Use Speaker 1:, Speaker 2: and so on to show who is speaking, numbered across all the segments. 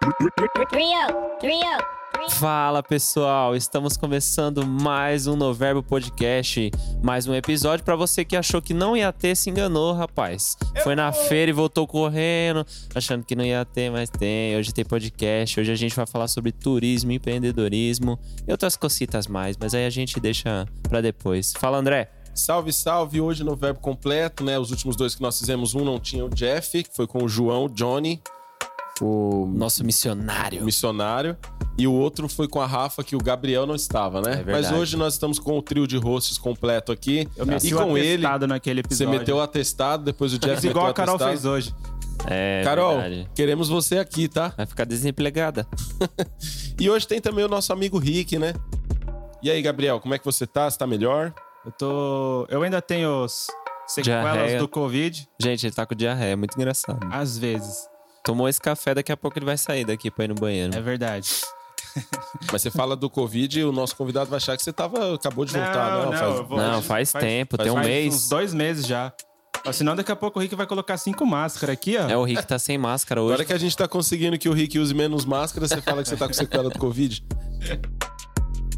Speaker 1: Trio, trio,
Speaker 2: Fala pessoal, estamos começando mais um Noverbo Podcast, mais um episódio pra você que achou que não ia ter, se enganou, rapaz. Foi na feira e voltou correndo, achando que não ia ter, mas tem. Hoje tem podcast, hoje a gente vai falar sobre turismo, empreendedorismo e outras cositas mais, mas aí a gente deixa pra depois. Fala André.
Speaker 3: Salve, salve! Hoje no verbo completo, né? Os últimos dois que nós fizemos, um não tinha o Jeff, que foi com o João, Johnny, o
Speaker 2: Nosso missionário.
Speaker 3: missionário, e o outro foi com a Rafa, que o Gabriel não estava, né?
Speaker 2: É verdade.
Speaker 3: Mas hoje nós estamos com o trio de hosts completo aqui.
Speaker 4: Eu meti
Speaker 3: e
Speaker 4: o
Speaker 3: com ele,
Speaker 4: atestado naquele
Speaker 3: você
Speaker 4: episódio.
Speaker 3: meteu o atestado, depois o Jeff
Speaker 4: Fiz
Speaker 3: meteu
Speaker 4: igual
Speaker 3: o
Speaker 4: a Carol
Speaker 3: atestado.
Speaker 4: fez hoje.
Speaker 2: É,
Speaker 3: Carol,
Speaker 2: verdade.
Speaker 3: queremos você aqui, tá?
Speaker 2: Vai ficar desempregada.
Speaker 3: E hoje tem também o nosso amigo Rick, né? E aí, Gabriel, como é que você tá? Você tá melhor?
Speaker 4: Eu tô. Eu ainda tenho os sequelas
Speaker 2: Diarreia.
Speaker 4: do Covid,
Speaker 2: Gente, ele tá com diarreia, é muito engraçado.
Speaker 4: às vezes.
Speaker 2: Tomou esse café, daqui a pouco ele vai sair daqui pra ir no banheiro.
Speaker 4: É verdade.
Speaker 3: Mas você fala do Covid e o nosso convidado vai achar que você tava, acabou de voltar, não? faz-
Speaker 4: eu vou-
Speaker 2: Não, faz, tempo,
Speaker 3: faz
Speaker 2: tem um
Speaker 4: faz
Speaker 2: mês.
Speaker 4: Uns dois meses já. Ó, Senão daqui a pouco o Rick vai colocar cinco máscaras aqui, ó.
Speaker 2: É, o Rick tá sem máscara hoje.
Speaker 3: Agora que a gente tá conseguindo que o Rick use menos máscara, você fala que você tá com sequela do Covid.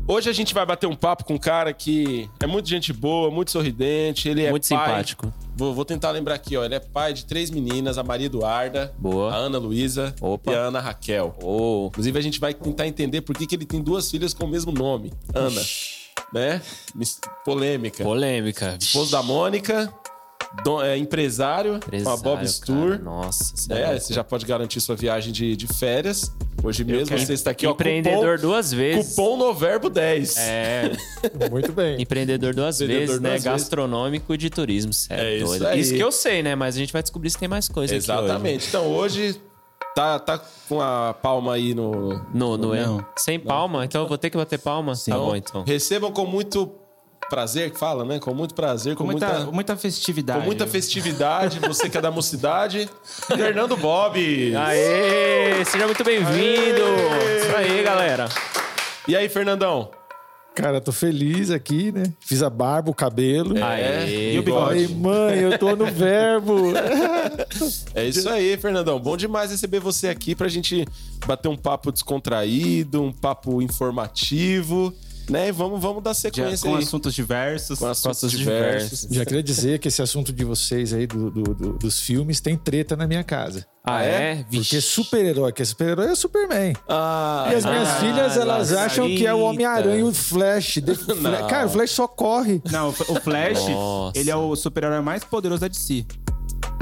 Speaker 3: Hoje a gente vai bater um papo com um cara que é muito gente boa, muito sorridente, ele é
Speaker 2: Muito
Speaker 3: pai-
Speaker 2: simpático.
Speaker 3: Vou, vou tentar lembrar aqui, ó. Ele é pai de três meninas, a Maria Eduarda,
Speaker 2: Boa.
Speaker 3: a Ana Luísa
Speaker 2: Opa. Oh.
Speaker 3: e a Ana Raquel.
Speaker 2: Ô,
Speaker 3: Inclusive, a gente vai tentar entender por que, que ele tem duas filhas com o mesmo nome, Ana. Né? Mis- Polêmica.
Speaker 2: polêmica.
Speaker 3: Esposo da Mônica, don- é, empresário, com a
Speaker 2: Empresário,
Speaker 3: Bob
Speaker 2: cara.
Speaker 3: Stur.
Speaker 2: Nossa, você é
Speaker 3: É,
Speaker 2: louco.
Speaker 3: você já pode garantir sua viagem de, de férias. Hoje mesmo
Speaker 2: quero.
Speaker 3: você está aqui, ó.
Speaker 2: Empreendedor
Speaker 3: cupom,
Speaker 2: duas vezes.
Speaker 3: Cupom no verbo 10.
Speaker 2: É,
Speaker 5: Muito bem.
Speaker 2: empreendedor duas
Speaker 3: Empreendedor
Speaker 2: vezes, né?
Speaker 3: duas vezes.
Speaker 2: Gastronômico e de turismo, sério.
Speaker 3: É isso
Speaker 2: doido.
Speaker 3: aí.
Speaker 2: que eu sei, né? Mas a gente vai descobrir se tem mais coisa aqui hoje.
Speaker 3: Exatamente. então hoje tá, tá com a palma aí no.
Speaker 2: No, no, é.
Speaker 4: Não.
Speaker 2: Sem palma? Então eu vou ter que bater palma? Tá bom, então.
Speaker 3: Recebam com muito prazer, que fala, né? Com muito prazer, com,
Speaker 4: Com muita,
Speaker 3: muita.
Speaker 4: muita festividade.
Speaker 3: Com muita festividade, você que é da mocidade. Fernando Bob.
Speaker 2: Aê! Seja muito bem-vindo! Isso aí, galera.
Speaker 3: E aí, Fernandão?
Speaker 5: Cara, tô feliz aqui, né? Fiz a barba, o cabelo.
Speaker 2: Aê!
Speaker 4: E o bigode?
Speaker 5: Falei, mãe, eu tô no verbo.
Speaker 3: É isso aí, Fernandão. Bom demais receber você aqui pra gente bater um papo descontraído, um papo informativo, né? E vamos, vamos dar
Speaker 4: Já-
Speaker 3: sequência
Speaker 4: com
Speaker 3: aí.
Speaker 4: assuntos diversos.
Speaker 3: Com
Speaker 2: assuntos
Speaker 3: assuntos diversos.
Speaker 5: Já queria dizer que esse assunto de vocês aí, do- do- do- dos filmes, tem treta na minha casa.
Speaker 2: Ah, é?
Speaker 5: Porque super-herói, que é super-herói é o Superman.
Speaker 3: Ah,
Speaker 5: E as
Speaker 3: ah,
Speaker 5: minhas
Speaker 2: ah,
Speaker 5: filhas, elas
Speaker 2: nossa,
Speaker 5: acham que é o Homem-Aranha e o Flash. De-
Speaker 3: Não.
Speaker 5: Cara, o Flash só corre. Tá
Speaker 4: Não, o o Flash,
Speaker 2: Nossa.
Speaker 4: ele é o super-herói mais poderoso da DC.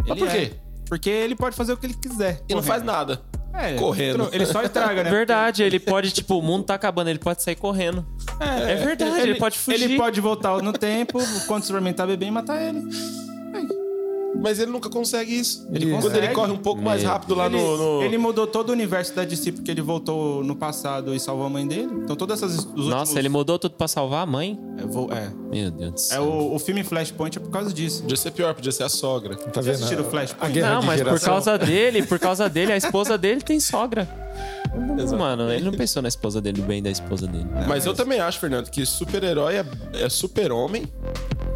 Speaker 3: Mas por quê?
Speaker 4: é. Porque ele pode fazer o que ele quiser.
Speaker 3: E não
Speaker 4: correndo.
Speaker 3: faz nada.
Speaker 4: É,
Speaker 3: Correndo.
Speaker 4: Ele só estraga, né?
Speaker 2: Verdade, ele pode, tipo, o mundo tá acabando, ele pode sair correndo. É, verdade, ele, pode fugir.
Speaker 4: Ele pode voltar no tempo, quando o Superman tá bebendo, matar ele.
Speaker 3: Mas ele nunca consegue isso.
Speaker 5: Ele
Speaker 3: Quando
Speaker 5: consegue.
Speaker 3: ele corre um pouco mais
Speaker 2: Meu
Speaker 3: rápido lá
Speaker 4: ele,
Speaker 3: no. no-
Speaker 4: ele mudou todo o universo da DC porque ele voltou no passado e salvou a mãe dele. Então todas essas... Os
Speaker 2: Nossa, ele
Speaker 4: últimos,
Speaker 2: mudou tudo pra salvar a mãe?
Speaker 4: ele... É, vo- é.
Speaker 2: Meu Deus do céu.
Speaker 4: É o, o filme Flashpoint é por causa disso.
Speaker 3: Podia ser pior, podia ser a sogra.
Speaker 5: Tá
Speaker 4: Vocês
Speaker 5: vendo?
Speaker 4: assistiram o Flashpoint?
Speaker 5: A guerra
Speaker 2: É Não,
Speaker 5: de
Speaker 2: mas por
Speaker 5: geração.
Speaker 2: causa dele, por causa dele, a esposa dele tem sogra. Mano, ele não pensou na esposa dele, no bem da esposa dele.
Speaker 5: É,
Speaker 3: Mas eu também acho, Fernando, que super-herói é, é super-homem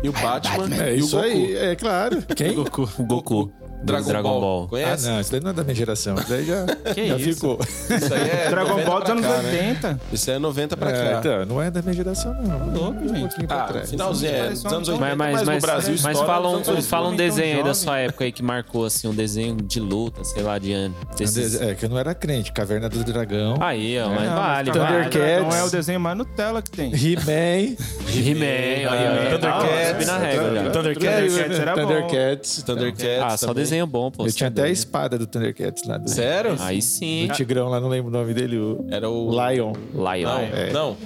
Speaker 3: e o Batman, e
Speaker 5: É
Speaker 3: o
Speaker 5: isso
Speaker 3: Goku.
Speaker 5: aí, é claro. Quem?
Speaker 2: O Goku. do
Speaker 3: Dragon, Ball.
Speaker 5: Ah,
Speaker 3: Conhece?
Speaker 5: não, isso daí não é da minha geração. Isso daí já,
Speaker 4: Que
Speaker 5: já
Speaker 4: isso?
Speaker 5: ficou.
Speaker 3: Isso aí é
Speaker 4: Dragon
Speaker 3: 90
Speaker 4: Ball dos
Speaker 3: pra
Speaker 4: anos
Speaker 3: cá, né?
Speaker 4: 80.
Speaker 3: Isso aí é 90 pra
Speaker 5: É,
Speaker 3: cá.
Speaker 5: então, não é da minha geração, não.
Speaker 4: louco,
Speaker 5: Um
Speaker 4: gente.
Speaker 5: pouquinho pra
Speaker 3: Ah,
Speaker 5: trás.
Speaker 3: finalzinho, é, dos anos 80.
Speaker 2: Mas, mas,
Speaker 3: no
Speaker 2: mas,
Speaker 3: Brasil,
Speaker 2: mas
Speaker 3: estoura
Speaker 2: fala,
Speaker 3: nos
Speaker 2: um,
Speaker 3: anos 80.
Speaker 2: fala um
Speaker 4: tão
Speaker 2: desenho aí da
Speaker 4: jovem.
Speaker 2: sua época aí que marcou, assim, um desenho de luta, sei lá, de ano. Desses...
Speaker 5: É, que eu não era crente. Caverna do Dragão,
Speaker 2: Aí, ó, mas
Speaker 4: Não,
Speaker 2: vale,
Speaker 4: mas tá
Speaker 2: vale.
Speaker 5: Thundercats.
Speaker 4: errado. Não é o desenho mais Nutella que tem.
Speaker 5: He-Man,
Speaker 2: He-Man, olha,
Speaker 4: Thundercats.
Speaker 2: Thundercats. Subi na
Speaker 3: É,
Speaker 2: régua já.
Speaker 3: Thundercats.
Speaker 4: é, Thundercats era bom.
Speaker 5: Thundercats.
Speaker 3: Thundercats.
Speaker 2: Ah, só
Speaker 3: também.
Speaker 2: desenho bom, pô. é
Speaker 5: Eu
Speaker 2: só
Speaker 5: Então, tinha até a
Speaker 2: desenho.
Speaker 5: espada do Thundercats lá. Do,
Speaker 3: Sério?
Speaker 2: Aí sim.
Speaker 5: do Tigrão lá, não lembro o nome dele. O
Speaker 3: Era o.
Speaker 5: Lion.
Speaker 2: Lion.
Speaker 3: Não, é. não.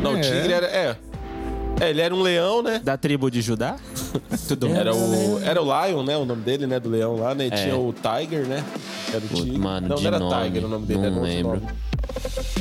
Speaker 3: Não, o
Speaker 5: É.
Speaker 3: tigre era. É. É, ele era um leão, né?
Speaker 4: Da tribo de Judá? Tudo bem.
Speaker 3: Era o, era o Lion, né? O nome dele, né? Do leão lá, né? E Tinha o Tiger, né? Era o
Speaker 2: Putz,
Speaker 3: tigre.
Speaker 2: É. mano,
Speaker 3: não,
Speaker 2: de
Speaker 3: não era
Speaker 2: nome,
Speaker 3: Tiger o nome dele, era
Speaker 2: não
Speaker 3: outro
Speaker 2: lembro.
Speaker 3: nome.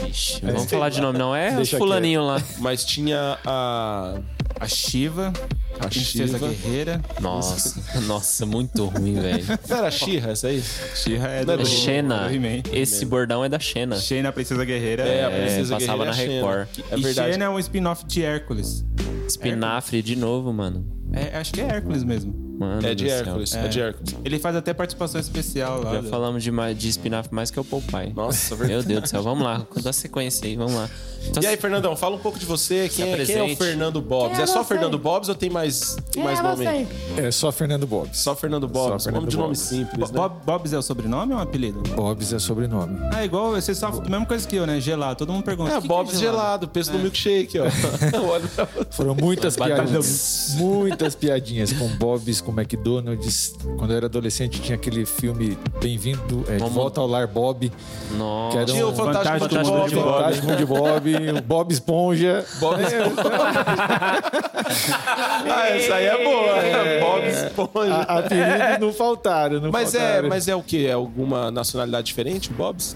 Speaker 2: Ixi, vamos falar de nome, não. É os
Speaker 5: Deixa
Speaker 2: fulaninho lá.
Speaker 3: Mas tinha a.
Speaker 4: A Shiva.
Speaker 3: A
Speaker 4: Princesa
Speaker 3: Shiva.
Speaker 4: Guerreira.
Speaker 2: Nossa, nossa, muito ruim, velho.
Speaker 3: Não era Xirra essa aí?
Speaker 4: She-Ra é
Speaker 3: Não é
Speaker 4: do
Speaker 2: É Xena.
Speaker 4: do He-Man.
Speaker 2: Esse bordão é da Xena.
Speaker 4: Xena, a Princesa Guerreira.
Speaker 3: É, a
Speaker 2: É,
Speaker 3: Princesa
Speaker 2: passava
Speaker 3: Guerreira
Speaker 2: na
Speaker 3: é Xena.
Speaker 2: Record.
Speaker 3: É
Speaker 4: e
Speaker 3: verdade.
Speaker 4: Xena é um spin-off de Hércules.
Speaker 2: Espinafre de novo, mano.
Speaker 4: É, acho que é Hércules mesmo.
Speaker 2: Mano
Speaker 3: É de
Speaker 2: né? do céu.
Speaker 3: Hércules. É. de Hércules.
Speaker 4: Ele faz até participação especial lá.
Speaker 2: Já
Speaker 4: do-
Speaker 2: falamos de, ma- de espinafre mais que o Popeye.
Speaker 3: Nossa, verdade.
Speaker 2: Meu Deus do céu, vamos lá. Dá sequência aí, vamos lá. Então,
Speaker 3: E aí, Fernandão, fala um pouco de você. Quem, é, quem é o
Speaker 2: apresente.
Speaker 3: Fernando Bobs?
Speaker 1: Quem é
Speaker 3: É só
Speaker 1: você?
Speaker 3: Fernando Bobs ou tem mais, tem
Speaker 1: Quem
Speaker 3: mais
Speaker 1: é
Speaker 3: nome aí?
Speaker 1: você?
Speaker 5: É só Fernando Bobs.
Speaker 3: Só Fernando Bobs.
Speaker 5: Só Fernando
Speaker 3: nome de nome
Speaker 5: Bobs.
Speaker 3: simples,
Speaker 4: Bo-
Speaker 3: né?
Speaker 4: Bob, Bob's é o sobrenome ou é um apelido?
Speaker 5: Bobs é sobrenome.
Speaker 4: Ah, igual, você só a mesma coisa que eu, né? Gelado. Todo mundo pergunta.
Speaker 3: É,
Speaker 4: "O que que
Speaker 3: Bob's gelado, pensa
Speaker 4: É.
Speaker 3: no milkshake, ó. Olha pra
Speaker 5: Foram muitas
Speaker 2: Batalha
Speaker 5: piadinhas. Muitas piadinhas com Bob's, com McDonald's. Quando eu era adolescente, tinha aquele filme Bem-vindo, é, De
Speaker 2: Vamos-
Speaker 5: Volta ao Lar Bob.
Speaker 2: Nossa.
Speaker 5: Que era
Speaker 3: Tinha o
Speaker 5: um
Speaker 3: Fantástico,
Speaker 4: Fantástico
Speaker 3: do
Speaker 4: do
Speaker 3: Bob.
Speaker 4: Mundo de Bob.
Speaker 5: fantástico mundo de Bob, o Bob Esponja. É,
Speaker 3: Bob Ah, essa aí é boa. Bob
Speaker 4: Ah,
Speaker 3: Esponja.
Speaker 5: A- Apelidos não faltaram, não
Speaker 3: Mas é,
Speaker 5: faltaram.
Speaker 3: mas é o quê? É alguma nacionalidade diferente, o Bob's?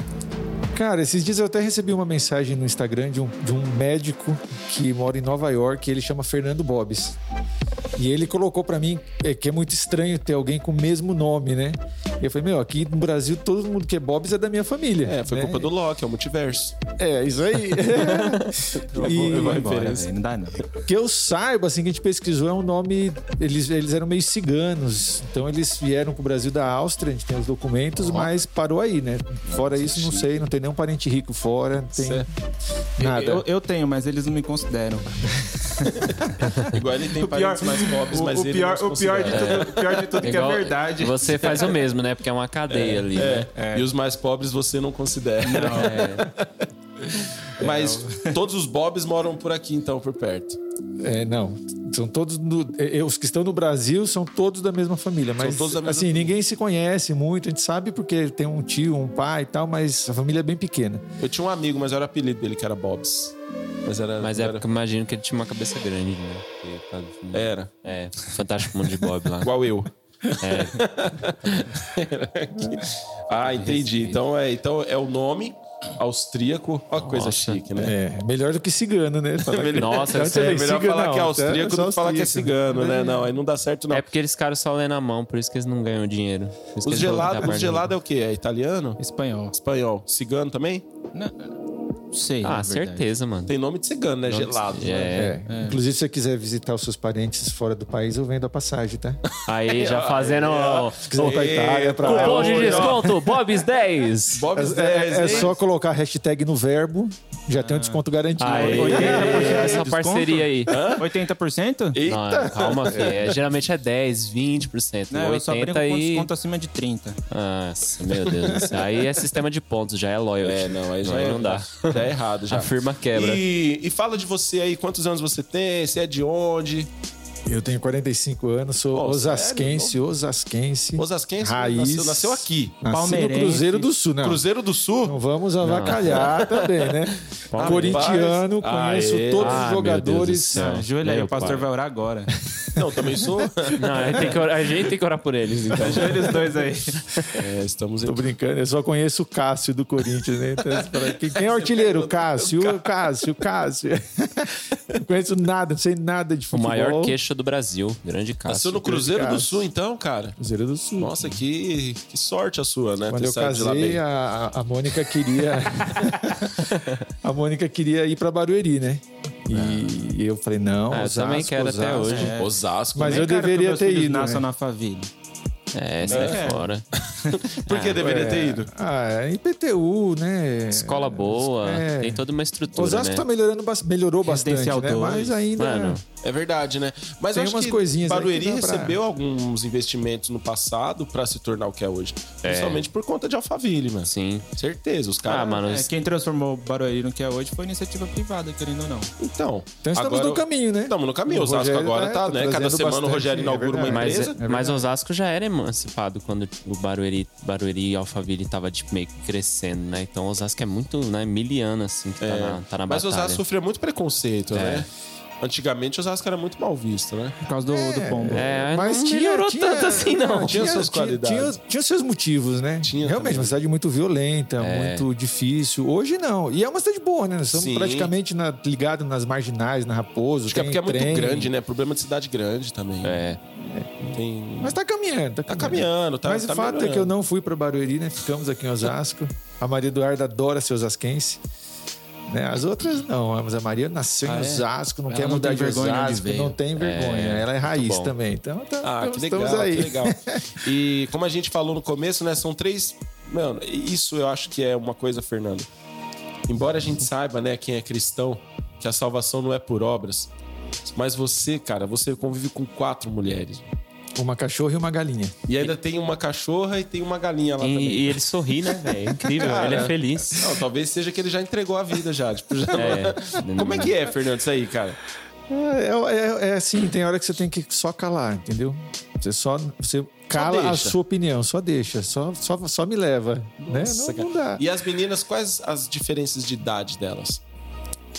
Speaker 5: Cara, esses dias eu até recebi uma mensagem no Instagram de um, de um médico que mora em Nova York, ele chama Fernando Bobes. E ele colocou pra mim é, que é muito estranho ter alguém com o mesmo nome, né? E eu falei, meu, aqui no Brasil todo mundo que é Bobes é da minha família.
Speaker 3: É, foi
Speaker 5: né?
Speaker 3: culpa do Loki, é o multiverso.
Speaker 5: É, isso aí.
Speaker 4: Eu vou
Speaker 5: e
Speaker 4: embora,
Speaker 3: referência.
Speaker 4: velho, Não dá, não.
Speaker 5: que eu saiba, assim, que a gente pesquisou, é um nome. Eles, eles eram meio ciganos. Então eles vieram pro Brasil da Áustria, a gente tem os documentos, mas parou aí, né? Fora isso, não sei, não tem nenhum parente rico fora, não tem
Speaker 3: Certo.
Speaker 5: nada.
Speaker 4: Eu, eu tenho, mas eles não me consideram.
Speaker 3: Igual ele tem parentes mais pobres,
Speaker 4: o,
Speaker 3: mas
Speaker 4: o
Speaker 3: ele
Speaker 4: pior,
Speaker 3: não é se
Speaker 4: o pior de
Speaker 3: considera.
Speaker 4: tudo, o pior de tudo que é
Speaker 2: Igual-
Speaker 4: verdade.
Speaker 2: Você faz o mesmo, né? Porque é é. uma cadeia ali, né?
Speaker 3: E os mais pobres você não considera. Mas
Speaker 2: É,
Speaker 3: todos os Bobs moram por aqui, então, por perto.
Speaker 5: É, não. São todos. no- é, é, os que estão no Brasil são todos da mesma família. Mas,
Speaker 3: todos da mesma
Speaker 5: assim, ninguém se conhece muito. A gente sabe porque tem um tio, um pai e tal, mas a família é bem pequena.
Speaker 3: Eu tinha um amigo, mas era o apelido dele que era Bobs. Mas era.
Speaker 2: Mas é
Speaker 3: era,
Speaker 2: porque eu imagino que ele tinha uma cabeça grande, né? Porque por causa do filme.
Speaker 3: era.
Speaker 2: É, Fantástico Mundo de Bob lá.
Speaker 3: Igual eu.
Speaker 2: É.
Speaker 3: ah, entendi. Então é, então é o nome austríaco. Ó, que coisa
Speaker 2: Nossa.
Speaker 3: chique, né?
Speaker 5: É, melhor do que cigano, né? Falar que-
Speaker 2: Nossa,
Speaker 5: Eu
Speaker 2: isso é
Speaker 5: também.
Speaker 3: Melhor
Speaker 5: Cigano,
Speaker 3: falar que é
Speaker 5: não,
Speaker 3: austríaco
Speaker 5: tá?
Speaker 3: do que falar que é
Speaker 5: Só
Speaker 3: cigano, né? Não, aí não dá certo, não.
Speaker 2: É porque eles ficaram só lendo a mão, por isso que eles não ganham dinheiro. Por isso que
Speaker 3: os
Speaker 2: eles falam
Speaker 3: gelado,
Speaker 2: que a
Speaker 3: os
Speaker 2: parte-
Speaker 3: gelado é o quê? É italiano?
Speaker 4: Espanhol.
Speaker 3: Espanhol. Cigano também?
Speaker 4: Não, não sei.
Speaker 2: Ah,
Speaker 4: na É verdade.
Speaker 2: certeza, mano.
Speaker 3: Tem nome de cigano, né? gelado.
Speaker 2: É.
Speaker 3: né?
Speaker 5: É. Inclusive, se você quiser visitar os seus parentes fora do país, eu vendo a passagem, tá?
Speaker 2: Aí já fazendo o
Speaker 5: Se quiser ir pra Itália, pra
Speaker 2: cupom de
Speaker 3: É. Olha,
Speaker 2: desconto, Bob's 10.
Speaker 3: Bob's
Speaker 5: É,
Speaker 3: 10,
Speaker 5: é
Speaker 3: hein?
Speaker 5: só colocar a hashtag no verbo, já tem um desconto garantido.
Speaker 2: Aí,
Speaker 4: Oi,
Speaker 2: essa
Speaker 4: desconto?
Speaker 2: parceria aí.
Speaker 4: 80%?
Speaker 2: Não, calma, filho. É, geralmente é 10, 20%.
Speaker 4: Não, Né, eu só brinco
Speaker 2: 80
Speaker 4: com
Speaker 2: e...
Speaker 4: desconto acima de 30.
Speaker 2: Nossa, meu Deus do céu. Aí é sistema de pontos, já é loyalty.
Speaker 3: É, não, aí já é-
Speaker 2: não dá.
Speaker 3: Já é errado, já.
Speaker 2: A firma quebra.
Speaker 3: E, e fala de você aí, quantos anos você tem, você é de onde?
Speaker 5: Eu tenho 45 anos, sou
Speaker 3: Pô,
Speaker 5: osasquense, osasquense.
Speaker 3: Osasquense,
Speaker 5: Raiz.
Speaker 3: é nasceu, nasceu aqui.
Speaker 5: Nasci no
Speaker 4: Palmeirense.
Speaker 5: Cruzeiro do Sul, né?
Speaker 3: Cruzeiro do
Speaker 5: Não
Speaker 3: Sul?
Speaker 5: vamos avacalhar também, né? Corintiano,
Speaker 3: Rapaz.
Speaker 5: conheço
Speaker 3: Aê.
Speaker 5: todos
Speaker 2: Ah,
Speaker 5: os
Speaker 2: meu Deus do
Speaker 5: jogadores.
Speaker 2: céu. Não,
Speaker 4: Ajoelha aí,
Speaker 2: meu
Speaker 4: o pastor
Speaker 2: pai.
Speaker 4: vai orar agora.
Speaker 3: Não, também sou.
Speaker 2: Não, a gente, tem que orar, a gente tem que orar por eles, então.
Speaker 4: Ajoelha os dois aí.
Speaker 3: É, estamos
Speaker 5: Tô
Speaker 3: em...
Speaker 5: brincando, eu só conheço o Cássio do Corinthians, né? Então, pra- quem, quem é o artilheiro? Cássio, Cássio, Cássio. Não conheço nada, não sei nada de
Speaker 2: O
Speaker 5: futebol.
Speaker 2: maior queixo do Brasil. Grande caso.
Speaker 3: Nasceu no Cruzeiro do
Speaker 5: Cássio.
Speaker 3: Sul, então, cara?
Speaker 5: Cruzeiro do Sul.
Speaker 3: Nossa, que, que sorte a sua, né?
Speaker 5: Quando
Speaker 3: ter
Speaker 5: eu
Speaker 3: saído de lá bem.
Speaker 5: casei, a, a Mônica queria. a Mônica queria ir pra Barueri, né? E eu falei, não,
Speaker 2: Ah, eu
Speaker 5: Osasco,
Speaker 2: também quero até
Speaker 5: Osasco.
Speaker 2: hoje.
Speaker 3: É. Osasco,
Speaker 5: Mas
Speaker 3: né?
Speaker 5: eu
Speaker 4: Cara, que
Speaker 5: deveria
Speaker 4: meus
Speaker 5: ter
Speaker 4: filhos
Speaker 5: ido.
Speaker 4: Nasçam
Speaker 5: né?
Speaker 4: na favela.
Speaker 2: É, sai fora.
Speaker 3: Por que deveria
Speaker 5: É,
Speaker 3: ter ido?
Speaker 5: Ah, em PTU, né?
Speaker 2: Escola boa,
Speaker 5: É.
Speaker 2: tem toda uma estrutura,
Speaker 5: Osasco
Speaker 2: né?
Speaker 5: tá melhorando, bas- melhorou bastante,
Speaker 4: Residencial
Speaker 5: né?
Speaker 4: dois.
Speaker 5: Mas ainda.
Speaker 2: Mano,
Speaker 3: É verdade, né? Mas eu
Speaker 5: Tem
Speaker 3: acho
Speaker 5: umas
Speaker 3: que
Speaker 5: coisinhas aí
Speaker 3: Barueri
Speaker 5: que dá pra-
Speaker 3: recebeu alguns investimentos no passado pra se tornar o que é hoje. Principalmente por conta de Alphaville, mano.
Speaker 2: sim.
Speaker 3: Certeza, os caras...
Speaker 2: Ah, mano,
Speaker 4: É, quem transformou o Barueri no que é hoje foi iniciativa privada, querendo ou não.
Speaker 3: Então,
Speaker 5: Então estamos
Speaker 3: agora-
Speaker 5: no caminho, né?
Speaker 3: Estamos no caminho.
Speaker 5: O
Speaker 3: Osasco
Speaker 5: Rogério
Speaker 3: agora
Speaker 5: tá-
Speaker 3: tá, né?
Speaker 5: tá
Speaker 3: Cada
Speaker 5: trazendo
Speaker 3: semana o
Speaker 5: bastante,
Speaker 3: Rogério
Speaker 5: é
Speaker 3: inaugura uma
Speaker 5: verdade.
Speaker 2: mas, é,
Speaker 3: empresa.
Speaker 2: mas Osasco já era emancipado quando o Barueri, Barueri e Alphaville tava tipo, meio que crescendo, né? Então Osasco é muito né, miliano, assim, que tá na, tá na
Speaker 3: Mas
Speaker 2: batalha. É.
Speaker 3: Osasco sofreu muito preconceito, né? Antigamente, Osasco era muito mal visto, né?
Speaker 4: Por causa do, do pombo.
Speaker 2: É,
Speaker 5: Mas
Speaker 2: não
Speaker 5: tinha,
Speaker 2: melhorou
Speaker 5: tinha-
Speaker 2: tanto assim, não.
Speaker 3: tinha suas qualidades.
Speaker 5: Tinha, tinha seus motivos, né?
Speaker 3: Tinha
Speaker 5: Realmente,
Speaker 3: também.
Speaker 5: uma cidade muito violenta, muito difícil. Hoje não. E é uma cidade boa, né? Nós estamos
Speaker 3: Sim.
Speaker 5: praticamente na, ligados nas marginais, na Raposo.
Speaker 3: Acho que é
Speaker 5: tem
Speaker 3: porque é muito
Speaker 5: trem.
Speaker 3: grande, né? Problema de cidade grande também.
Speaker 2: É.
Speaker 3: Tem...
Speaker 5: Mas tá caminhando, tá
Speaker 3: Tá
Speaker 5: caminhando.
Speaker 3: caminhando, tá
Speaker 5: Mas o
Speaker 3: tá
Speaker 5: fato é
Speaker 3: melhorando.
Speaker 5: que eu não fui pra Barueri, né? Ficamos aqui em Osasco. A Maria Eduarda adora ser osasquense. Né? As outras não, mas a Maria nasceu
Speaker 3: Ah,
Speaker 5: em
Speaker 3: é?
Speaker 5: Osasco, não
Speaker 4: Ela
Speaker 5: quer
Speaker 4: não
Speaker 5: mudar
Speaker 4: tem
Speaker 5: de
Speaker 4: vergonha de onde
Speaker 5: Osasco,
Speaker 4: veio.
Speaker 5: não tem vergonha. Ela é raiz
Speaker 2: bom.
Speaker 5: também. Então tá,
Speaker 3: Ah, que legal,
Speaker 5: estamos, estamos aí.
Speaker 3: que legal. E como a gente falou no começo, né? São três. Mano, isso eu acho que é uma coisa, Fernando. Embora a gente saiba, né, quem é cristão, que a salvação não é por obras. Mas você, cara, você convive com quatro mulheres.
Speaker 5: Uma cachorra e uma galinha.
Speaker 3: E ainda tem uma cachorra e tem uma galinha lá
Speaker 2: E,
Speaker 3: também.
Speaker 2: e ele sorri, né, velho? É Incrível,
Speaker 3: Cara.
Speaker 2: ele é feliz.
Speaker 3: Não, talvez seja que ele já entregou a vida já. Tipo, já...
Speaker 2: É.
Speaker 3: Como é que é, Fernando, isso aí, cara?
Speaker 5: É, é- é assim, tem hora que você tem que só calar, entendeu? Você só você cala a
Speaker 3: deixa.
Speaker 5: sua opinião, só deixa, só, só, só me leva. né?
Speaker 3: Nossa,
Speaker 5: Não, não
Speaker 3: cara.
Speaker 5: dá.
Speaker 3: E as meninas, quais as diferenças de idade delas?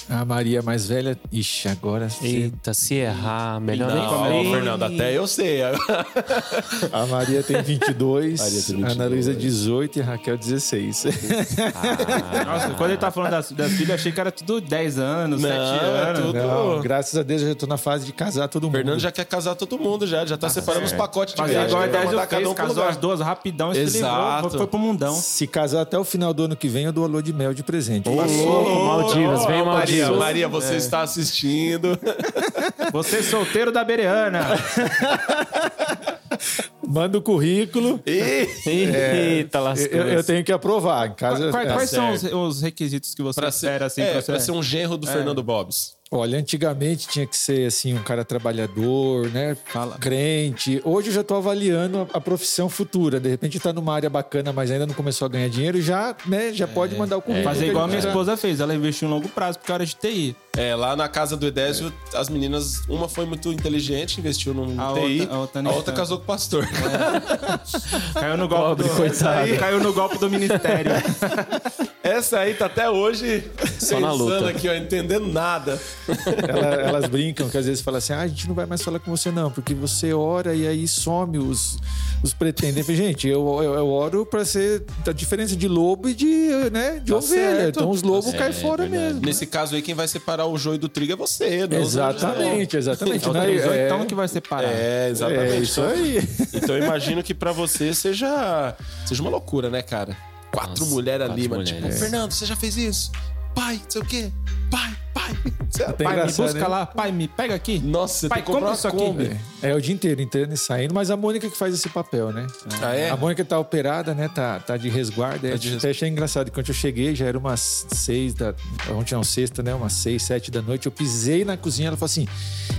Speaker 5: A Maria mais velha, ixi, agora você
Speaker 2: Eita, se errar, melhor nem é,
Speaker 3: Não,
Speaker 2: comer.
Speaker 3: Fernando, até eu sei.
Speaker 5: A Maria tem 22,
Speaker 3: Maria tem
Speaker 5: a Ana
Speaker 3: 22.
Speaker 5: Luísa 18 e a Raquel 16.
Speaker 4: Nossa, quando ele tava falando das, das filhas, eu achei que era tudo 10 anos,
Speaker 3: Não,
Speaker 4: 7
Speaker 3: é
Speaker 4: anos.
Speaker 3: tudo-
Speaker 5: Não, graças a Deus eu já tô na fase de casar todo mundo.
Speaker 3: Fernando já quer casar todo mundo, já. Já tá separando os pacotes de
Speaker 4: é. Mas
Speaker 3: viagem.
Speaker 4: igual a
Speaker 3: né?
Speaker 4: idade
Speaker 3: Vai
Speaker 4: eu
Speaker 3: mandar cada
Speaker 4: fiz,
Speaker 3: um pro
Speaker 4: casou
Speaker 3: lugar.
Speaker 4: as duas rapidão e se
Speaker 3: Exato.
Speaker 4: livrou, foi, foi pro mundão.
Speaker 5: Se casar até o final do ano que vem, eu dou a lua de mel de presente.
Speaker 2: Ô, Maldivas, vem
Speaker 3: Maria,
Speaker 2: Maldivas.
Speaker 3: Maria, você
Speaker 4: É.
Speaker 3: está assistindo.
Speaker 4: Você é solteiro da Bereana.
Speaker 5: Manda o currículo.
Speaker 2: Eita, lascou.
Speaker 5: Eu, eu tenho que aprovar. Em casa,
Speaker 4: Quais,
Speaker 3: Tá
Speaker 5: é.
Speaker 4: quais são os, os requisitos que você espera assim
Speaker 3: é,
Speaker 4: pra você?
Speaker 3: pra ser um genro do Fernando Bobs.
Speaker 5: Olha, antigamente tinha que ser assim um cara trabalhador, né?
Speaker 4: Fala.
Speaker 5: Crente. Hoje eu já tô avaliando a, a profissão futura. De repente tá numa área bacana, mas ainda não começou a ganhar dinheiro, já, né, já pode mandar o currículo.
Speaker 4: É, Fazer igual a minha
Speaker 5: É.
Speaker 4: esposa fez, ela investiu em longo prazo porque era de TI.
Speaker 3: É, lá na casa do Edésio, as meninas, uma foi muito inteligente, investiu num
Speaker 4: É. A
Speaker 3: TI,
Speaker 4: outra- a outra
Speaker 3: a
Speaker 4: nem
Speaker 3: outra
Speaker 4: tanto. É.
Speaker 3: casou com o pastor.
Speaker 4: Caiu no golpe do coitado. Caiu no golpe do ministério.
Speaker 3: Essa aí tá até hoje
Speaker 2: Só na
Speaker 3: pensando
Speaker 2: luta.
Speaker 3: aqui, ó, entendendo nada.
Speaker 5: Ela- elas brincam que às vezes falam assim: ah, a gente não vai mais falar com você, não, porque você ora e aí some os, os pretendentes. Eu falei, Gente, eu, eu, eu oro pra ser a diferença de lobo e de, né, de
Speaker 3: Tá
Speaker 5: ovelha.
Speaker 3: certo.
Speaker 5: Então os lobos
Speaker 4: Tá
Speaker 5: caem fora mesmo.
Speaker 3: Nesse caso aí, quem vai separar o joio do trigo é você, não?
Speaker 5: Exatamente, exatamente.
Speaker 4: É o
Speaker 5: Não,
Speaker 4: 38
Speaker 5: é,
Speaker 4: que vai separar.
Speaker 3: É, exatamente.
Speaker 5: é isso aí.
Speaker 3: Então eu imagino que pra você seja, seja uma loucura, né, cara? Quatro
Speaker 2: Nossa,
Speaker 3: mulheres ali,
Speaker 2: quatro
Speaker 3: mano. Tipo,
Speaker 2: mulheres.
Speaker 3: Fernando, você já fez isso? Pai, não sei o quê. Pai, pai. Sei lá, pai.
Speaker 5: Até
Speaker 4: Pai, me
Speaker 5: engraçado,
Speaker 4: busca
Speaker 5: né?
Speaker 4: lá. Pai, me pega aqui.
Speaker 3: Nossa, você
Speaker 4: Pai,
Speaker 3: tem que comprar
Speaker 4: compra
Speaker 3: uma
Speaker 4: isso aqui.
Speaker 3: Kombi.
Speaker 5: É o dia inteiro entrando e saindo, mas a Mônica que faz esse papel, né?
Speaker 3: Ah, é?
Speaker 5: A Mônica tá operada, né? Tá, tá de resguardo. Eu
Speaker 3: de res-
Speaker 5: Até achei engraçado. Quando eu cheguei, já era umas seis da. Ontem não, sexta, né? Umas seis, sete da noite. Eu pisei na cozinha. Ela falou assim: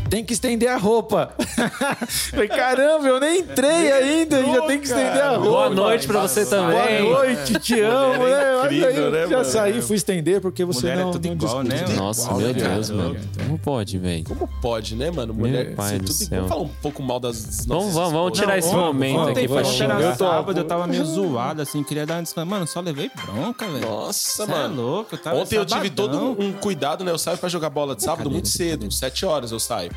Speaker 5: tem que estender a roupa. Falei, caramba, eu nem entrei ainda. e já tem que estender a roupa.
Speaker 2: Boa noite pra você também.
Speaker 5: Boa noite, te amo,
Speaker 3: Mulher é
Speaker 5: né? Olha
Speaker 3: incrível,
Speaker 5: aí,
Speaker 3: né,
Speaker 5: já
Speaker 3: mano?
Speaker 5: saí, fui estender porque você
Speaker 4: Mulher é
Speaker 5: não.
Speaker 4: tudo
Speaker 5: não
Speaker 4: igual, né?
Speaker 5: discute.
Speaker 2: Nossa,
Speaker 3: Igual,
Speaker 2: meu
Speaker 3: né, cara?
Speaker 2: Deus, mano. Como pode, velho?
Speaker 3: Como pode, né, mano? Mulher,
Speaker 2: Meu pai
Speaker 3: assim,
Speaker 2: do
Speaker 3: tudo
Speaker 2: céu.
Speaker 3: igual. Vamos falar um pouco mal das nossas
Speaker 2: Vamos, vamos, vamos
Speaker 3: esposas.
Speaker 2: tirar esse momento
Speaker 4: Ontem,
Speaker 2: aqui pra
Speaker 4: ontem
Speaker 2: xingar.
Speaker 4: era
Speaker 5: Eu tô-
Speaker 4: sábado, eu tava meio zoado, assim, queria dar uma descanso. Mano, só levei bronca, velho.
Speaker 3: Nossa,
Speaker 4: Cê
Speaker 3: mano.
Speaker 4: É louco,
Speaker 2: tá
Speaker 4: eu tava
Speaker 3: Ontem eu tive
Speaker 4: sabadão.
Speaker 3: todo um- um cuidado, né? Eu saio pra jogar bola de sábado muito cedo, sete horas eu saio.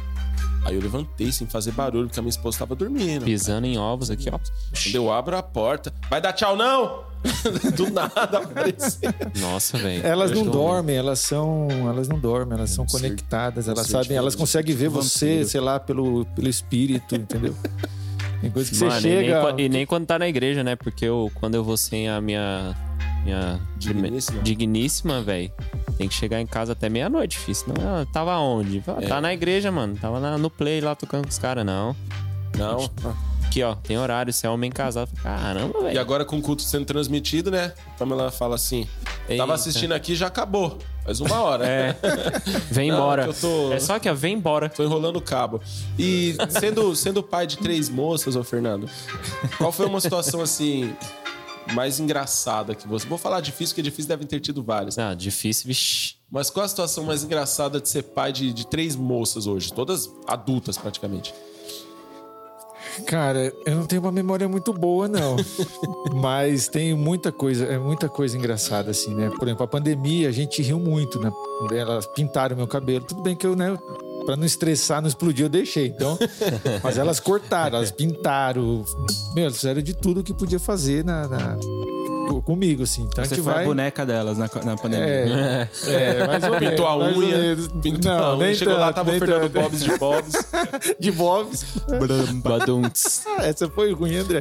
Speaker 3: Aí eu levantei sem fazer barulho, porque a minha esposa tava dormindo.
Speaker 2: Pisando em ovos aqui, ó.
Speaker 3: Quando eu abro a porta, vai dar tchau não? Do nada apareceu.
Speaker 2: Nossa, velho.
Speaker 5: Elas não
Speaker 2: Eu-
Speaker 5: dormem, elas são, elas não dormem, elas são conectadas, elas
Speaker 2: é tipo
Speaker 5: sabem,
Speaker 2: um
Speaker 5: elas conseguem ver você, sei lá, pelo, pelo espírito, entendeu? Tem coisa que
Speaker 2: Mano,
Speaker 5: você
Speaker 2: e, nem,
Speaker 5: chega.
Speaker 2: qua- e nem quando tá na igreja, né? Porque eu, quando eu vou sem a minha. Minha
Speaker 3: Digníssima.
Speaker 2: digníssima, velho. Tem que chegar em casa até meia-noite, filho. Senão ela tava onde? Fala, Tá na igreja, mano. Tava na- no play lá tocando com os caras, não.
Speaker 3: Não.
Speaker 2: Aqui, ó, tem horário, você é homem casado. Caramba,
Speaker 3: E
Speaker 2: velho.
Speaker 3: agora com o culto sendo transmitido, né? A Pamela fala assim:
Speaker 2: Eita.
Speaker 3: tava assistindo aqui já acabou. Faz uma hora.
Speaker 2: É. Vem
Speaker 3: Não,
Speaker 2: embora.
Speaker 3: que eu tô-
Speaker 2: É só que, ó, vem embora.
Speaker 3: Tô enrolando o cabo. E sendo, sendo pai de três moças, ô Fernando, qual foi uma situação assim mais engraçada que você. Vou falar difícil, porque difícil devem ter tido várias. né?
Speaker 2: Ah, difícil, vixi.
Speaker 3: Mas qual a situação mais engraçada de ser pai de, de três moças hoje? Todas adultas, praticamente.
Speaker 5: Cara, eu não tenho uma memória muito boa, não. Mas tem muita coisa, é muita coisa engraçada, assim, né? Por exemplo, a pandemia, a gente riu muito, né? Elas pintaram meu cabelo. Tudo bem que eu, né? Pra não estressar, não explodir, eu deixei. Então, mas elas cortaram, elas pintaram. Meu, elas fizeram de tudo que podia fazer na, na- co- comigo, assim. Então a
Speaker 4: Você
Speaker 5: gente
Speaker 4: foi
Speaker 5: vai.
Speaker 4: a boneca delas na, na pandemia.
Speaker 5: É, é, mais ou menos.
Speaker 3: Pintou a
Speaker 5: mais ou
Speaker 3: unha,
Speaker 5: menos.
Speaker 3: pintou a unha.
Speaker 5: nem
Speaker 3: Chegou lá,
Speaker 5: tanto,
Speaker 3: tava o
Speaker 5: nem
Speaker 3: Fernando
Speaker 5: tanto.
Speaker 3: Bobs de Bobs.
Speaker 5: De Bob's.
Speaker 2: Baduntz.
Speaker 5: Ah, Essa foi ruim, André.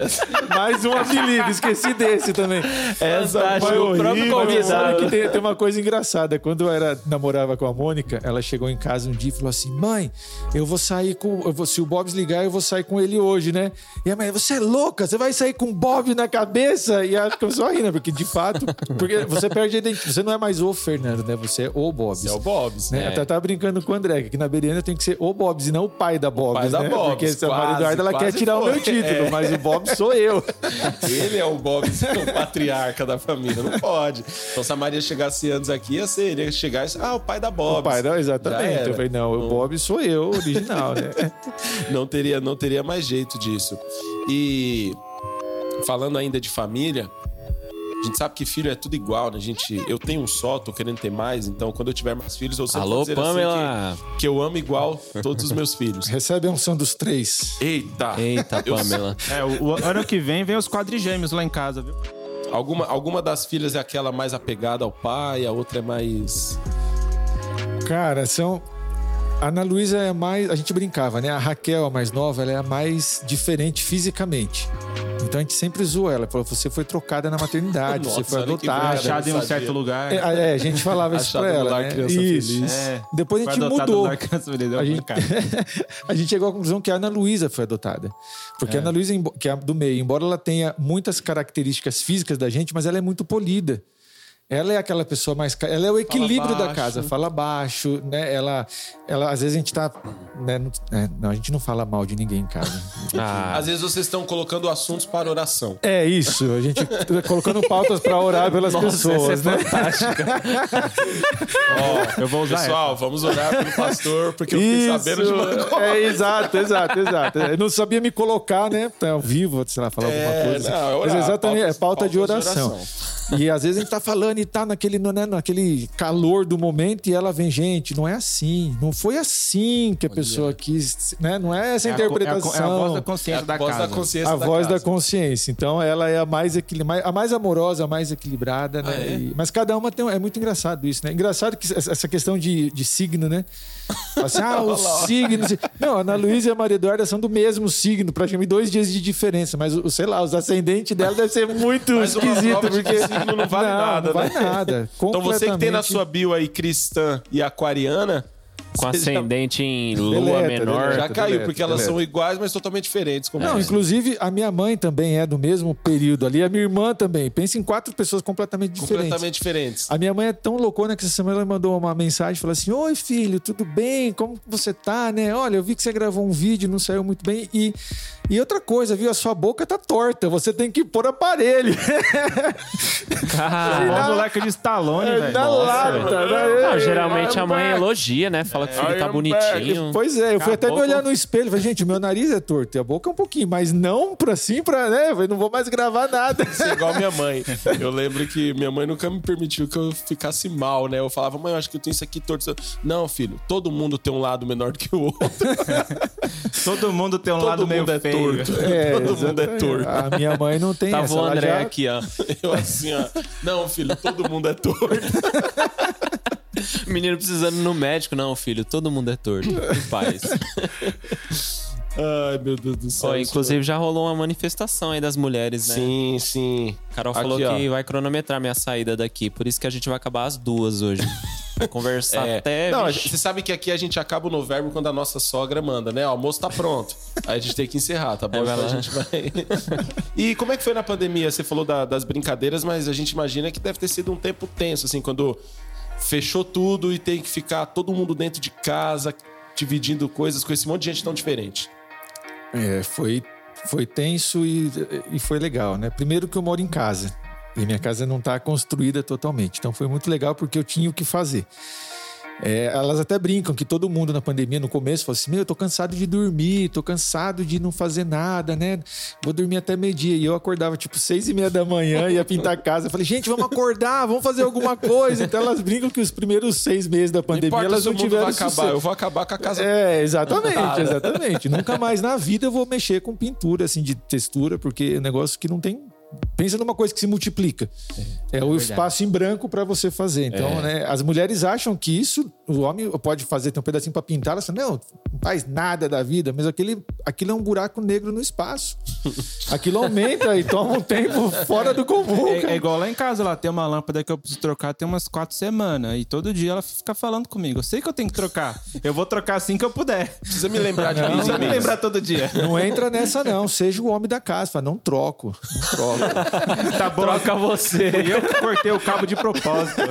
Speaker 5: Mais um apelido, esqueci desse também.
Speaker 2: Essa foi o próprio
Speaker 5: Mas sabe
Speaker 2: convidado.
Speaker 5: que tem, tem uma coisa engraçada. Quando eu era, namorava com a Mônica, ela chegou em casa um dia e falou assim: Mãe, eu vou sair com. eu vou- se o Bob ligar, eu vou sair com ele hoje, né? E a mãe, você é louca? Você vai sair com o Bob na cabeça? E ela começou a rir, né? Porque de fato, porque você perde a identidade. Você não é mais o Fernando, né? Você é o Bob.
Speaker 3: Esse é o Bobs.
Speaker 5: Né?
Speaker 2: É.
Speaker 5: Até tava brincando com o André, que aqui na Beriana tem que ser o Bobs e não o pai da Bobs.
Speaker 3: pai da
Speaker 5: né?
Speaker 3: Bobs,
Speaker 5: Porque essa
Speaker 3: quase,
Speaker 5: Maria Eduarda ela quer
Speaker 3: quase
Speaker 5: tirar o
Speaker 3: foi. É.
Speaker 5: meu título, mas o Bobs sou eu.
Speaker 3: Ele é o Bobs, o patriarca da família. Não pode. Então, se a Maria chegasse antes aqui, ia ser. Ele ia chegar e dizer, ah, o pai da Bobs.
Speaker 5: O pai, não,
Speaker 3: Já
Speaker 5: exatamente.
Speaker 3: era. Hum.
Speaker 5: Eu falei, não, o Bob sou eu, original, né?
Speaker 3: não teria não teria mais jeito disso. E falando ainda de família, a gente sabe que filho é tudo igual, né? A gente, eu tenho um só, tô querendo ter mais, então quando eu tiver mais filhos, eu sempre vou
Speaker 2: Alô,
Speaker 3: dizer
Speaker 2: Pamela.
Speaker 3: assim que, que eu amo igual todos os meus filhos.
Speaker 5: Recebe a unção dos três.
Speaker 3: Eita!
Speaker 2: Eita, Pamela.
Speaker 4: É, o, o ano que vem vem os quadrigêmeos lá em casa, viu?
Speaker 3: Alguma, alguma das filhas é aquela mais apegada ao pai, a outra é mais.
Speaker 5: Cara, são. A Ana Luísa é a mais. A gente brincava, né? A Raquel, a mais nova, ela é a mais diferente fisicamente. Então a gente sempre zoa ela. Falou, você foi trocada na maternidade,
Speaker 3: Nossa,
Speaker 5: você foi
Speaker 3: olha que
Speaker 5: adotada.
Speaker 4: Achado em um
Speaker 3: sabia.
Speaker 4: certo lugar.
Speaker 5: É, é, a gente falava isso
Speaker 3: Achado
Speaker 5: pra
Speaker 3: no
Speaker 5: ela.
Speaker 3: lar,
Speaker 5: né?
Speaker 3: criança
Speaker 5: Isso.
Speaker 3: feliz.
Speaker 4: É.
Speaker 5: É. Depois a
Speaker 4: Foi
Speaker 5: gente
Speaker 4: adotado
Speaker 5: mudou.
Speaker 4: na criança, ele deu
Speaker 5: A
Speaker 4: pra
Speaker 5: gente,
Speaker 4: cá.
Speaker 5: a gente chegou à conclusão que a Ana Luísa foi adotada. Porque a Ana Luísa, embo- que é a do meio, embora ela tenha muitas características físicas da gente, mas ela é muito polida. Ela é aquela pessoa mais. ca- Ela é o equilíbrio da
Speaker 3: baixo.
Speaker 5: casa. Fala baixo, né? Ela, ela às vezes a gente tá. né, não- é, não, a gente não fala mal de ninguém em casa.
Speaker 2: Ah,
Speaker 3: Às vezes vocês estão colocando assuntos para oração.
Speaker 5: É isso, a gente tá colocando pautas para orar pelas pessoas, né?
Speaker 4: Eu vou usar essa.
Speaker 3: Pessoal, vamos orar pelo pastor, porque eu fiquei sabendo de uma coisa.
Speaker 5: É, exato, exato, exato. Eu não sabia me colocar, né? pra Ao vivo, sei lá, falar alguma coisa.
Speaker 3: não, é
Speaker 5: Mas
Speaker 3: orar,
Speaker 5: exatamente,
Speaker 3: pautas-
Speaker 5: é pauta de
Speaker 3: pautas de
Speaker 5: oração. E às vezes a gente tá falando e tá naquele, né, naquele calor do momento e ela vem, gente, não é assim. Não foi assim que a pessoa quis, né? Não é essa
Speaker 4: É a co- é a co-
Speaker 5: interpretação.
Speaker 4: É a, voz da
Speaker 3: É
Speaker 4: consciência
Speaker 3: a
Speaker 4: da
Speaker 3: voz
Speaker 4: casa.
Speaker 3: da consciência
Speaker 5: A voz da
Speaker 3: casa.
Speaker 5: consciência. Então, ela é a mais, equili- mais- a mais amorosa, a mais equilibrada, né?
Speaker 3: Ah, é?
Speaker 5: E- mas cada uma tem. um- É muito engraçado isso, né? Engraçado que essa essa questão de, de signo, né? Fala Assim, ah, o signo. Não, a Ana Luísa e a Maria Eduarda são do mesmo signo, praticamente dois dias de diferença. Mas, o, sei lá, os ascendentes dela deve ser muito
Speaker 3: Mas uma
Speaker 5: esquisito,
Speaker 3: prova de que
Speaker 5: porque.
Speaker 3: signo não vale nada,
Speaker 5: Não vale
Speaker 3: né?
Speaker 5: nada.
Speaker 3: Então você que tem na
Speaker 5: Completamente
Speaker 3: sua bio aí cristã e aquariana,
Speaker 2: com
Speaker 3: Você já-
Speaker 2: ascendente em lua menor.
Speaker 5: Deleta,
Speaker 3: já
Speaker 5: deleta. Correto,
Speaker 3: caiu,
Speaker 5: deleta,
Speaker 3: porque elas
Speaker 5: deleta.
Speaker 3: são iguais, mas totalmente diferentes. Como
Speaker 5: Não,
Speaker 3: é.
Speaker 5: inclusive a minha mãe também é do mesmo período ali, a minha irmã também. Pensa em quatro pessoas completamente diferentes.
Speaker 3: completamente diferentes.
Speaker 5: A minha mãe é tão loucona que essa semana ela mandou uma mensagem, falou assim: "Oi, filho, tudo bem? Como que você tá, né? Olha, eu vi que você gravou um vídeo, não saiu muito bem e e outra coisa, viu? A sua boca tá torta, você tem que pôr aparelho".
Speaker 4: É
Speaker 2: Ah,
Speaker 4: o
Speaker 5: Na-
Speaker 4: moleque de Stallone, velho.
Speaker 5: Na
Speaker 4: Nossa,
Speaker 5: lata,
Speaker 4: velho.
Speaker 5: né?
Speaker 2: não, geralmente a mãe elogia, né? Fala que o filho tá bonitinho.
Speaker 5: Pois é, eu fui até me
Speaker 2: Acabou
Speaker 5: olhar
Speaker 2: com-
Speaker 5: no espelho, falei, gente, meu nariz é torto e a boca é um pouquinho, mas não pra assim, pra, né? Eu falei, não vou mais gravar nada.
Speaker 3: Isso é igual a minha mãe. Eu lembro que minha mãe nunca me permitiu que eu ficasse mal, né? Eu falava, mãe, eu acho que eu tenho isso aqui torto. Não, filho, todo mundo tem um lado menor do que o outro.
Speaker 4: Todo mundo tem um
Speaker 3: Todo
Speaker 4: lado meio
Speaker 3: mundo é
Speaker 4: feio.
Speaker 3: torto.
Speaker 5: É,
Speaker 3: todo mundo é
Speaker 5: exatamente.
Speaker 3: torto.
Speaker 5: A minha mãe não tem
Speaker 2: Tava
Speaker 5: essa,
Speaker 2: o
Speaker 5: ela
Speaker 2: André
Speaker 5: já-
Speaker 2: aqui, ó.
Speaker 3: Eu assim, ó. Não, filho, todo mundo é torto.
Speaker 2: Menino precisando ir no médico. Não, filho, todo mundo é torto. Que Paz.
Speaker 3: Ai, meu Deus do céu. é
Speaker 2: Ó, inclusive, já rolou uma manifestação aí das mulheres, né?
Speaker 3: Sim, sim.
Speaker 2: Carol
Speaker 3: Aqui,
Speaker 2: falou
Speaker 3: ó.
Speaker 2: que vai cronometrar minha saída daqui. Por isso que a gente vai acabar às duas hoje. Vai conversar
Speaker 3: É.
Speaker 2: Tá até.
Speaker 3: Não, a
Speaker 2: vixe.
Speaker 3: gente- você sabe que aqui a gente acaba o novembro quando a nossa sogra manda, né? Ó, O almoço tá pronto. Aí a gente tem que encerrar, tá bom?
Speaker 2: É, vai
Speaker 3: Então a
Speaker 2: lá.
Speaker 3: gente vai. e como é que foi na pandemia? Você falou da- das brincadeiras, mas a gente imagina que deve ter sido um tempo tenso, assim, quando fechou tudo e tem que ficar todo mundo dentro de casa, dividindo coisas com esse monte de gente tão diferente.
Speaker 5: É, foi, foi tenso e, e foi legal, né? Primeiro que eu moro em casa. tá E minha casa não está construída totalmente. Então foi muito legal porque eu tinha o que fazer. É, elas até brincam que todo mundo na pandemia, no começo, falou assim: Meu, eu tô cansado de dormir, tô cansado de não fazer nada, né? Vou dormir até meio-dia. E eu acordava tipo seis e meia da manhã, ia pintar a casa. Eu falei: Gente, vamos acordar, vamos fazer alguma coisa. Então elas brincam que os primeiros seis meses da pandemia
Speaker 3: importa
Speaker 5: elas
Speaker 3: se o
Speaker 5: não
Speaker 3: mundo vai
Speaker 5: tiveram
Speaker 3: acabar,
Speaker 5: sucesso.
Speaker 3: eu vou acabar com a casa.
Speaker 5: É, exatamente, exatamente. Nunca mais na vida eu vou mexer com pintura, assim, de textura, porque é um negócio que não tem. Pensa numa coisa que se multiplica. É, o espaço em branco para você fazer. Então, né, as mulheres acham que isso, o homem pode fazer, tem um pedacinho para pintar, elas falam, não, não faz nada da vida, mas aquele, aquilo é um buraco negro no espaço. Aquilo aumenta e toma um tempo fora do comum.
Speaker 4: É,
Speaker 5: cara.
Speaker 4: é igual lá em casa, lá tem uma lâmpada que eu preciso trocar tem umas quatro semanas. E todo dia ela fica falando comigo. Eu sei que eu tenho que trocar. Eu vou trocar assim que eu puder.
Speaker 3: Precisa me lembrar de
Speaker 4: Não
Speaker 3: mês
Speaker 4: precisa
Speaker 3: em
Speaker 4: me
Speaker 3: mês.
Speaker 4: lembrar todo dia.
Speaker 5: Não entra nessa, não. Seja o homem da casa. Fala, não troco. Não troco.
Speaker 4: Tá bom.
Speaker 2: Troca você.
Speaker 4: Fui eu que cortei o cabo de propósito.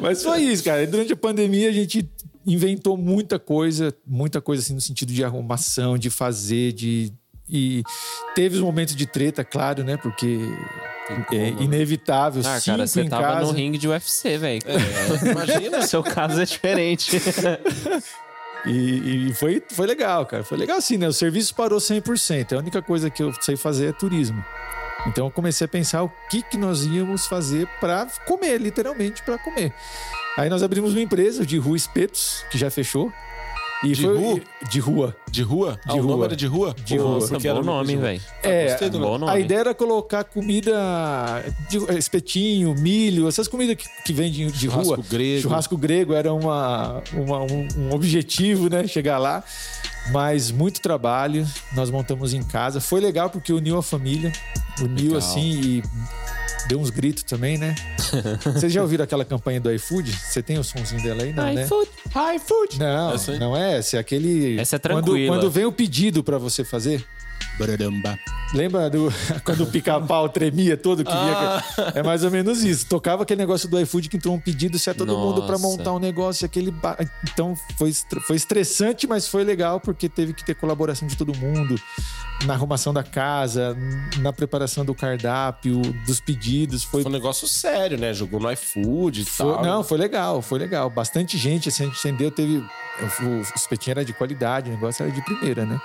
Speaker 5: Mas foi isso, cara. E Durante a pandemia a gente inventou muita coisa, muita coisa assim no sentido de arrumação, de fazer, de e teve os momentos de treta, claro, né? Porque é inevitável.
Speaker 2: Ah,
Speaker 5: cinco
Speaker 2: cara,
Speaker 5: em
Speaker 2: você tava
Speaker 5: casa.
Speaker 2: no ringue de UFC, velho.
Speaker 3: Imagina.
Speaker 2: Seu caso é diferente.
Speaker 5: E, e foi, foi legal, cara. Foi legal sim, né? O serviço parou 100%. É A única coisa que eu sei fazer é turismo. Então eu comecei a pensar o que, que nós íamos fazer para comer, literalmente para comer. Aí nós abrimos uma empresa de rua Espetos, que já fechou. E
Speaker 3: De
Speaker 5: foi-
Speaker 3: rua?
Speaker 5: de rua.
Speaker 3: De rua?
Speaker 5: De
Speaker 3: ah, O
Speaker 5: rua.
Speaker 3: nome era de rua?
Speaker 5: De rua.
Speaker 3: Nossa,
Speaker 2: um Nossa,
Speaker 3: que era
Speaker 2: bom
Speaker 3: o
Speaker 2: nome,
Speaker 3: de rua.
Speaker 2: velho.
Speaker 5: É,
Speaker 3: Gostei do
Speaker 2: Bom
Speaker 3: nome.
Speaker 2: nome.
Speaker 5: A ideia era colocar comida, de, eh, espetinho, milho, essas comidas que, que vendem de
Speaker 3: Churrasco
Speaker 5: rua.
Speaker 3: grego.
Speaker 5: Churrasco grego era uma, uma- um, um objetivo, né? Chegar lá. Mas muito trabalho, nós montamos em casa. Foi legal porque uniu a família, uniu
Speaker 3: Legal.
Speaker 5: assim e deu uns gritos também, né? Vocês já ouviram aquela campanha do iFood? Você tem o somzinho dela aí? Não, né?
Speaker 2: iFood.
Speaker 5: iFood! Não,
Speaker 3: Essa aí?
Speaker 5: não é essa. É aquele.
Speaker 2: Essa é
Speaker 5: Quando-
Speaker 2: tranquila.
Speaker 5: quando vem o pedido pra você fazer. Lembra do, quando o pica-pau tremia todo? Que via, é mais ou menos isso. Tocava aquele negócio do iFood que entrou um pedido, se é todo mundo pra
Speaker 2: Nossa.
Speaker 5: montar um negócio. aquele ba- Então foi, estre- foi estressante, mas foi legal porque teve que ter colaboração de todo mundo na arrumação da casa, na preparação do cardápio, dos pedidos. Foi,
Speaker 3: Foi um negócio sério, né? Jogou no iFood e
Speaker 5: foi-
Speaker 3: tal.
Speaker 5: não, foi legal, foi legal. Bastante gente, assim, a gente entendeu, teve. O, o espetinho era de qualidade, o negócio era de primeira, né?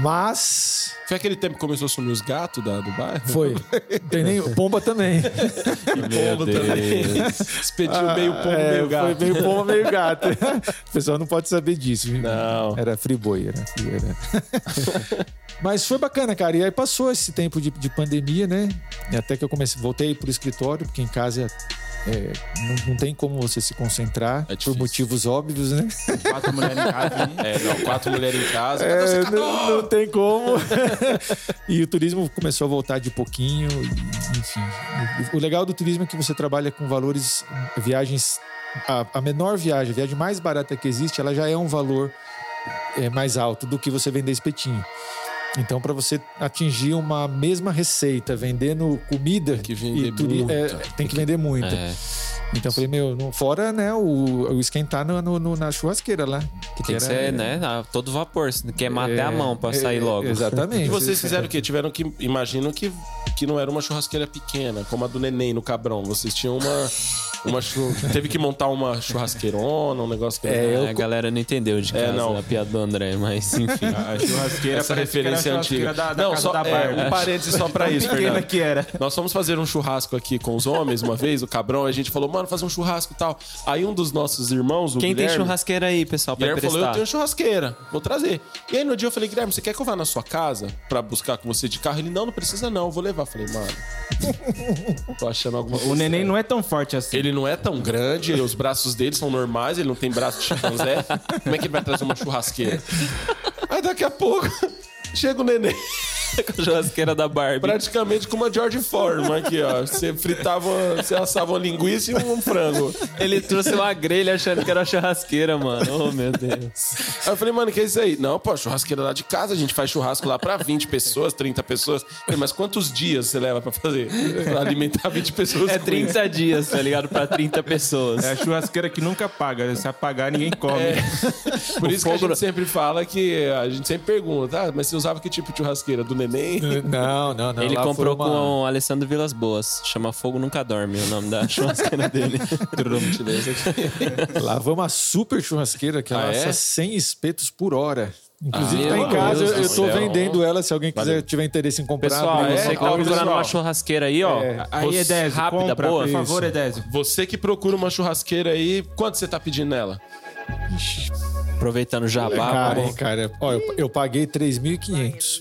Speaker 5: Mas
Speaker 3: Foi aquele tempo que começou a sumir os gatos da, do bairro?
Speaker 5: foi. Tem nem, pomba também.
Speaker 2: Meu Deus.
Speaker 3: Expediu
Speaker 2: Ah,
Speaker 3: meio pombo,
Speaker 5: É,
Speaker 3: meio gato.
Speaker 5: Foi meio pombo, meio gato. o pessoal não pode saber disso. viu?
Speaker 3: Não.
Speaker 5: Era friboi, era. era. né? Mas foi bacana, cara. E aí passou esse tempo de, de pandemia, né? E até que eu comecei, voltei pro escritório, porque em casa é, não, não tem como você se concentrar
Speaker 3: É
Speaker 5: por
Speaker 3: difícil.
Speaker 5: motivos óbvios, né?
Speaker 4: Quatro mulheres em casa. hein?
Speaker 3: É, não, quatro mulheres em casa.
Speaker 5: É,
Speaker 2: né?
Speaker 5: não, não tem como. e o turismo começou a voltar de pouquinho, e, enfim. O, o legal do turismo é que você trabalha com valores, viagens. A, a menor viagem, a viagem mais barata que existe, ela já é um valor é, mais alto do que você vender espetinho. Então, para você atingir uma mesma receita vendendo comida,
Speaker 3: que vender
Speaker 5: e turi-
Speaker 3: muita.
Speaker 5: é, tem que vender muita.
Speaker 2: É,
Speaker 5: Então, eu falei, meu, não- fora né, o, o esquentar no- no- no- na churrasqueira lá. Que,
Speaker 2: tem que É, ser, né? a todo vapor. Você quer matar a mão pra sair logo.
Speaker 5: É, Exatamente.
Speaker 3: E vocês fizeram o quê? Tiveram que. Imagino que, que não era uma churrasqueira pequena, como a do neném no Cabrão. Vocês tinham uma. uma chu- Teve que montar uma churrasqueirona, um negócio que.
Speaker 2: Ah, a galera É, não entendeu de casa
Speaker 3: não.
Speaker 2: a piada do André, mas enfim.
Speaker 4: A churrasqueira
Speaker 3: Essa
Speaker 4: parece que era a
Speaker 3: referência
Speaker 4: churrasqueira
Speaker 3: antiga.
Speaker 4: Da, da
Speaker 3: não,
Speaker 4: casa
Speaker 3: só
Speaker 4: da Barbie.
Speaker 3: é, um parênteses só pra isso,
Speaker 4: pequena
Speaker 3: Fernando.
Speaker 4: é que era.
Speaker 3: Nós fomos fazer um churrasco aqui com os homens uma vez, o Cabrão, e a gente falou, mano, fazer um churrasco e tal. Aí um dos nossos irmãos, o
Speaker 2: Quem tem
Speaker 3: Guilherme,
Speaker 2: churrasqueira aí, pessoal,
Speaker 3: o
Speaker 2: pra
Speaker 3: Guilherme falou, eu
Speaker 2: emprestar?
Speaker 3: tenho churrasqueira, vou trazer. E aí no dia eu falei, Guilherme, você quer que eu vá na sua casa pra buscar com você de carro? Ele, não, não precisa não, eu vou levar. Eu falei, mano, tô achando alguma coisa.
Speaker 4: O neném não é tão forte assim.
Speaker 3: Ele não é tão grande, os braços dele são normais, ele não tem braço de chimpanzé. Como é que ele vai trazer uma churrasqueira? Aí daqui a pouco chega o neném,
Speaker 2: com a churrasqueira da Barbie.
Speaker 3: praticamente com uma George Foreman aqui, ó. Você fritava, você assava uma linguiça e um frango.
Speaker 2: Ele trouxe uma grelha achando que era churrasqueira, mano. Oh, meu Deus.
Speaker 3: Aí eu falei, mano, que é isso aí? Não, pô, churrasqueira lá de casa, a gente faz churrasco lá pra 20 pessoas, 30 pessoas. Eu falei, mas quantos dias você leva pra fazer? Pra alimentar 20 pessoas?
Speaker 2: É
Speaker 3: com
Speaker 2: 30 dias, tá ligado? Pra 30 pessoas.
Speaker 4: É a churrasqueira que nunca apaga. Se apagar, ninguém come.
Speaker 3: Por isso que a gente sempre fala que a gente sempre pergunta, ah, mas você usava que tipo de churrasqueira? Do neném.
Speaker 5: Não, não, não.
Speaker 2: Ele
Speaker 5: lá
Speaker 2: comprou
Speaker 5: foi uma-
Speaker 2: com o Alessandro Vilas Boas. Chama Fogo Nunca Dorme, é o nome da churrasqueira dele.
Speaker 5: Lá foi uma super churrasqueira que
Speaker 3: Ah,
Speaker 5: ela
Speaker 3: é?
Speaker 5: assa 100 espetos por hora. Inclusive,
Speaker 2: Ah,
Speaker 5: tá
Speaker 2: meu
Speaker 5: em casa,
Speaker 2: Deus
Speaker 5: eu,
Speaker 2: do
Speaker 5: eu tô
Speaker 2: céu.
Speaker 5: vendendo ela. Se alguém quiser
Speaker 3: Valeu.
Speaker 5: tiver interesse em comprar,
Speaker 2: Pessoal,
Speaker 5: abrir
Speaker 2: você
Speaker 5: uma
Speaker 2: que tá
Speaker 5: loja.
Speaker 2: procurando
Speaker 3: pessoal.
Speaker 2: uma churrasqueira aí, ó.
Speaker 5: É.
Speaker 4: Aí,
Speaker 2: você-
Speaker 4: Edésio,
Speaker 2: rápida,
Speaker 4: compra,
Speaker 2: boa.
Speaker 4: por favor, Edésio.
Speaker 3: Você que procura uma churrasqueira aí, quanto você tá pedindo nela?
Speaker 2: Aproveitando o jabá,
Speaker 5: Cara,
Speaker 2: vamos-
Speaker 5: hein, cara. Ó, eu, eu paguei 3.500.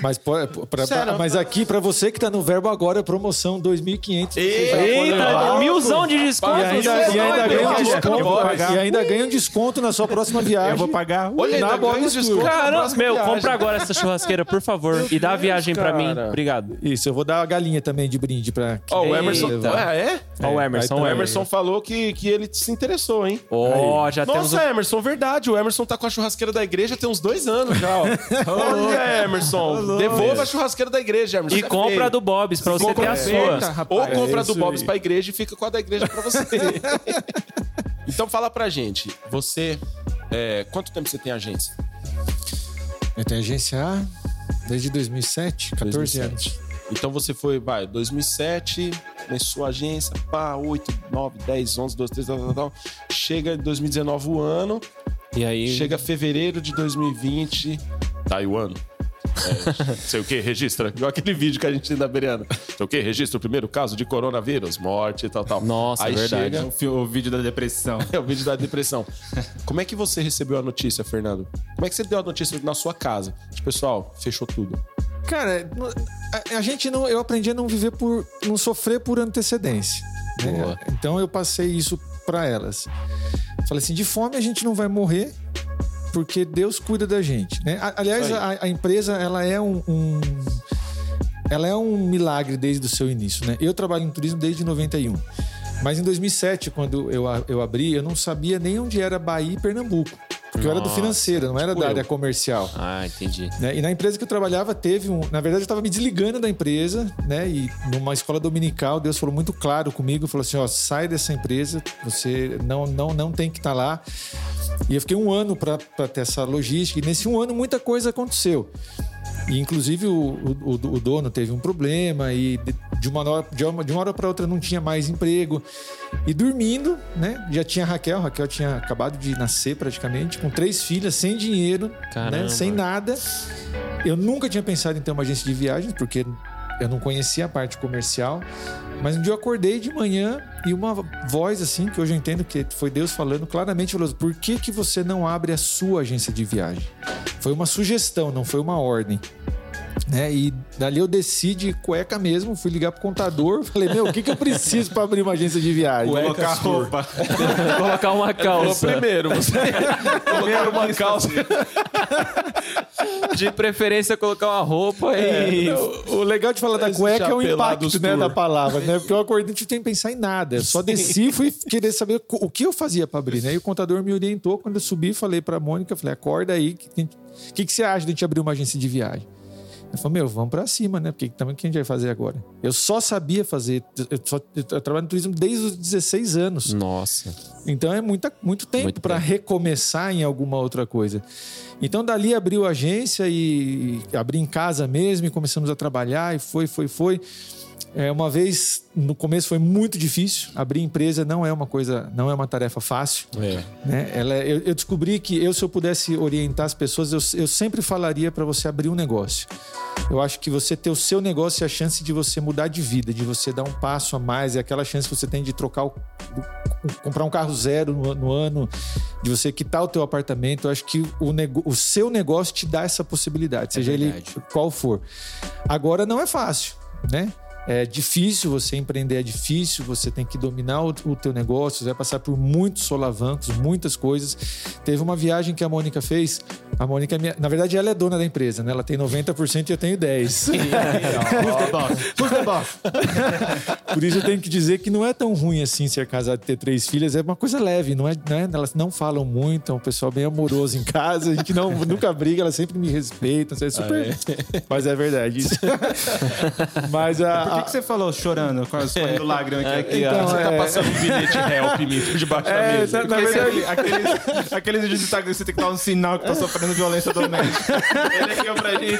Speaker 5: Mas, po- é, pra-
Speaker 3: Sério?
Speaker 5: mas aqui, pra você que tá no verbo agora, é promoção 2.500. Você vai poder
Speaker 2: Eita, um é
Speaker 5: levar.
Speaker 2: milzão de né? desconto.
Speaker 5: E ainda,
Speaker 3: Você
Speaker 5: e ainda
Speaker 3: vai
Speaker 5: ganha um
Speaker 3: pegar
Speaker 5: desconto,
Speaker 3: outra voz.
Speaker 5: e ainda ganha um desconto na sua próxima viagem.
Speaker 4: Eu vou pagar. um
Speaker 3: Olha, tá
Speaker 5: Na
Speaker 3: ainda
Speaker 5: Bob
Speaker 3: ganha os
Speaker 5: Esponja.
Speaker 3: descontos na
Speaker 2: Caramba,
Speaker 3: próxima
Speaker 2: meu,
Speaker 3: viagem.
Speaker 2: compra agora essa churrasqueira, por favor. e dá a viagem pra mim.
Speaker 3: cara.
Speaker 2: Obrigado.
Speaker 5: Isso, eu vou dar a galinha também de brinde pra.
Speaker 3: Ó, o Emerson.
Speaker 2: Eita.
Speaker 3: Ah, é?
Speaker 2: Ó, o
Speaker 5: É,
Speaker 2: Emerson,
Speaker 5: aí
Speaker 2: o
Speaker 3: O
Speaker 2: Emerson.
Speaker 5: tá.
Speaker 3: Emerson falou que, que ele se interessou, hein?
Speaker 2: Ó, já temos
Speaker 3: Nossa,
Speaker 2: um
Speaker 3: Emerson, verdade. O Emerson tá com a churrasqueira da igreja tem uns dois anos já, ó. Olha, Emerson. Devolva a churrasqueira da igreja, Emerson.
Speaker 2: E
Speaker 3: Tá
Speaker 2: compra
Speaker 3: feio.
Speaker 2: a do Bob's pra você ter
Speaker 3: Compra
Speaker 2: a
Speaker 3: a
Speaker 2: sua.
Speaker 3: feita,
Speaker 4: rapaz.
Speaker 3: Ou compra
Speaker 5: É
Speaker 3: do
Speaker 5: isso
Speaker 3: Bob's
Speaker 5: aí.
Speaker 3: pra igreja e fica com a da igreja pra você. então fala pra gente, você. é, quanto tempo você tem agência?
Speaker 5: Eu tenho agência A desde 2007, 14 anos.
Speaker 3: Então você foi, vai, 2007, começou a agência, pá, 8, 9, 10, 11, 12, 13, tal, tal, tal. Chega em 2019 o ano,
Speaker 2: E aí,
Speaker 3: chega fevereiro de 2020. Taiwan. É, sei o que, registra. Igual aquele vídeo que a gente tem da Bereana. Sei o que, registra o primeiro caso de coronavírus, morte e tal, tal.
Speaker 2: Nossa,
Speaker 3: Aí
Speaker 2: verdade.
Speaker 3: chega-
Speaker 4: O fi- O vídeo da depressão.
Speaker 3: É o vídeo da depressão. Como é que você recebeu a notícia, Fernando? Como é que você deu a notícia na sua casa? Tipo, pessoal, fechou tudo.
Speaker 5: Cara, a, a gente não. Eu aprendi a não viver por. não sofrer por antecedência. né?
Speaker 2: Boa.
Speaker 5: Então eu passei isso pra elas. Falei assim: de fome a gente não vai morrer, porque Deus cuida da gente. né? A- aliás,
Speaker 3: Isso aí.
Speaker 5: a, a empresa ela é um, um- Ela é um milagre desde o seu início, né? Eu trabalho em turismo desde 91. Mas em 2007, quando eu, a- eu abri, eu não sabia nem onde era Bahia e Pernambuco. Porque eu era do
Speaker 2: Nossa,
Speaker 5: financeiro, não era
Speaker 3: tipo
Speaker 5: da
Speaker 3: eu.
Speaker 5: área comercial.
Speaker 2: Ah, entendi.
Speaker 5: né? E na empresa que eu trabalhava teve um. Na verdade, eu estava me desligando da empresa, né? E numa escola dominical, Deus falou muito claro comigo, falou assim: ó, sai dessa empresa, você não não não tem que estar lá. E eu fiquei um ano para ter essa logística. E nesse um ano muita coisa aconteceu. E, inclusive, o, o- o dono teve um problema e de- de uma hora, de uma, de uma hora para outra não tinha mais emprego. E dormindo, né? Já tinha a Raquel, a Raquel tinha acabado de nascer praticamente, com três filhas, sem dinheiro,
Speaker 2: Caramba.
Speaker 5: né, sem nada. Eu nunca tinha pensado em ter uma agência de viagens, porque eu não conhecia a parte comercial. Mas um dia eu acordei de manhã e uma voz assim, que hoje eu entendo que foi Deus falando claramente, falou: assim, por que, que você não abre a sua agência de viagem? Foi uma sugestão, não foi uma ordem. Né? E dali eu desci de cueca mesmo, fui ligar pro contador, falei: meu, o que, que eu preciso para abrir uma agência de viagem?
Speaker 3: Cueca
Speaker 4: Colocar
Speaker 3: sur.
Speaker 4: roupa.
Speaker 2: Vou colocar uma calça.
Speaker 3: primeiro, você colocaram uma calça.
Speaker 2: De preferência, colocar uma roupa e.
Speaker 5: O o legal de falar da
Speaker 3: Esse
Speaker 5: cueca é o
Speaker 3: chapelados
Speaker 5: impacto né,
Speaker 3: tour.
Speaker 5: da palavra, né? Porque eu acordei não tinha que pensar em nada. Eu só desci e fui querer saber co- o que eu fazia para abrir, né? E o contador me orientou. Quando eu subi, falei para Mônica, falei, acorda aí. que tem- O que, que você acha de a gente abrir uma agência de viagem? Ela falou, meu, vamos para cima, né? Porque também o que a gente vai fazer agora? Eu só sabia fazer... Eu, só, eu trabalho no turismo desde os 16 anos.
Speaker 2: Nossa.
Speaker 5: Então é muita, muito tempo
Speaker 2: Muito
Speaker 5: para recomeçar em alguma outra coisa. Então dali abriu a agência e e abri em casa mesmo e começamos a trabalhar e foi, foi, foi. É, uma vez no começo foi muito difícil. Abrir empresa não é uma coisa, não é uma tarefa fácil. Né? Ela, eu, eu descobri que eu, se eu pudesse orientar as pessoas, eu, eu sempre falaria para você abrir um negócio. Eu acho que você ter o seu negócio é a chance de você mudar de vida, de você dar um passo a mais, é aquela chance que você tem de trocar, o, do- comprar um carro zero no, no ano, de você quitar o teu apartamento. Eu acho que o, nego, o seu negócio te dá essa possibilidade, seja ele
Speaker 4: verdade.
Speaker 5: qual for. Agora não é fácil, né? É difícil você empreender, é difícil, você tem que dominar o, o teu negócio, você vai passar por muitos solavancos, muitas coisas. Teve uma viagem que a Mônica fez. A Mônica, é minha- na verdade, ela é dona da empresa, né? Ela tem 90% e eu tenho 10%. Por isso eu tenho que dizer que não é tão ruim assim ser casado e ter três filhas, é uma coisa leve, não é, né? Elas não falam muito, é um pessoal bem amoroso em casa, a gente não, nunca briga,
Speaker 3: Ah,
Speaker 5: elas sempre me respeitam, isso é super. é Mas é verdade isso. Mas a,
Speaker 4: Por que, que você falou chorando, com as correndo lágrima aqui?
Speaker 2: Aqui, ó.
Speaker 5: Então,
Speaker 3: Tá
Speaker 5: é-
Speaker 3: passando um bilhete help me debaixo da
Speaker 5: É,
Speaker 3: mesa.
Speaker 5: na, na
Speaker 4: Porque
Speaker 5: verdade,
Speaker 4: se- aqueles, aqueles vídeos do Instagram que você tem que dar um sinal que tá sofrendo violência doméstica. Ele aqui ó pra gente,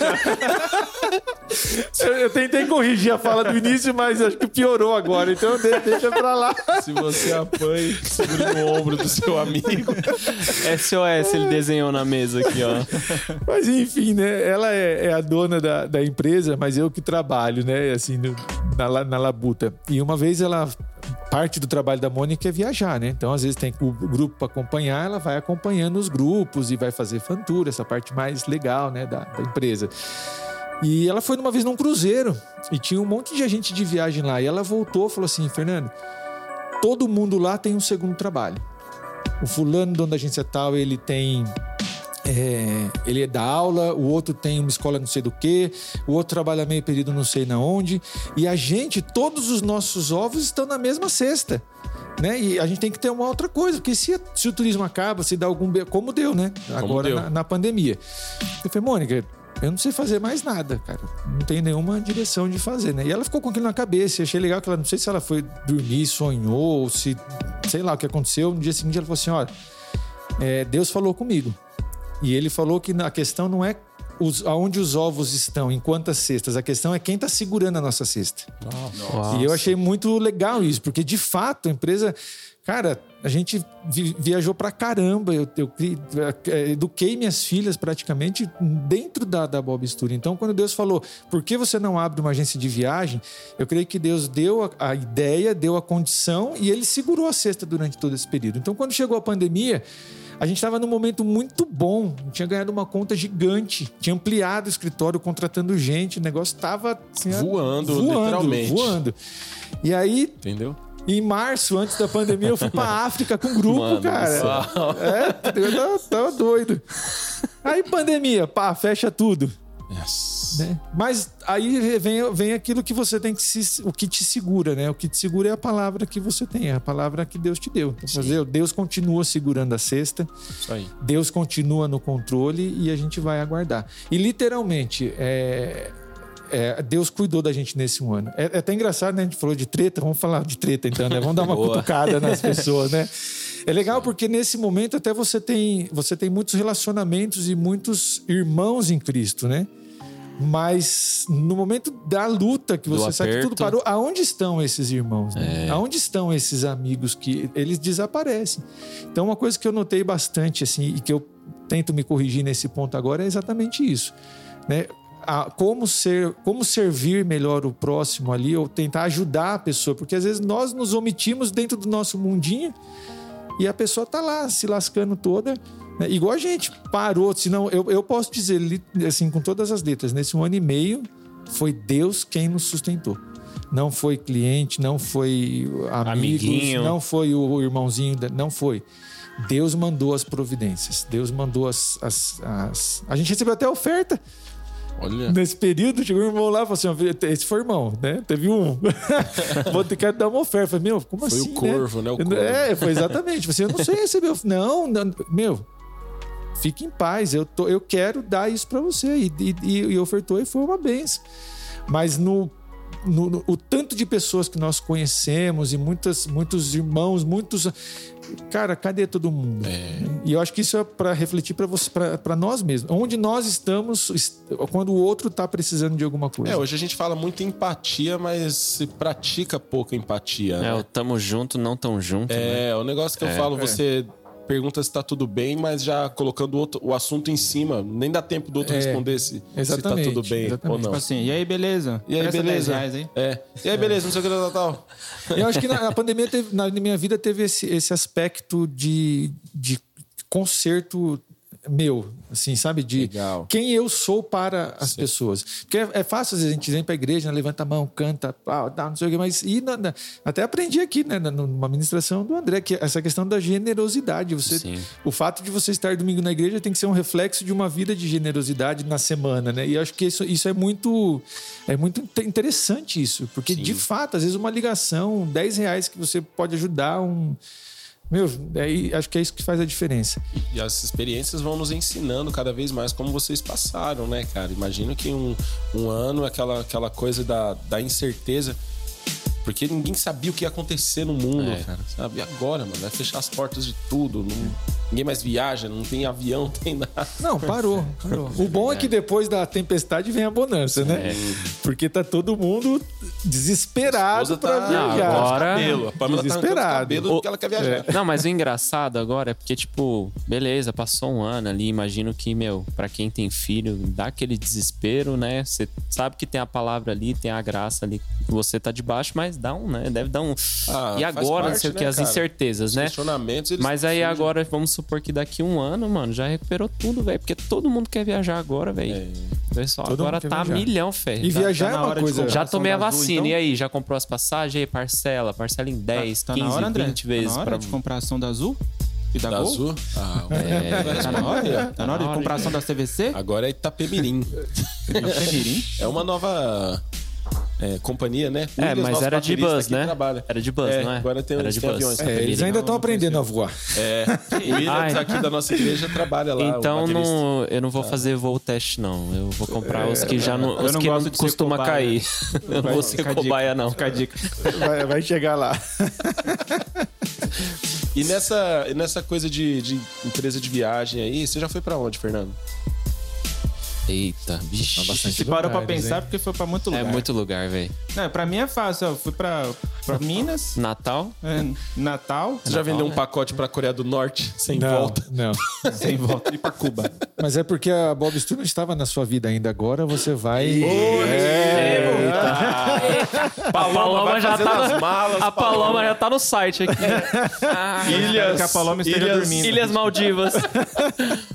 Speaker 4: ó.
Speaker 5: eu, eu tentei corrigir a fala do início, mas acho que piorou agora. Então de- deixa pra lá.
Speaker 3: Se você apanha, segura no ombro do seu amigo.
Speaker 2: SOS ele desenhou na mesa aqui, ó.
Speaker 5: Mas enfim, né? Ela é, é a dona da, da empresa, mas eu que trabalho, né? Assim, no- na, la- na labuta. E uma vez ela. Parte do trabalho da Mônica é viajar, né? Então, às vezes, tem o grupo para acompanhar, ela vai acompanhando os grupos e vai fazer fantura, essa parte mais legal, né, da, da empresa. E ela foi uma vez num cruzeiro e tinha um monte de gente de viagem lá. E ela voltou e falou assim: Fernando, todo mundo lá tem um segundo trabalho. O fulano, dono da agência tal, ele tem é, ele é da aula, o outro tem uma escola não sei do que, o outro trabalha meio período não sei na onde. E a gente, todos os nossos ovos estão na mesma cesta. Né? E a gente tem que ter uma outra coisa, porque se, se o turismo acaba, se dá algum. be- Como deu, né? Agora
Speaker 3: deu.
Speaker 5: Na, na pandemia. Eu falei, Mônica, eu não sei fazer mais nada, cara. Não tenho nenhuma direção de fazer, né? E ela ficou com aquilo na cabeça. e Achei legal que ela, não sei se ela foi dormir, sonhou, ou se. Sei lá o que aconteceu. No dia seguinte ela falou assim: olha, é, Deus falou comigo. E ele falou que na- a questão não é os, aonde os ovos estão, em quantas cestas. A questão é quem está segurando a nossa cesta. E eu achei muito legal isso, porque de fato a empresa. Cara, a gente vi- viajou pra caramba. Eu, eu cri- eh, eduquei minhas filhas praticamente dentro da, da Bob Studio. Então, quando Deus falou, por que você não abre uma agência de viagem? Eu creio que Deus deu a, a ideia, deu a condição e ele segurou a cesta durante todo esse período. Então, quando chegou a pandemia, a gente estava num momento muito bom, tinha ganhado uma conta gigante, tinha ampliado o escritório, contratando gente, o negócio estava
Speaker 3: Voando, literalmente.
Speaker 5: Voando. E aí,
Speaker 3: Entendeu?
Speaker 5: em março, antes da pandemia, eu fui pra África com um grupo,
Speaker 2: Mano do
Speaker 5: cara.
Speaker 2: céu.
Speaker 5: É, eu tava, tava doido. Aí, pandemia, pá, fecha tudo.
Speaker 3: Yes.
Speaker 5: né? Mas aí vem, vem aquilo que você tem que se. O que te segura, né? O que te segura é a palavra que você tem, é a palavra que Deus te deu. Então, fazer, Deus continua segurando a cesta.
Speaker 3: Isso aí.
Speaker 5: Deus continua no controle e a gente vai aguardar. E literalmente, é, é, Deus cuidou da gente nesse um ano. É, é até engraçado, né? A gente falou de treta, vamos falar de treta então, né? Vamos dar uma cutucada nas pessoas, né? É legal porque nesse momento até você tem, você tem muitos relacionamentos e muitos irmãos em Cristo, né? Mas no momento da luta que
Speaker 2: Do
Speaker 5: você sabe que tudo
Speaker 2: aperto. É.
Speaker 5: parou, aonde estão esses irmãos? né? Aonde estão esses amigos que eles desaparecem? Então, uma coisa que eu notei bastante, assim, e que eu tento me corrigir nesse ponto agora é exatamente isso, né? A- como ser, como servir melhor o próximo ali ou tentar ajudar a pessoa, porque às vezes nós nos omitimos dentro do nosso mundinho e a pessoa tá lá se lascando toda. né? Igual a gente parou, senão eu, eu posso dizer li- assim com todas as letras, nesse um ano e meio foi Deus quem nos sustentou. Não foi cliente, não foi amigos,
Speaker 2: Amiguinho.
Speaker 5: não foi o irmãozinho, da- não foi. Deus mandou as providências, Deus mandou as, as, as- A gente recebeu até oferta
Speaker 3: Olha.
Speaker 5: nesse período. Chegou um irmão lá e falou assim: ó, esse foi irmão, né? Teve um. Vou ter que dar uma oferta. Eu Falei, meu, como
Speaker 3: Foi o
Speaker 5: assim?
Speaker 3: corvo, né? O corvo.
Speaker 5: É, foi exatamente. Você eu não sei receber. of- Não, não, meu. Fique em paz, eu, tô, eu quero dar isso pra você. E, e, e- e ofertou e foi uma benção. Mas no, no- no- o tanto de pessoas que nós conhecemos e muitas, muitos irmãos, muitos. Cara, cadê todo mundo? E eu acho que isso é para refletir pra você, para nós mesmos. Onde nós estamos est- quando o outro tá precisando de alguma coisa.
Speaker 3: É, hoje a gente fala muito empatia, mas se pratica pouca empatia.
Speaker 2: É,
Speaker 3: né?
Speaker 2: o tamo junto, não tão junto. né?
Speaker 3: É, o negócio que eu falo, você pergunta se tá tudo bem, mas já colocando o outro- o assunto em cima, nem dá tempo do outro
Speaker 5: É,
Speaker 3: responder se, se tá
Speaker 5: exatamente,
Speaker 3: tudo bem ou
Speaker 5: exatamente.
Speaker 3: não.
Speaker 4: Tipo assim, e aí, beleza?
Speaker 3: E aí,
Speaker 4: Presta 10
Speaker 3: beleza?
Speaker 4: reais aí.
Speaker 3: É. E aí, beleza, não sei o que, tal, tal. tal.
Speaker 5: Eu acho que na, a pandemia, teve- na minha vida, teve esse, esse aspecto de, de conserto meu, assim, sabe? De
Speaker 3: Legal.
Speaker 5: quem eu sou para as pessoas. Porque é, é fácil, às vezes, a gente vem para a igreja, né, levanta a mão, canta, pá, dá, não sei o quê, mas e na- na- até aprendi aqui, né, na- numa ministração do André, que é essa questão da generosidade. Você,
Speaker 2: Sim.
Speaker 5: o fato de você estar domingo na igreja tem que ser um reflexo de uma vida de generosidade na semana, né? E eu acho que isso, isso é muito é muito inte- interessante isso, porque de fato, às vezes uma ligação, 10 reais que você pode ajudar um Meu, é, acho que é isso que faz a diferença.
Speaker 3: E as experiências vão nos ensinando cada vez mais como vocês passaram, né, cara? Imagino que um, um ano, aquela, aquela coisa da, da incerteza. Porque ninguém sabia o que ia acontecer no mundo,
Speaker 2: É.
Speaker 3: cara. Sabe? E agora, mano? Vai fechar as portas de tudo. não- ninguém mais viaja, não tem avião, não tem nada.
Speaker 5: Não, parou, parou. O bom é que depois da tempestade vem a bonança, né? Porque tá todo mundo desesperado
Speaker 3: esposa
Speaker 5: pra
Speaker 3: tá-
Speaker 5: viajar.
Speaker 2: Não, agora-
Speaker 3: Cabelo. A Pamela tá arrancando
Speaker 5: Desesperado.
Speaker 3: o cabelo porque ela quer viajar.
Speaker 2: Não, mas o engraçado agora é porque, tipo, beleza, passou um ano ali. Imagino que, meu, pra quem tem filho, dá aquele desespero, né? Você sabe que tem a palavra ali, tem a graça ali. Você tá debaixo, mas dá um, né? Deve dar um.
Speaker 3: Ah,
Speaker 2: e
Speaker 3: faz
Speaker 2: agora, não
Speaker 3: parte,
Speaker 2: sei o que,
Speaker 3: né,
Speaker 2: as
Speaker 3: cara?
Speaker 2: incertezas, né?
Speaker 3: Questionamentos, eles
Speaker 2: Mas aí
Speaker 3: surgem.
Speaker 2: agora, vamos supor que daqui um ano, mano, já recuperou tudo, velho. Porque todo mundo quer viajar agora, velho.
Speaker 3: É.
Speaker 2: Pessoal,
Speaker 5: Todo
Speaker 2: agora
Speaker 5: mundo quer
Speaker 2: tá
Speaker 5: viajar.
Speaker 2: milhão, velho.
Speaker 5: E
Speaker 2: Tá-
Speaker 5: viajar
Speaker 4: tá
Speaker 5: é
Speaker 4: na
Speaker 5: uma
Speaker 4: hora de
Speaker 5: coisa.
Speaker 4: comprar.
Speaker 2: já
Speaker 4: Ração
Speaker 2: tomei a
Speaker 4: da Azul,
Speaker 2: vacina,
Speaker 4: então?
Speaker 2: e aí? Já comprou as passagens? E aí, parcela? Parcela em 10,
Speaker 4: tá
Speaker 2: 15,
Speaker 4: na hora, André?
Speaker 2: 20
Speaker 4: tá
Speaker 2: vezes.
Speaker 4: na hora
Speaker 2: pra...
Speaker 4: de comprar a ação da Azul? E da,
Speaker 3: Da
Speaker 4: Gol?
Speaker 3: Azul? Ah,
Speaker 4: Tá na hora? Tá na hora de
Speaker 2: É, hora,
Speaker 4: comprar a ação da CVC?
Speaker 3: Agora é Itapemirim.
Speaker 4: Itapemirim?
Speaker 3: É uma nova é, companhia, né? Um
Speaker 2: É,
Speaker 3: dos
Speaker 2: mas
Speaker 3: nossos
Speaker 2: era de
Speaker 3: bateristas
Speaker 2: bus,
Speaker 3: que
Speaker 2: né?
Speaker 3: trabalha.
Speaker 2: Era de bus,
Speaker 3: É,
Speaker 2: não é?
Speaker 3: agora tem-
Speaker 2: era de
Speaker 3: tem
Speaker 2: bus.
Speaker 3: aviões.
Speaker 4: né?
Speaker 5: É, eles ainda estão aprendendo a voar.
Speaker 3: É, o Williams
Speaker 2: Ai.
Speaker 3: aqui da nossa igreja trabalha lá. o
Speaker 2: Então
Speaker 3: baterista.
Speaker 2: não, eu não vou fazer voo teste, não. Eu vou comprar os que já não,
Speaker 4: eu
Speaker 2: os
Speaker 4: não
Speaker 2: que
Speaker 4: gosto
Speaker 2: não
Speaker 4: de ser
Speaker 2: costuma
Speaker 4: cobaia.
Speaker 2: cair. Eu não vou ser
Speaker 4: Fica a dica.
Speaker 2: cobaia, não.
Speaker 4: Fica a dica.
Speaker 5: Vai, vai chegar lá.
Speaker 3: E nessa, e nessa coisa de, de empresa de viagem aí, você já foi pra onde, Fernando?
Speaker 2: Eita, bicho.
Speaker 4: Se parou pra pensar, porque foi pra muito
Speaker 2: É
Speaker 4: lugar.
Speaker 2: muito lugar, velho.
Speaker 4: Não, pra mim é fácil. Eu fui pra, pra Minas,
Speaker 2: Natal?
Speaker 4: é, Natal,
Speaker 3: Você já vendeu um pacote pra Coreia do Norte sem
Speaker 5: não,
Speaker 3: volta?
Speaker 5: Não.
Speaker 4: sem volta, e pra Cuba.
Speaker 5: Mas é porque a Bob Stu não estava na sua vida ainda. Agora você vai.
Speaker 2: A Paloma já
Speaker 3: fazendo
Speaker 2: tá
Speaker 3: as
Speaker 2: no,
Speaker 3: malas,
Speaker 2: A Paloma já tá no site aqui.
Speaker 4: Ilhas, que a Paloma esteja
Speaker 3: ilhas-
Speaker 4: dormindo.
Speaker 2: Ilhas Maldivas.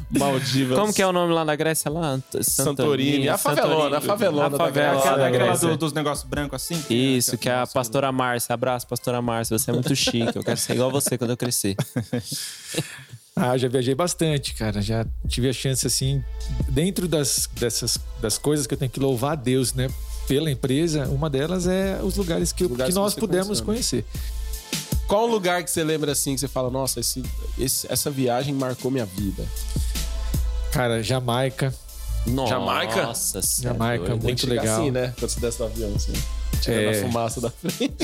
Speaker 3: Maldivas.
Speaker 2: Como que é o nome lá na Grécia lá? Ant-
Speaker 3: Santorini. A favelona, a favelona
Speaker 2: A
Speaker 3: da
Speaker 2: favela
Speaker 3: Grécia.
Speaker 2: lá da
Speaker 4: Aquela, aquela
Speaker 2: Grécia.
Speaker 4: do- dos negócios brancos assim?
Speaker 2: né, Isso, que é a pastora Márcia. Abraço, pastora Márcia. Você é muito chique. Eu quero ser igual você quando eu crescer.
Speaker 5: Ah, já viajei bastante, cara. Já tive a chance, assim, dentro das, dessas, das coisas que eu tenho que louvar a Deus, né? Pela empresa, uma delas é os lugares que, eu-
Speaker 3: Lugares
Speaker 5: que
Speaker 3: que
Speaker 5: nós
Speaker 3: você
Speaker 5: pudemos
Speaker 3: conheceu, né?
Speaker 5: conhecer.
Speaker 2: é
Speaker 3: Qual o lugar que você lembra assim, que você fala, nossa, esse- esse- essa viagem marcou minha vida?
Speaker 5: Cara, Jamaica.
Speaker 2: Nossa,
Speaker 3: Jamaica?
Speaker 2: cê é
Speaker 5: Jamaica,
Speaker 2: doido.
Speaker 5: muito
Speaker 3: chegar
Speaker 5: legal.
Speaker 3: assim, né? Quando você desce do avião, assim.
Speaker 5: É.
Speaker 3: Tirando a fumaça da frente.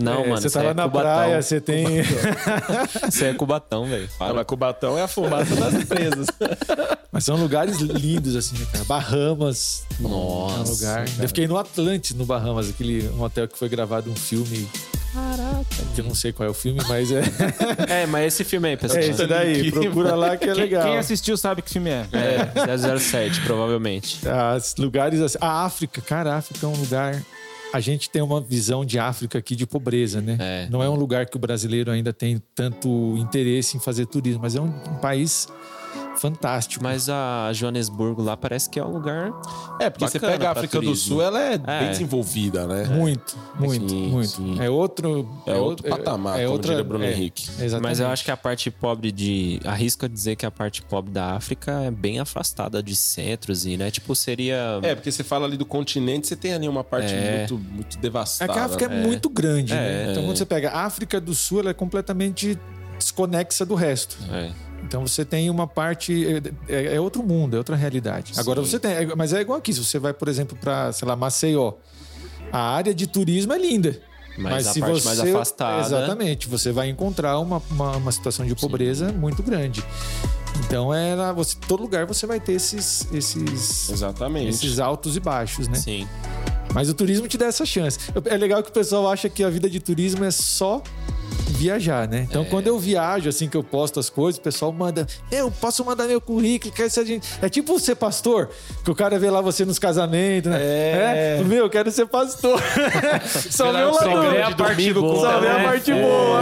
Speaker 2: Não,
Speaker 5: É,
Speaker 2: mano,
Speaker 5: Você
Speaker 2: você
Speaker 5: tá lá
Speaker 2: é
Speaker 5: na
Speaker 2: Cubatão.
Speaker 5: praia, você tem.
Speaker 2: Você é Cubatão, velho. Fala.
Speaker 3: Ah, mas Cubatão é a fumaça das empresas.
Speaker 5: Mas são lugares lindos, assim, né, cara? Barramas.
Speaker 2: Nossa,
Speaker 5: É um lugar. Eu fiquei no Atlantis, no Bahamas, aquele um hotel que foi gravado um filme. Caraca. Que eu não sei qual é o filme, mas é.
Speaker 2: É, mas esse filme aí, pessoal.
Speaker 5: É isso daí. Procura lá que é
Speaker 4: Quem,
Speaker 5: legal.
Speaker 4: quem assistiu sabe que filme é.
Speaker 2: É, 007, provavelmente.
Speaker 5: As lugares assim- A África, cara, a África é um lugar. A gente tem uma visão de África aqui de pobreza, né?
Speaker 2: É.
Speaker 5: Não é um lugar que o brasileiro ainda tem tanto interesse em fazer turismo, mas é um, um país fantástico.
Speaker 2: Mas a Joanesburgo lá parece que é um lugar.
Speaker 3: É, porque você
Speaker 2: Bacana
Speaker 3: pega a
Speaker 2: pra
Speaker 3: África do
Speaker 2: turismo.
Speaker 3: Sul, ela é, bem
Speaker 2: É.
Speaker 3: desenvolvida, né?
Speaker 5: Muito, muito,
Speaker 2: Sim,
Speaker 5: muito.
Speaker 2: sim.
Speaker 5: É outro.
Speaker 3: É outro patamar, como diria Bruno Henrique.
Speaker 5: é, Exatamente.
Speaker 2: Mas eu acho que a parte pobre de. Arrisco a dizer que a parte pobre da África é bem afastada de centros e, né? Tipo, seria.
Speaker 3: É, porque você fala ali do continente, você tem ali uma parte
Speaker 2: É.
Speaker 3: muito, muito
Speaker 5: É
Speaker 3: devastada.
Speaker 5: que a África é,
Speaker 3: né?
Speaker 5: muito grande, né?
Speaker 2: É,
Speaker 5: Então,
Speaker 2: é.
Speaker 5: quando você pega a África do Sul, ela é completamente desconexa do resto.
Speaker 2: É.
Speaker 5: Então, você tem uma parte. é- É, é outro mundo, é outra realidade. Agora, você tem. é- Mas é igual aqui. Se você vai, por exemplo, para, sei lá, Maceió, a área de turismo é linda.
Speaker 2: Mas a parte mais afastada-
Speaker 5: Exatamente. Você vai encontrar uma, uma, uma situação de pobreza muito grande. Então, é lá, você, todo lugar você vai ter esses, esses,
Speaker 3: Exatamente.
Speaker 5: esses altos e baixos, né?
Speaker 2: Sim.
Speaker 5: Mas o turismo te dá essa chance. Eu- É legal que o pessoal acha que a vida de turismo é só viajar, né?
Speaker 3: É.
Speaker 5: Então, quando eu viajo, assim, que eu posto as coisas, o pessoal manda, eu posso mandar meu currículo, quer ser gente... É tipo ser pastor, que o cara vê lá você nos casamentos, né?
Speaker 3: É.
Speaker 5: meu, eu quero ser pastor. só vê o
Speaker 3: Só
Speaker 5: lado...
Speaker 3: vê a parte boa,
Speaker 5: Só vê a
Speaker 3: né?
Speaker 5: parte boa.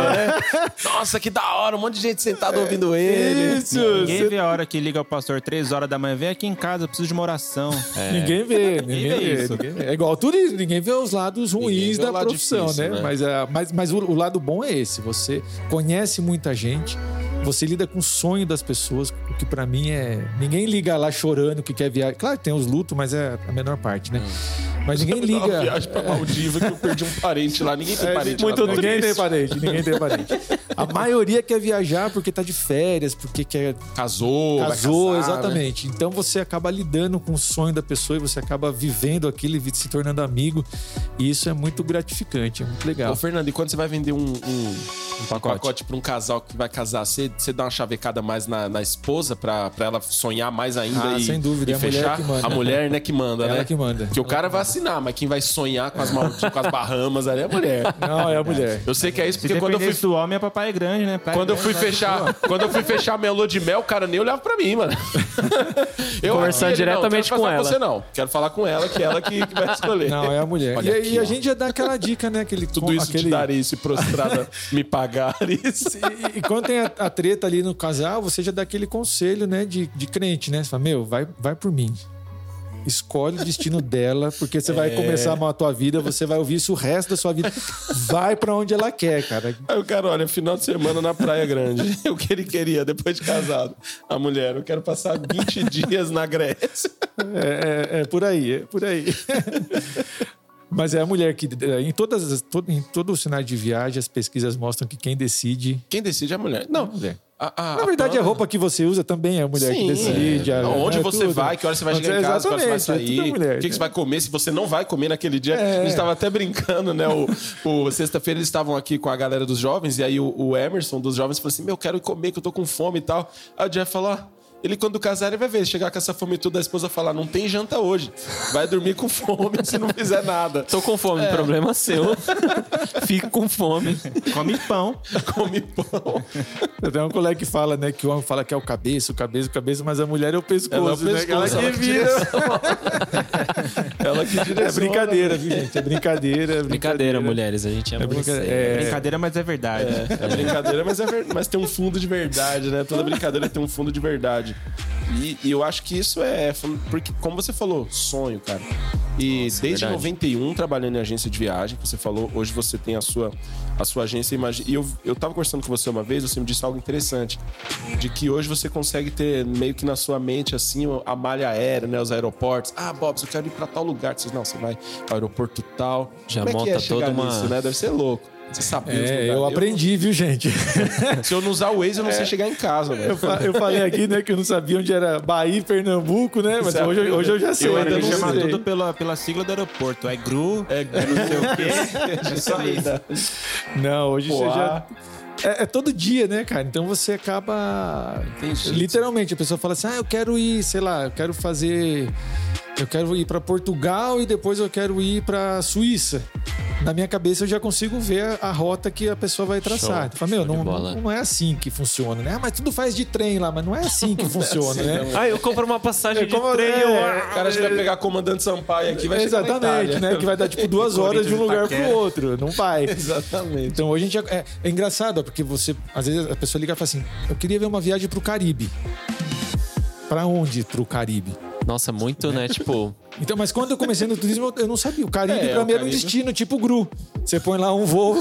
Speaker 3: Nossa, que da hora! Um monte de gente
Speaker 5: É.
Speaker 3: sentada ouvindo ele.
Speaker 5: Isso.
Speaker 4: Ninguém vê a hora que liga o pastor três horas da manhã. Vem aqui em casa, eu preciso de uma oração.
Speaker 5: Ninguém vê, É. ninguém
Speaker 4: vê
Speaker 5: vê,
Speaker 4: isso.
Speaker 5: ninguém vê. É igual ao turismo, ninguém vê os lados ruins
Speaker 3: vê
Speaker 5: da
Speaker 3: o lado
Speaker 5: profissão,
Speaker 3: difícil,
Speaker 5: né?
Speaker 3: né?
Speaker 5: Mas, a- mas, mas o, o lado bom é esse: você conhece muita gente, você lida com o sonho das pessoas, o que pra mim é. Ninguém liga lá chorando que quer viajar. Claro que tem os lutos, mas é a menor parte, né? Mas ninguém
Speaker 3: Dá Uma
Speaker 5: liga. É,
Speaker 3: viagem pra Maldiva que eu perdi um parente lá. Ninguém tem parente
Speaker 5: muito
Speaker 3: lá.
Speaker 5: ninguém tem parente, ninguém tem parente. A maioria quer viajar porque tá de férias, porque quer
Speaker 3: Casou, vai
Speaker 5: casou,
Speaker 3: casar, né?
Speaker 5: exatamente. Então você acaba lidando com o sonho da pessoa e você acaba vivendo aquilo e se tornando amigo. E isso é muito gratificante, é muito legal.
Speaker 3: Ô, Fernando, e quando você vai vender um, um- um pacote, pra um casal que vai casar, você, você dá uma chavecada mais na, na esposa pra, pra ela sonhar mais ainda
Speaker 5: Ah,
Speaker 3: e,
Speaker 5: sem dúvida,
Speaker 3: e
Speaker 5: é a mulher
Speaker 3: fechar?
Speaker 5: que manda.
Speaker 3: A mulher, né, que manda,
Speaker 5: Ela
Speaker 3: né?
Speaker 5: que manda.
Speaker 3: Porque o cara vai assinar, mas quem vai sonhar com as, Maldi- com as Bahamas ali é a mulher.
Speaker 5: Não, é a mulher.
Speaker 3: Eu sei que é isso,
Speaker 4: Se
Speaker 3: porque quando eu fui
Speaker 4: dependesse do homem, a papai é grande, né? Praia
Speaker 3: Quando eu
Speaker 4: grande,
Speaker 3: fui
Speaker 4: praia boa.
Speaker 3: fechar, quando eu fui fechar minha lua de mel, o cara nem olhava pra mim, mano. Eu
Speaker 2: Conversando
Speaker 3: aqui, ele,
Speaker 2: diretamente
Speaker 3: não, quero
Speaker 2: com
Speaker 3: falar
Speaker 2: ela.
Speaker 3: Você não, quero falar com ela, que é ela que, que vai escolher.
Speaker 5: Não, é a mulher.
Speaker 3: Olha
Speaker 5: e
Speaker 3: aqui,
Speaker 5: e
Speaker 3: ó.
Speaker 5: a gente já dá aquela dica, né? Aquele,
Speaker 3: Tudo isso
Speaker 5: aquele...
Speaker 3: te daria se prostrada, me pagar isso.
Speaker 5: E, e quando tem a, a treta ali no casal, você já dá aquele conselho, né, de, de crente, né? Você fala, meu, vai, vai por mim. Escolhe o destino dela, porque você
Speaker 3: É.
Speaker 5: vai começar a amar a tua vida, você vai ouvir isso o resto da sua vida. Vai pra onde ela quer, cara.
Speaker 3: Aí o cara, olha, final de semana na Praia Grande. É o que ele queria depois de casado. A mulher, eu quero passar 20 dias na Grécia.
Speaker 5: É, é- é por aí, é por aí. Mas é a mulher que, eh, em, todas, as- todo, em todo o cenário de viagem, as pesquisas mostram que quem decide.
Speaker 3: Quem decide é a mulher. Não, a- a-
Speaker 5: Na verdade, a roupa que você usa também é a mulher
Speaker 3: Sim,
Speaker 5: que decide.
Speaker 3: é.
Speaker 5: a-
Speaker 3: Onde
Speaker 5: né,
Speaker 3: você
Speaker 5: tudo.
Speaker 3: vai, que hora você vai
Speaker 5: Onde-
Speaker 3: chegar em casa, que hora você vai
Speaker 5: exatamente, é
Speaker 3: sair,
Speaker 5: tudo
Speaker 3: o
Speaker 5: mulher,
Speaker 3: que, que
Speaker 5: né?
Speaker 3: você vai comer, se você não vai comer naquele dia.
Speaker 5: É.
Speaker 3: A gente estava até brincando, né? O, o- Sexta-feira eles estavam aqui com a galera dos jovens, e aí o, o Emerson dos jovens falou assim: Meu, quero comer, que eu tô com fome e tal. Aí o Jeff falou: "Ó, ele, quando casar, ele vai ver. Chegar com essa fome toda, a esposa falar: Não tem janta hoje. Vai dormir com fome se não fizer nada.
Speaker 2: Tô com fome, problema seu. Fico com fome.
Speaker 4: Come pão.
Speaker 3: Come pão.
Speaker 5: Tem um colega que fala, né? Que o homem fala que é o cabeça, o cabeça, o cabeça, mas a mulher é o pescoço.
Speaker 3: Ela é o
Speaker 5: né?
Speaker 3: pescoço,
Speaker 5: Ela
Speaker 3: ela
Speaker 5: que
Speaker 3: que
Speaker 5: vira.
Speaker 3: Ela que direciona.
Speaker 5: É
Speaker 3: né?
Speaker 5: brincadeira, viu, gente? É brincadeira. É
Speaker 2: Brincadeira, mulheres, a gente ama
Speaker 5: É brinca-
Speaker 2: vocês.
Speaker 5: é.
Speaker 4: Brincadeira, mas é verdade.
Speaker 3: É brincadeira, mas, é ver- mas tem um fundo de verdade, né? Toda brincadeira tem um fundo de verdade. E, e eu acho que isso é. fun- Porque, como você falou, sonho, cara. E desde
Speaker 2: é verdade.
Speaker 3: 91, trabalhando em agência de viagem, que você falou, hoje você tem a sua, a sua agência. Imagina, e eu, eu tava conversando com você uma vez, você me disse algo interessante. De que hoje você consegue ter meio que na sua mente, assim, a malha aérea, né? Os aeroportos. Ah, Bob, eu quero ir pra tal lugar. Você diz, não, você vai ao aeroporto tal.
Speaker 2: Já
Speaker 3: Como é que é
Speaker 2: monta
Speaker 3: chegar
Speaker 2: toda uma-
Speaker 3: nisso, né? Deve ser louco. Você sabe os
Speaker 5: É,
Speaker 3: lugares.
Speaker 5: eu aprendi, viu, gente?
Speaker 3: Se eu não usar o Waze, eu não
Speaker 4: É.
Speaker 3: sei chegar em casa, velho.
Speaker 5: Eu, fa- eu falei aqui, né, que eu não sabia onde era Bahia e Pernambuco, né? Mas
Speaker 3: Você
Speaker 5: hoje, eu- hoje eu já sei.
Speaker 3: Eu ainda
Speaker 5: né?
Speaker 4: Ele
Speaker 3: não
Speaker 4: chama
Speaker 3: sei.
Speaker 4: tudo pela, pela sigla do aeroporto. É GRU, é, não sei o quê. É só isso.
Speaker 5: Não, hoje
Speaker 3: Pô,
Speaker 5: você
Speaker 3: ah.
Speaker 5: já. É, é todo dia, né, cara? Então você acaba.
Speaker 3: Entendi.
Speaker 5: Literalmente, a pessoa fala assim: ah, eu quero ir, sei lá, eu quero fazer. Eu quero ir pra Portugal e depois eu quero ir pra Suíça. Na minha cabeça eu já consigo ver a, a rota que a pessoa vai traçar. Tu Fala, meu,
Speaker 2: Show de
Speaker 5: não,
Speaker 2: bola.
Speaker 5: não, não é assim que funciona, né? Ah, mas tudo faz de trem lá, mas não é assim que funciona, né?
Speaker 2: Ah, eu compro uma passagem
Speaker 5: É como-
Speaker 2: de trem.
Speaker 5: é,
Speaker 2: eu-
Speaker 5: é.
Speaker 3: O cara acha que vai pegar comandante Sampaio aqui, vai chegar na
Speaker 5: Exatamente,
Speaker 3: Itália.
Speaker 5: né? Que vai dar tipo duas horas de um lugar pro
Speaker 4: Itaquera.
Speaker 5: outro. Não vai.
Speaker 3: Exatamente.
Speaker 5: Então hoje a gente é, é- é engraçado, ó, porque você às vezes a pessoa liga e fala assim: "Eu queria ver uma viagem pro Caribe". Pra onde? Pro Caribe.
Speaker 2: Nossa, muito, né? Tipo,
Speaker 5: Então, mas quando eu comecei no turismo, eu- eu não sabia. O Caribe
Speaker 3: É,
Speaker 5: pra
Speaker 3: o
Speaker 5: mim era um
Speaker 3: Caribe.
Speaker 5: destino, tipo Gru. Você põe lá um voo,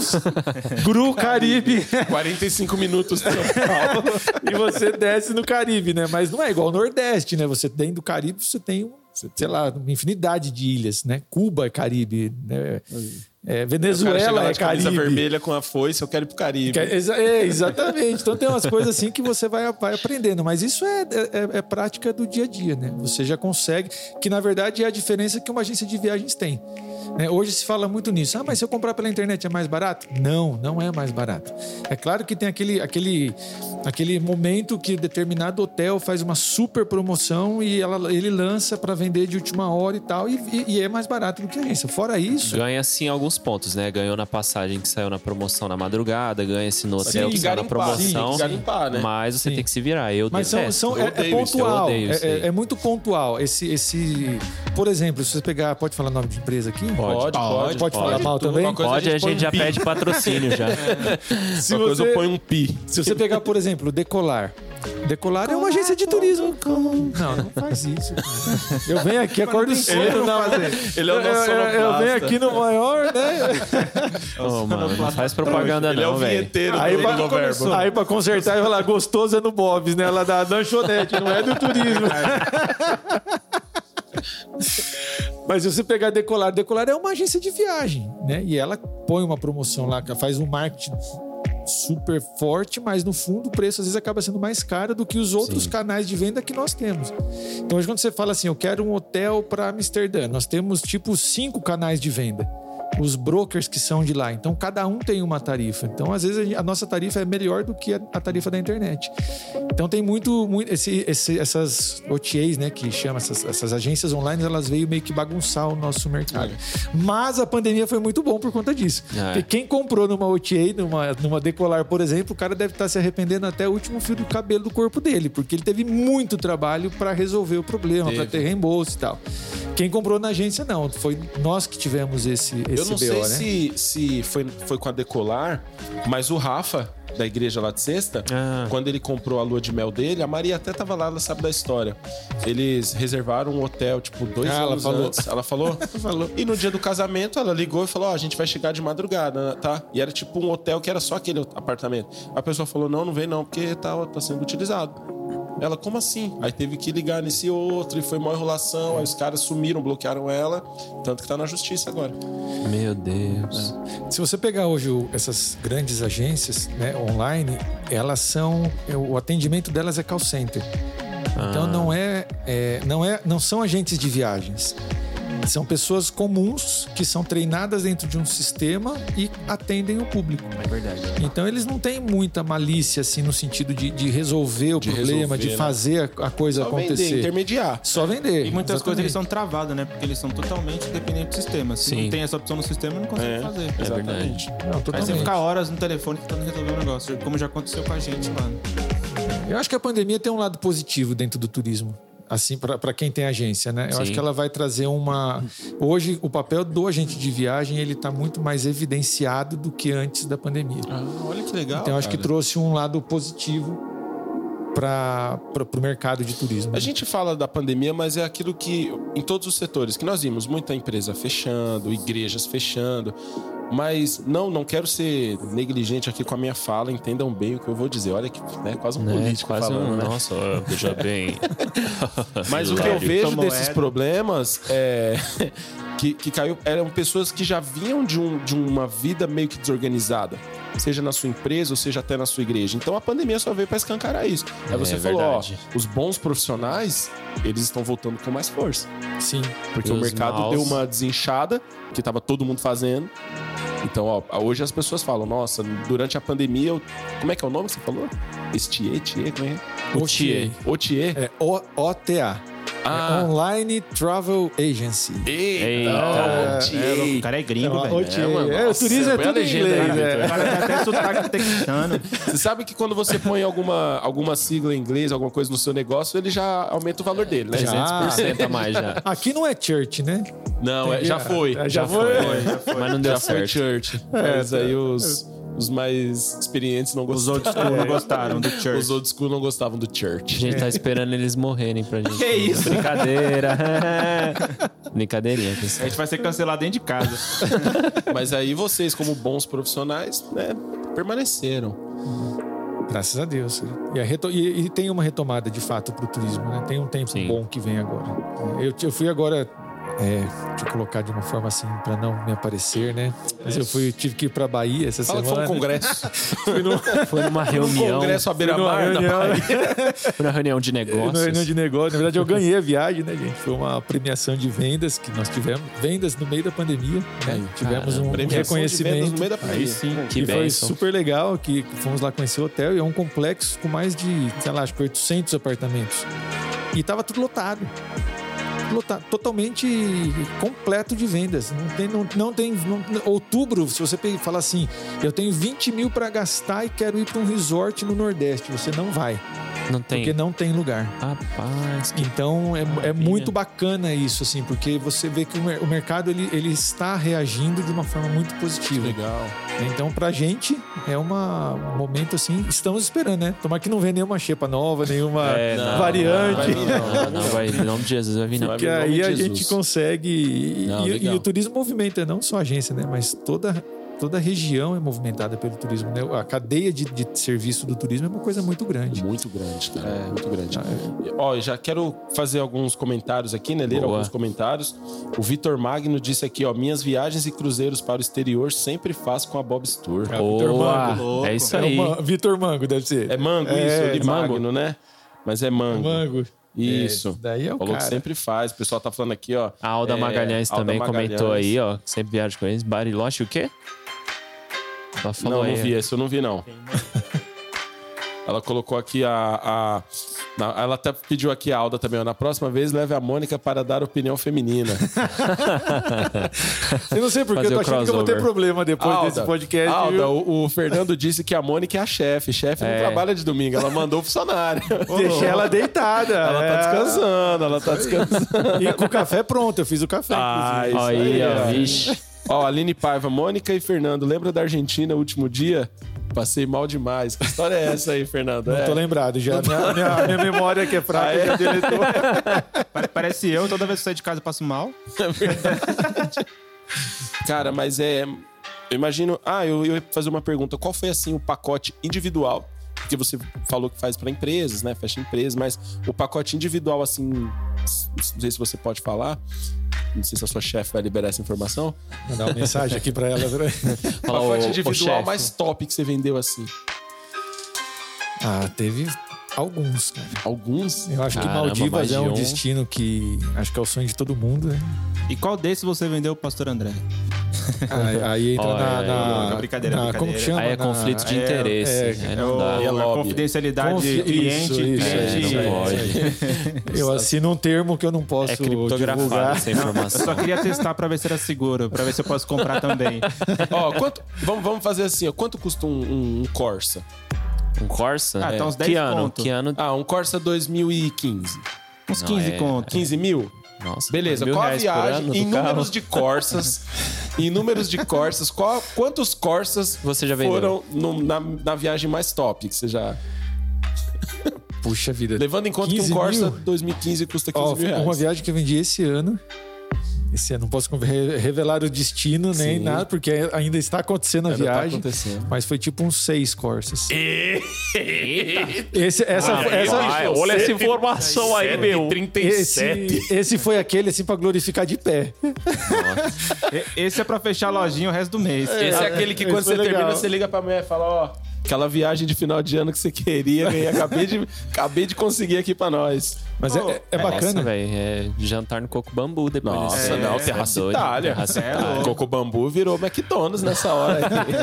Speaker 5: Gru Caribe,
Speaker 3: 45 minutos.
Speaker 5: e você desce no Caribe, né? Mas não é igual ao Nordeste, né? Você tem do Caribe, você tem, sei lá, uma infinidade de ilhas, né? Cuba é Caribe, né? É,
Speaker 3: O cara chega
Speaker 5: Venezuela
Speaker 3: lá
Speaker 5: é
Speaker 3: de camisa
Speaker 5: Caribe.
Speaker 3: vermelha com a foice, eu quero ir pro Caribe.
Speaker 5: Que é- exa- é, exatamente. Então tem umas coisas assim que você vai, vai aprendendo, mas isso é, é- é prática do dia a dia, né? Você já consegue, que na verdade é a diferença que uma agência de viagens tem. né? Hoje se fala muito nisso. Ah, mas se eu comprar pela internet é mais barato? Não, não é mais barato. É claro que tem aquele, aquele, aquele momento que determinado hotel faz uma super promoção e ela- ele lança para vender de última hora e tal, e, e- e é mais barato do que a agência. Fora isso,
Speaker 2: ganha sim alguns pontos, né? Ganhou na passagem que saiu na promoção na madrugada, ganha-se no hotel
Speaker 3: tem
Speaker 2: que
Speaker 3: que
Speaker 2: saiu na
Speaker 3: garimpar, tem
Speaker 2: promoção.
Speaker 3: que garimpar, né?
Speaker 2: Mas você
Speaker 5: Sim.
Speaker 2: tem que se virar. Eu
Speaker 5: Mas são,
Speaker 2: detesto.
Speaker 5: são-
Speaker 2: Eu
Speaker 5: é, é
Speaker 2: odeio isso, eu
Speaker 5: pontual.
Speaker 2: odeio isso
Speaker 5: é,
Speaker 2: aí.
Speaker 5: é- é muito pontual. Esse, esse. Por exemplo, se você pegar. Pode falar nome de empresa aqui?
Speaker 2: Pode,
Speaker 5: Pode, falar mal
Speaker 3: tudo.
Speaker 5: também?
Speaker 3: Uma coisa
Speaker 2: Pode, a gente,
Speaker 3: põe
Speaker 2: já
Speaker 3: um pi.
Speaker 2: pede patrocínio já.
Speaker 5: Se
Speaker 3: Uma coisa eu
Speaker 5: você,
Speaker 3: ponho um pi.
Speaker 5: se você pegar, por exemplo, Decolar. Decolar é uma agência de turismo. Não, não faz isso. cara. Eu venho aqui, acordo cedo. na-
Speaker 3: Ele é
Speaker 5: Eu,
Speaker 3: o nosso
Speaker 5: eu- eu
Speaker 3: sonoplasta.
Speaker 5: venho aqui no maior, né?
Speaker 2: Ô, mano, não faz propaganda
Speaker 3: Ele é
Speaker 2: não,
Speaker 3: o
Speaker 2: velho.
Speaker 3: vinheteiro
Speaker 5: Aí
Speaker 3: do,
Speaker 5: vai-
Speaker 3: do Noverbo.
Speaker 5: Aí pra consertar, eu falar, gostoso é no Bob's, né? Ela da lanchonete, não é do turismo. Mas se você pegar Decolar, Decolar é uma agência de viagem, né? E ela põe uma promoção lá, faz um marketing super forte, mas no fundo o preço às vezes acaba sendo mais caro do que os outros canais de venda que nós temos. Então hoje quando você fala assim, eu quero um hotel para Amsterdã, nós temos tipo cinco canais de venda. Os brokers que são de lá. Então, cada um tem uma tarifa. Então, às vezes, a gen- a nossa tarifa é melhor do que a a tarifa da internet. Então, tem muito, muito esse- esse- essas OTAs, né, que chama essas, essas agências online, elas veio meio que bagunçar o nosso mercado. Mas a pandemia foi muito bom por conta disso.
Speaker 2: Ah, é.
Speaker 5: Porque quem comprou numa OTA, numa, numa decolar, por exemplo, o cara deve estar se arrependendo até o último fio do cabelo do corpo dele, porque ele teve muito trabalho para resolver o problema, para ter reembolso e tal. Quem comprou na agência, não. Foi nós que tivemos esse, esse
Speaker 3: Eu não
Speaker 5: BO,
Speaker 3: sei
Speaker 5: né?
Speaker 3: se, se foi, foi com a Decolar, mas o Rafa, da igreja lá de sexta,
Speaker 2: Ah.
Speaker 3: quando ele comprou a lua de mel dele, a Maria até tava lá, ela sabe da história. Eles reservaram um hotel, tipo, dois
Speaker 5: Ah,
Speaker 3: anos
Speaker 5: ela falou.
Speaker 3: antes. Ela falou? falou. E no dia do casamento, ela ligou e falou, ó, a gente vai chegar de madrugada, tá? E era tipo um hotel que era só aquele apartamento. A pessoa falou, não, não vem não, porque tá, tá sendo utilizado. Ela, como assim? Aí teve que ligar nesse outro e foi uma enrolação. Aí os caras sumiram, bloquearam ela. Tanto que tá na justiça agora.
Speaker 2: Meu Deus.
Speaker 5: Se você pegar hoje o- essas grandes agências né, online, elas são. é, O atendimento delas é call center. Então não é, é, não é, não são agentes de viagens. São pessoas comuns que são treinadas dentro de um sistema e atendem o público.
Speaker 2: É verdade.
Speaker 5: Então eles não têm muita malícia assim no sentido de, de resolver o
Speaker 3: De
Speaker 5: problema,
Speaker 3: resolver,
Speaker 5: de
Speaker 3: né?
Speaker 5: fazer a a coisa
Speaker 3: Só
Speaker 5: acontecer.
Speaker 3: vender, intermediar.
Speaker 5: Só vender.
Speaker 4: E muitas
Speaker 5: exatamente.
Speaker 4: coisas eles são travados, né? Porque eles são totalmente dependentes do sistema. Se
Speaker 2: Sim.
Speaker 4: não tem essa opção no sistema, não
Speaker 3: É.
Speaker 4: consegue fazer.
Speaker 5: É
Speaker 3: Exatamente.
Speaker 5: Não,
Speaker 4: Aí você
Speaker 5: totalmente.
Speaker 4: fica horas no telefone tentando resolver o negócio, como já aconteceu com a gente, mano.
Speaker 5: Eu acho que a pandemia tem um lado positivo dentro do turismo. Assim, para quem tem agência, né? Eu
Speaker 2: Sim.
Speaker 5: acho que ela vai trazer uma. Hoje, o papel do agente de viagem ele está muito mais evidenciado do que antes da pandemia.
Speaker 4: olha que legal.
Speaker 5: então, eu acho que trouxe um lado positivo para o mercado de turismo.
Speaker 3: A gente fala da pandemia, mas é aquilo que, em todos os setores, que nós vimos muita empresa fechando, igrejas fechando. Mas não, não quero ser negligente aqui com a minha fala, entendam bem o que eu vou dizer. Olha que né, quase um
Speaker 2: Né?
Speaker 3: político
Speaker 2: Quase
Speaker 3: falando,
Speaker 2: um,
Speaker 3: né?
Speaker 2: Nossa, ó, veja bem.
Speaker 3: Mas o que eu
Speaker 2: Hilário.
Speaker 3: vejo
Speaker 4: Tomou
Speaker 3: desses
Speaker 2: né?
Speaker 4: ela.
Speaker 3: problemas é que, que caiu eram pessoas que já vinham de, um- de uma vida meio que desorganizada, seja na sua empresa ou seja até na sua igreja. Então a pandemia só veio para escancarar isso. Aí
Speaker 2: É,
Speaker 3: você
Speaker 2: é
Speaker 3: falou, ó,
Speaker 2: verdade.
Speaker 3: os bons profissionais, eles estão voltando com mais força,
Speaker 5: Sim.
Speaker 3: porque
Speaker 2: E
Speaker 3: o
Speaker 2: os
Speaker 3: mercado
Speaker 2: maus?
Speaker 3: deu uma desinchada que tava todo mundo fazendo. Então, ó, hoje as pessoas falam, nossa, durante a pandemia, eu... como é que é o nome que você falou? Estie, tie, como é?
Speaker 2: O Thier.
Speaker 3: Otier.
Speaker 5: É O- OTA. É Online Travel Agency.
Speaker 2: Eita.
Speaker 4: o cara é gringo,
Speaker 5: É,
Speaker 4: velho.
Speaker 5: OTA.
Speaker 2: É, mano,
Speaker 5: É, o
Speaker 2: nossa,
Speaker 5: turismo é
Speaker 2: bela
Speaker 5: tudo em
Speaker 2: legenda aí,
Speaker 5: inglês.
Speaker 4: O
Speaker 5: é.
Speaker 4: cara tem até sotaque texano.
Speaker 3: Você sabe que quando você põe alguma, alguma sigla em inglês, alguma coisa no seu negócio, ele já aumenta o valor dele, né?
Speaker 5: Já.
Speaker 2: 300% a mais já.
Speaker 5: Aqui não é church, né?
Speaker 3: Não, é- já foi.
Speaker 5: Já
Speaker 2: Mas não deu
Speaker 3: Já
Speaker 2: certo.
Speaker 3: foi church. Mas É, aí os, os mais experientes não
Speaker 4: Os
Speaker 3: gostavam.
Speaker 4: old school não gostaram do church.
Speaker 3: Os old school não gostavam do
Speaker 2: A
Speaker 3: church.
Speaker 2: gente tá esperando eles morrerem pra gente.
Speaker 4: Que isso?
Speaker 2: Brincadeira. Brincadeirinha,
Speaker 4: A
Speaker 2: pessoal.
Speaker 4: gente vai ser cancelado dentro de casa.
Speaker 3: Mas aí vocês, como bons profissionais, né, permaneceram.
Speaker 5: Graças a Deus. né? E, a reto- e- e tem uma retomada de fato para o turismo, né? Tem um tempo
Speaker 2: Sim.
Speaker 5: bom que vem agora. Eu, eu fui agora, é, deixa eu colocar de uma forma assim para não me aparecer, né? Mas eu fui, tive que ir para Bahia essa
Speaker 3: Fala que foi
Speaker 5: semana.
Speaker 3: um congresso.
Speaker 2: Foi numa
Speaker 3: Um
Speaker 2: reunião.
Speaker 3: congresso à
Speaker 5: Fui numa
Speaker 3: beira-mar. da
Speaker 5: reunião,
Speaker 3: Bahia.
Speaker 2: Foi numa reunião de
Speaker 5: Uma reunião
Speaker 2: negócios.
Speaker 5: de negócio. Na verdade, eu ganhei a viagem, né, gente? Foi uma premiação de vendas que nós tivemos. Vendas no meio da pandemia. Né? Tivemos
Speaker 3: Premiação
Speaker 5: um
Speaker 3: de vendas no
Speaker 5: reconhecimento.
Speaker 3: meio da Bahia.
Speaker 2: Que
Speaker 5: e foi
Speaker 2: bênção.
Speaker 5: super legal que fomos lá conhecer o hotel e é um complexo com mais de, sei lá, acho que 800 apartamentos. E tava tudo lotado. Lotado, totalmente completo de vendas. Não tem, não, não tem não- outubro, se você pe- falar assim, eu tenho 20 mil para gastar e quero ir para um resort no Nordeste, você não vai,
Speaker 2: Não tem.
Speaker 5: porque não tem lugar.
Speaker 2: Rapaz, que
Speaker 5: Então é, é
Speaker 2: Maravilha.
Speaker 5: muito bacana isso, assim, porque você vê que o, mer- o mercado ele, ele está reagindo de uma forma muito positiva.
Speaker 3: Legal.
Speaker 5: Então, pra gente, é uma- um momento assim, estamos esperando, né? Tomara que não venha nenhuma xepa nova, nenhuma
Speaker 2: É, não,
Speaker 5: variante.
Speaker 3: não, não,
Speaker 2: Não, não vai. Em nome de Jesus, vai vir não.
Speaker 3: Vai
Speaker 5: Que
Speaker 3: Em nome
Speaker 5: aí
Speaker 3: de
Speaker 5: a
Speaker 3: Jesus.
Speaker 5: gente consegue. e-
Speaker 3: Não,
Speaker 5: e,
Speaker 3: legal.
Speaker 5: e o turismo movimenta, não só a agência, né? Mas toda, toda a região é movimentada pelo turismo, né? A cadeia de, de serviço do turismo é uma coisa muito grande.
Speaker 3: Muito grande, cara. muito grande. É. Ah, Ó, eu já quero fazer alguns comentários aqui, né? Ler
Speaker 2: Boa.
Speaker 3: alguns comentários. O Vitor Magno disse aqui, ó. Minhas viagens e cruzeiros para o exterior sempre faço com a Bob's Tour.
Speaker 2: Boa!
Speaker 4: louco.
Speaker 2: É isso
Speaker 5: É
Speaker 2: aí.
Speaker 5: uma- Vitor Mango, deve ser.
Speaker 3: É mango isso, de
Speaker 5: mango.
Speaker 3: magno, né? Mas é mango.
Speaker 5: Mango.
Speaker 3: Isso.
Speaker 5: É, daí é o
Speaker 3: Falou
Speaker 5: cara.
Speaker 3: que sempre faz. O pessoal tá falando aqui, ó.
Speaker 2: A Alda
Speaker 3: é,
Speaker 2: Magalhães
Speaker 3: Alda
Speaker 2: também
Speaker 3: Magalhães.
Speaker 2: comentou aí, ó. que Sempre viaja com eles. Bariloche o quê? Ela falou
Speaker 3: não,
Speaker 2: aí.
Speaker 3: não vi, esse eu não vi, não. Ela colocou aqui a. a- na- ela até pediu aqui a Alda também, ó. Na próxima vez, leve a Mônica para dar opinião feminina.
Speaker 5: Eu não sei porque
Speaker 2: Fazer
Speaker 5: eu tô
Speaker 2: o
Speaker 5: achando que eu vou ter
Speaker 2: crossover.
Speaker 5: problema depois desse podcast.
Speaker 3: Alda,
Speaker 5: viu?
Speaker 3: o, o Fernando disse que a Mônica é a chefe. Chefe
Speaker 2: É.
Speaker 3: não trabalha de domingo, ela mandou o funcionário.
Speaker 5: Deixei ela deitada.
Speaker 3: Ela tá
Speaker 5: é.
Speaker 3: descansando, ela tá descansando.
Speaker 5: E com o café pronto, eu fiz o café.
Speaker 3: Ah,
Speaker 5: inclusive.
Speaker 3: isso
Speaker 2: Aí, ó.
Speaker 3: ó.
Speaker 2: Vixe.
Speaker 3: Ó, Aline Paiva, Mônica e Fernando, lembra da Argentina, último dia? Passei mal demais. Que história é essa aí, Fernando?
Speaker 5: Não
Speaker 3: É.
Speaker 5: tô lembrado já. Minha, minha- minha memória que é fraca,
Speaker 3: Ah, é?
Speaker 5: já deletou.
Speaker 4: Pa- Parece eu, toda vez que eu saio de casa eu passo mal.
Speaker 3: Cara, mas é. Eu imagino. Ah, eu, eu ia fazer uma pergunta. Qual foi, assim, o pacote individual? Porque você falou que faz pra empresas, né? Fecha empresas, mas o pacote individual, assim. Não sei se você pode falar. Não sei se a sua chefe vai liberar essa informação.
Speaker 5: Mandar uma mensagem aqui pra ela.
Speaker 2: Fala,
Speaker 3: pacote
Speaker 2: ô- ô,
Speaker 3: individual
Speaker 2: chefe.
Speaker 3: mais top que você vendeu, assim.
Speaker 5: Ah, teve alguns, cara.
Speaker 3: Alguns?
Speaker 5: Eu acho
Speaker 2: Caramba,
Speaker 5: que Maldivas
Speaker 2: mais
Speaker 5: é
Speaker 2: de
Speaker 5: um,
Speaker 2: um.
Speaker 5: destino que acho que é o sonho de todo mundo, né?
Speaker 4: E qual desse você vendeu, pastor André?
Speaker 5: Aí, aí entra
Speaker 2: Olha,
Speaker 5: na, na-
Speaker 4: aí, na brincadeira,
Speaker 5: na- Como
Speaker 4: brincadeira.
Speaker 5: que chama?
Speaker 2: Aí é
Speaker 5: Na-
Speaker 2: conflito de
Speaker 4: é,
Speaker 2: interesse.
Speaker 5: é,
Speaker 2: Aí
Speaker 4: É
Speaker 2: não dá.
Speaker 4: o-
Speaker 3: né? é
Speaker 4: a
Speaker 3: lobby.
Speaker 4: confidencialidade
Speaker 5: Confi- isso,
Speaker 4: cliente,
Speaker 5: isso,
Speaker 2: É,
Speaker 4: cliente.
Speaker 2: não pode.
Speaker 5: Eu assino um termo que eu não posso
Speaker 2: É criptografada
Speaker 5: divulgar.
Speaker 2: essa
Speaker 4: Eu só
Speaker 2: informação.
Speaker 4: queria testar pra ver se era seguro, pra ver se eu posso comprar também.
Speaker 3: Ó, quanto. Vamos, vamos fazer assim, ó. Quanto custa um, um- um Corsa?
Speaker 2: Um Corsa?
Speaker 4: Ah, tá uns
Speaker 2: É.
Speaker 4: 10
Speaker 2: que ano?
Speaker 4: conto.
Speaker 2: Que ano?
Speaker 3: Ah, um Corsa 2015.
Speaker 4: Uns
Speaker 2: Não,
Speaker 4: 15
Speaker 2: é-
Speaker 4: conto.
Speaker 3: 15 mil?
Speaker 2: Nossa,
Speaker 3: Ah, Beleza,
Speaker 2: mil
Speaker 3: qual a
Speaker 2: reais por ano
Speaker 3: viagem?
Speaker 2: do
Speaker 3: Em
Speaker 2: carro?
Speaker 3: números de Corsas. em números de Corsas, qual, quantos Corsas
Speaker 2: Você já vendeu?
Speaker 3: foram no- na, na viagem mais top? Que você já.
Speaker 5: Puxa vida.
Speaker 3: Levando em conta que um
Speaker 5: 15
Speaker 3: Corsa
Speaker 5: mil?
Speaker 3: 2015 custa 15
Speaker 5: Ó,
Speaker 3: mil reais.
Speaker 5: uma viagem que eu vendi esse ano. Esse ano não posso re- revelar o destino nem
Speaker 3: Sim.
Speaker 5: nada, porque é, ainda está acontecendo a
Speaker 3: Ainda tá
Speaker 5: viagem.
Speaker 3: acontecendo.
Speaker 5: Mas foi tipo uns seis Corsas. Esse, essa,
Speaker 2: Ah,
Speaker 5: essa,
Speaker 3: é
Speaker 2: vai, olha essa informação aí, meu.
Speaker 5: esse, esse foi aquele assim pra glorificar de pé.
Speaker 4: E- Esse é pra fechar a lojinha o resto do mês.
Speaker 3: Esse é aquele que quando
Speaker 5: foi
Speaker 3: você
Speaker 5: legal.
Speaker 3: termina, você liga pra mulher e fala, ó. Aquela viagem de final de ano que você queria, né? acabei, de, acabei de conseguir aqui pra nós.
Speaker 5: Mas é- é, é
Speaker 2: Nossa,
Speaker 5: bacana.
Speaker 2: Oh. velho. É jantar no coco bambu depois. desse
Speaker 3: Nossa,
Speaker 2: aí.
Speaker 3: não,
Speaker 2: Você é
Speaker 3: Terraça
Speaker 2: doido.
Speaker 3: Itália.
Speaker 2: Terraça
Speaker 4: É louco.
Speaker 3: Coco Bambu virou McDonald's nessa hora. aqui.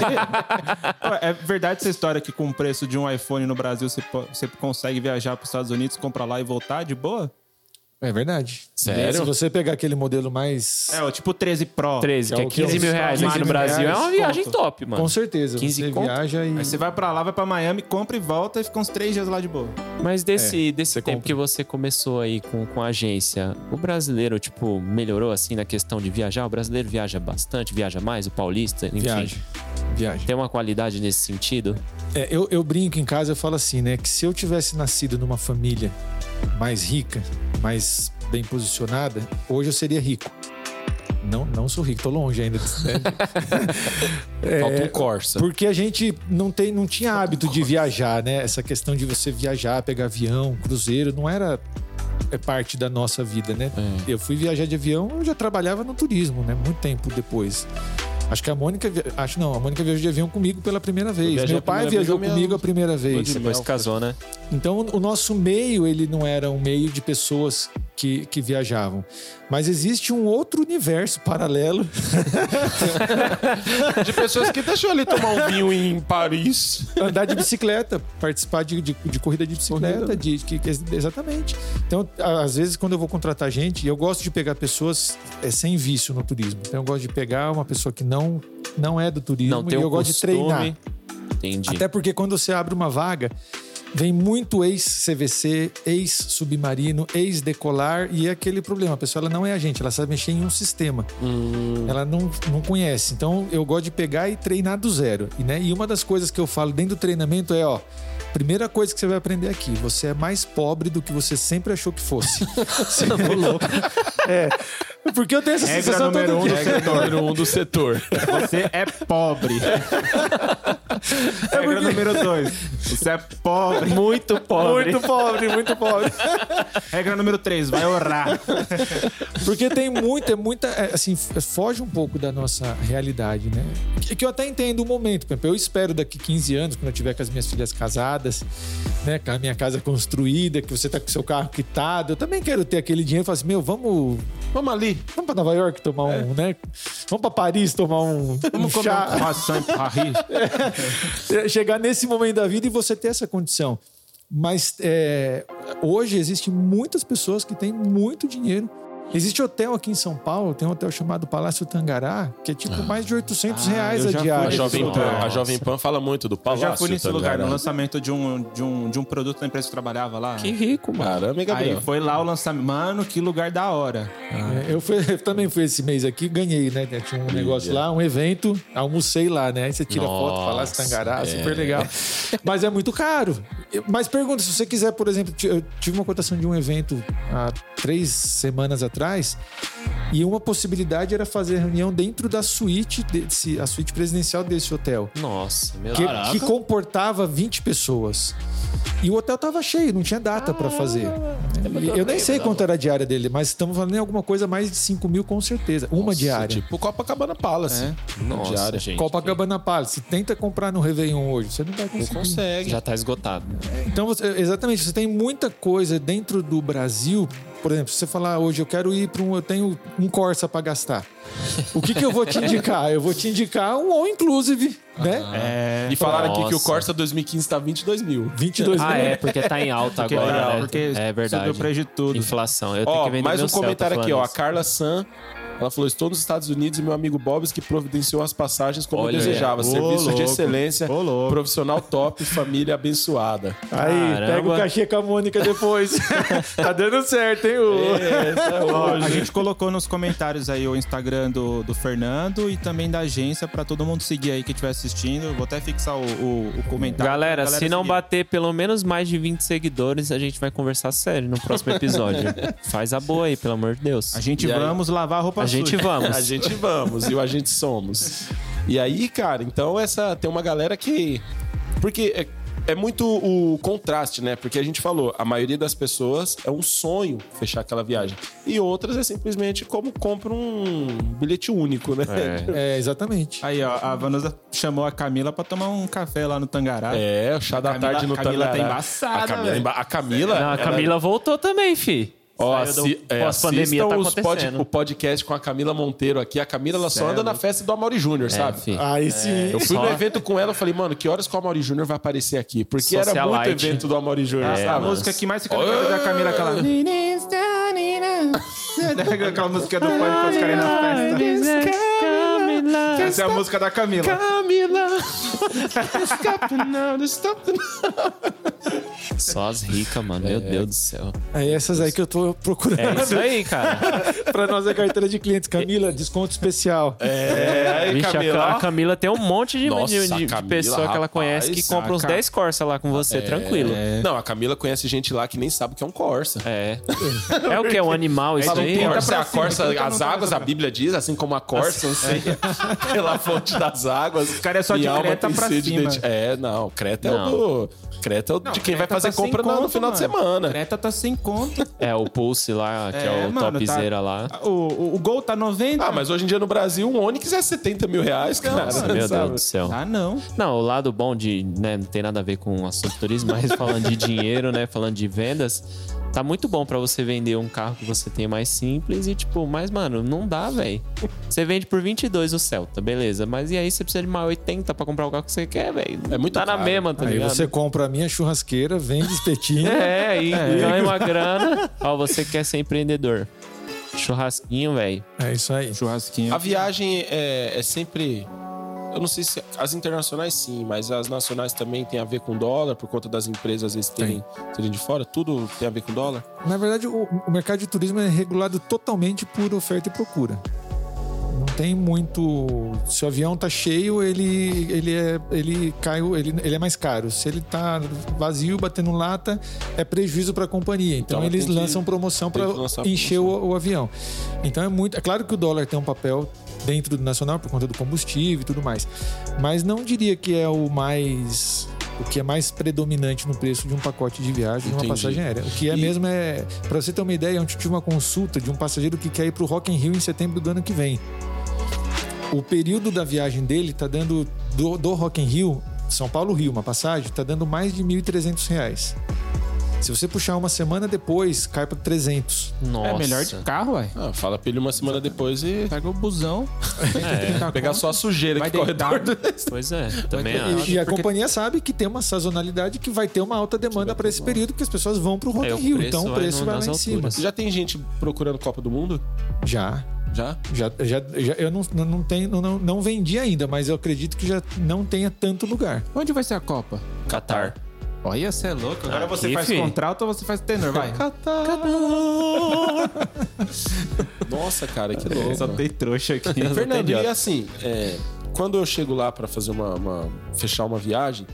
Speaker 4: Ué, É verdade essa história que com o preço de um iPhone no Brasil você, po- você consegue viajar pros Estados Unidos, comprar lá e voltar de boa?
Speaker 5: É verdade.
Speaker 2: Sério?
Speaker 5: Se você pegar aquele modelo mais.
Speaker 4: É, o tipo 13 Pro.
Speaker 2: 13, que é
Speaker 5: o que
Speaker 2: 15 mil
Speaker 5: eu-
Speaker 2: reais aqui
Speaker 5: 15
Speaker 2: no
Speaker 5: mil
Speaker 2: Brasil. É
Speaker 5: reais,
Speaker 2: uma viagem
Speaker 5: conto.
Speaker 2: top, mano.
Speaker 5: Com certeza.
Speaker 2: 15
Speaker 5: você
Speaker 2: conto?
Speaker 5: viaja e.
Speaker 4: Aí você vai pra lá, vai pra Miami, compra e volta e fica uns três dias lá de boa.
Speaker 2: Mas desse, desse
Speaker 5: você
Speaker 2: tempo
Speaker 5: compra.
Speaker 2: que você começou aí com, com a agência, o brasileiro, tipo, melhorou assim na questão de viajar? O brasileiro viaja bastante, viaja mais, o paulista, enfim.
Speaker 5: Viaja. Viaja.
Speaker 2: Tem uma qualidade nesse sentido?
Speaker 5: É, eu, eu brinco em casa, eu falo assim, né? Que se eu tivesse nascido numa família mais rica, mais bem posicionada, hoje eu seria rico. Não, não sou rico, tô longe ainda. né? É,
Speaker 3: Falta um Corsa.
Speaker 5: Porque a gente não, tem, não tinha hábito de viajar, né? Essa questão de você viajar, pegar avião, cruzeiro, não era é parte da nossa vida, né?
Speaker 3: É.
Speaker 5: Eu fui viajar de avião, eu já trabalhava no turismo, né? Muito tempo depois. Acho que a Mônica, via- acho não, a Mônica viajou de avião comigo pela primeira vez.
Speaker 3: viajei
Speaker 5: Meu
Speaker 3: a
Speaker 5: pai
Speaker 3: primeira
Speaker 5: viajou
Speaker 3: vez, eu me-
Speaker 5: comigo a primeira vez.
Speaker 2: Depois casou, né?
Speaker 5: Então, o nosso meio, ele não era um meio de pessoas que, que viajavam. Mas existe um outro universo paralelo.
Speaker 3: De pessoas que deixou ele tomar um vinho em Paris.
Speaker 5: Andar de bicicleta, participar de, de, de corrida de
Speaker 2: né?
Speaker 5: bicicleta. De, que- que- exatamente. Então, a- às vezes, quando eu vou contratar gente, eu gosto de pegar pessoas é, sem vício no turismo. Então, eu gosto de pegar uma pessoa que não, não é do turismo
Speaker 2: Não, tem
Speaker 5: e
Speaker 2: o
Speaker 5: eu gosto
Speaker 2: costume.
Speaker 5: de treinar.
Speaker 2: Entendi.
Speaker 5: Até porque quando você abre uma vaga, vem muito ex-CVC, ex-submarino, ex-decolar e é aquele problema. A pessoa ela não é agente, ela sabe mexer em um sistema.
Speaker 4: Hum.
Speaker 5: Ela não, não conhece. Então eu gosto de pegar e treinar do zero. E, né, e uma das coisas que eu falo dentro do treinamento é, ó, Primeira coisa que você vai aprender aqui: você é mais pobre do que você sempre achou que fosse. é. Porque eu tenho essa
Speaker 4: Regra
Speaker 5: sensação
Speaker 4: número
Speaker 5: todo
Speaker 4: um do
Speaker 5: dia.
Speaker 3: Regra número um do setor.
Speaker 4: Você é pobre. Regra número dois. Você é pobre.
Speaker 2: Muito pobre.
Speaker 5: Muito pobre, muito pobre.
Speaker 4: Regra número três. Vai orar.
Speaker 5: Porque tem muita, é muita. é, Assim, f- foge um pouco da nossa realidade, né? Que, que eu até entendo o momento. Por exemplo, eu espero daqui 15 anos, quando eu tiver com as minhas filhas casadas, né? Com a minha casa construída, que você tá com o seu carro quitado. Eu também quero ter aquele dinheiro e falar assim: meu, vamos.
Speaker 3: Vamos ali.
Speaker 5: Vamos pra Nova York tomar um, né? Vamos pra Paris tomar um.
Speaker 4: Vamos
Speaker 5: um
Speaker 4: comer
Speaker 5: chá.
Speaker 4: um croissant em Paris.
Speaker 5: É, chegar nesse momento da vida e você ter essa condição. Mas é, hoje existem muitas pessoas que têm muito dinheiro. Existe hotel aqui em São Paulo, tem um hotel chamado Palácio Tangará, que é tipo mais de 800 reais
Speaker 4: Ah, eu
Speaker 5: a
Speaker 4: já fui
Speaker 3: A
Speaker 5: diária.
Speaker 4: nesse
Speaker 3: Ah. Jovem, Pan,
Speaker 4: lugar.
Speaker 3: a Jovem Pan fala muito do
Speaker 4: Eu
Speaker 3: palácio.
Speaker 4: já fui nesse
Speaker 3: tá
Speaker 4: lugar, no
Speaker 3: ligado?
Speaker 4: lançamento de um, de um, de um produto da empresa que eu trabalhava lá.
Speaker 3: Que É rico, mano. Caramba, hein, Gabriel?
Speaker 4: Aí foi lá o lançamento. Mano, que lugar da hora.
Speaker 5: É, eu, fui- eu também fui esse mês aqui, ganhei, né? Tinha um negócio lá, um evento, almocei lá, né? Aí você tira foto, Palácio
Speaker 2: Nossa,
Speaker 5: Tangará, super legal. Mas é muito caro. Eu- Mas pergunta, se você quiser, por exemplo, ti- eu tive uma cotação de um evento há três semanas atrás, e uma possibilidade era fazer reunião dentro da suíte, desse, a suíte presidencial desse hotel.
Speaker 2: Nossa, meu
Speaker 5: Que,
Speaker 2: Deus.
Speaker 5: que comportava 20 pessoas. E o hotel tava cheio, não tinha data para fazer.
Speaker 3: Ah, é
Speaker 5: Eu nem
Speaker 3: né?
Speaker 5: sei quanto era a diária dele, mas estamos falando em alguma coisa mais de 5 mil, com certeza. Uma
Speaker 3: Nossa,
Speaker 5: diária.
Speaker 3: Tipo Copacabana
Speaker 4: É.
Speaker 3: Palace. né,
Speaker 2: Nossa,
Speaker 3: diária.
Speaker 2: gente.
Speaker 5: Copacabana Palace. Se tenta comprar no Réveillon hoje, você não vai
Speaker 3: Não
Speaker 5: conseguir.
Speaker 3: consegue.
Speaker 2: Já tá esgotado.
Speaker 5: Então, você- exatamente, você tem muita coisa dentro do Brasil. Por exemplo, se você falar "Ah, hoje, eu quero ir para um. Eu tenho um Corsa para gastar. O que, que eu vou te indicar? Eu vou te indicar um All Inclusive, né?
Speaker 3: Ah,
Speaker 4: É.
Speaker 3: E falaram aqui que o
Speaker 2: Nossa.
Speaker 3: Corsa 2015 tá 22 mil.
Speaker 5: 22
Speaker 2: Ah,
Speaker 5: mil.
Speaker 2: é, porque tá em alta
Speaker 4: Porque,
Speaker 2: agora,
Speaker 4: não,
Speaker 2: né?
Speaker 4: porque
Speaker 2: é verdade.
Speaker 4: subiu o preço de tudo.
Speaker 2: Inflação. Eu tenho
Speaker 3: Ó,
Speaker 2: que vender
Speaker 3: mais
Speaker 2: meu
Speaker 3: um
Speaker 2: Celta,
Speaker 3: comentário aqui, ó. A
Speaker 2: Flanders.
Speaker 3: Carla San. Ela falou: Estou nos Estados Unidos e meu amigo Bobs que providenciou as passagens como
Speaker 2: Olha
Speaker 3: eu
Speaker 2: aí.
Speaker 3: desejava.
Speaker 4: Ô,
Speaker 3: Serviço de
Speaker 4: louco.
Speaker 3: excelência,
Speaker 4: Ô, louco.
Speaker 3: profissional top, família abençoada.
Speaker 5: Aí, pega
Speaker 2: Caramba.
Speaker 5: o cachê com a Mônica depois. tá dando certo, hein,
Speaker 2: É.
Speaker 5: Hugo?
Speaker 4: Ó, a gente colocou nos comentários aí o Instagram do, do Fernando e também da agência pra todo mundo seguir aí que estiver assistindo. Vou até fixar o, o- o comentário.
Speaker 2: Galera,
Speaker 4: pra
Speaker 2: se não
Speaker 4: seguir.
Speaker 2: bater pelo menos mais de 20 seguidores, a gente vai conversar sério no próximo episódio. Faz a boa aí, pelo amor de Deus.
Speaker 4: A gente
Speaker 3: E aí?
Speaker 4: vamos lavar a roupa
Speaker 2: A gente
Speaker 4: suja.
Speaker 2: vamos.
Speaker 3: A gente vamos e o a gente somos. E aí, cara, então essa tem uma galera que porque é, é muito o contraste, né? Porque a gente falou, a maioria das pessoas é um sonho fechar aquela viagem e outras é simplesmente como compra um bilhete único, né?
Speaker 5: É, exatamente.
Speaker 4: Aí, ó, a Vanusa chamou a Camila pra tomar um café lá no Tangará.
Speaker 3: É, o chá da
Speaker 4: Camila-
Speaker 3: tarde no
Speaker 4: Camila tá
Speaker 3: Tangará.
Speaker 4: embaçada,
Speaker 3: A Camila,
Speaker 4: velho.
Speaker 3: emba- a Camila,
Speaker 2: Não, a
Speaker 3: ela-
Speaker 2: Camila voltou também, fi.
Speaker 3: Ó,
Speaker 2: Saiu do-
Speaker 3: assi- é,
Speaker 2: Pós-pandemia tá
Speaker 3: assistam os pod-
Speaker 2: acontecendo.
Speaker 3: o podcast com a Camila Monteiro aqui. A Camila ela só anda na festa do Amaury Júnior, sabe?
Speaker 2: fi.
Speaker 5: Aí sim.
Speaker 3: Eu fui
Speaker 2: Só-
Speaker 3: no evento com ela, eu falei, mano, que horas que o Amaury Júnior vai aparecer aqui? Porque era muito
Speaker 2: Socialite.
Speaker 3: evento do Amaury Júnior,
Speaker 4: É, a
Speaker 3: sabe?
Speaker 4: música que mais fica na cabeça da Camila, aquela... aquela música do Pânico, os caras na festa. Essa é a música da Camila.
Speaker 2: Só as ricas, mano. Meu Deus do céu.
Speaker 5: É essas aí que eu tô
Speaker 2: É
Speaker 5: procurando
Speaker 2: isso aí, cara.
Speaker 5: pra nossa carteira de clientes. Camila, desconto especial.
Speaker 3: É, aí,
Speaker 2: Vixe, a Ca-
Speaker 3: Camila,
Speaker 2: a Camila tem um monte de,
Speaker 3: Nossa,
Speaker 2: de- de- de
Speaker 3: Camila,
Speaker 2: pessoa que ela
Speaker 3: rapaz,
Speaker 2: conhece que compra uns
Speaker 3: saca. É.
Speaker 2: 10 Corsa lá com você,
Speaker 4: é
Speaker 2: tranquilo.
Speaker 3: ó. Não, a Camila conhece gente lá que nem sabe o que é um Corsa.
Speaker 2: É. É o que? É um animal isso
Speaker 3: Fala,
Speaker 2: aí?
Speaker 3: um Corsa,
Speaker 4: pra
Speaker 3: a
Speaker 4: cima,
Speaker 3: Corsa,
Speaker 4: tenta
Speaker 3: as
Speaker 4: não
Speaker 3: águas, a Bíblia diz, assim como a Corsa, não sei, pela fonte das águas. O
Speaker 4: É. cara é só de Creta pra cima.
Speaker 3: É, não, Creta é
Speaker 2: Não.
Speaker 3: o do... Creta é o de quem vai
Speaker 4: Creta
Speaker 3: fazer
Speaker 4: tá sem
Speaker 3: compra no- no
Speaker 4: conta,
Speaker 3: final de
Speaker 4: mano.
Speaker 3: semana.
Speaker 4: Creta tá sem conta.
Speaker 2: É, o Pulse lá, que é, o
Speaker 4: mano,
Speaker 2: topzera
Speaker 4: tá-
Speaker 2: lá.
Speaker 4: O, o, o gol tá 90.
Speaker 3: Ah, mas hoje em dia no Brasil, um Onix é 70 mil reais, cara.
Speaker 4: mano.
Speaker 2: Meu
Speaker 3: sabe?
Speaker 2: Deus do céu.
Speaker 4: Ah, não.
Speaker 2: Não, o lado bom de, né, não tem nada a ver com o assunto turismo, mas falando de dinheiro, né, falando de vendas, tá muito bom pra você vender um carro que você tem mais simples e tipo, mas mano, não dá, velho. Você vende por 22 o Celta, beleza, mas e aí você precisa de mais 80 pra comprar o carro que você quer, velho.
Speaker 3: É muito
Speaker 2: tá na
Speaker 3: caro.
Speaker 2: mesma, tá
Speaker 5: Aí
Speaker 2: ligado?
Speaker 5: você compra a minha churrasqueira, vende espetinho.
Speaker 2: É, e ganha uma grana. Ó, você quer ser empreendedor. Churrasquinho, velho.
Speaker 5: É isso aí.
Speaker 4: Churrasquinho.
Speaker 3: A viagem é, é sempre. Eu não sei se. As internacionais sim, mas as nacionais também tem a ver com dólar, por conta das empresas às vezes terem, terem de fora. Tudo tem a ver com dólar.
Speaker 5: Na verdade, o, o mercado de turismo é regulado totalmente por oferta e procura. Não tem muito. Se o avião tá cheio, ele ele é ele cai, o- ele, ele é mais caro. Se ele tá vazio, batendo lata, é prejuízo para a companhia. Então,
Speaker 3: Então,
Speaker 5: eles
Speaker 3: tem que-
Speaker 5: lançam promoção
Speaker 3: tem
Speaker 5: para
Speaker 3: que lançar
Speaker 5: encher o, o avião. Então é muito, é claro que o dólar tem um papel dentro do nacional por conta do combustível e tudo mais. Mas não diria que é o mais o que é mais predominante no preço de um pacote de viagem, de uma
Speaker 3: Entendi.
Speaker 5: passagem aérea. O que é
Speaker 3: E-
Speaker 5: mesmo é, para você ter uma ideia, ontem eu tive uma consulta de um passageiro que quer ir pro Rock in Rio em setembro do ano que vem. O período da viagem dele tá dando do, do Rock in Rio, São Paulo Rio, uma passagem, tá dando mais de 1.300 reais. Se você puxar uma semana depois, cai para 300.
Speaker 2: Nossa.
Speaker 4: É melhor de carro, ué.
Speaker 3: Ah, fala pra ele uma semana depois e
Speaker 4: Pega o busão.
Speaker 2: É,
Speaker 3: pegar só a sujeira
Speaker 4: Vai
Speaker 3: que corre
Speaker 4: deitar.
Speaker 3: do
Speaker 2: pois é, também
Speaker 4: ter-
Speaker 2: acho.
Speaker 5: E, e a
Speaker 4: Porque-
Speaker 5: companhia sabe que tem uma sazonalidade que vai ter uma alta demanda para esse período que as pessoas vão pro Rock
Speaker 2: É,
Speaker 5: in
Speaker 2: o
Speaker 5: Rio.
Speaker 2: preço
Speaker 5: Então o
Speaker 2: vai
Speaker 5: preço
Speaker 2: no-
Speaker 5: vai
Speaker 2: nas
Speaker 5: lá em cima.
Speaker 2: alturas.
Speaker 3: Já tem gente procurando Copa do Mundo?
Speaker 5: Já.
Speaker 3: Já?
Speaker 5: Já, já, já- eu não, não, não tenho, não, não, não vendi ainda, mas eu acredito que já não tenha tanto lugar.
Speaker 4: Onde vai ser a Copa?
Speaker 2: Qatar.
Speaker 4: Olha, você é louco. Agora
Speaker 2: Aqui,
Speaker 4: você faz
Speaker 2: fi.
Speaker 4: contrato ou você faz tenor, vai?
Speaker 3: Nossa, cara, que louco.
Speaker 4: tem trouxa aqui.
Speaker 3: É, Fernando,
Speaker 2: tem
Speaker 3: e
Speaker 2: idiota.
Speaker 3: assim, é, quando eu chego lá pra fazer uma, uma- fechar uma viagem,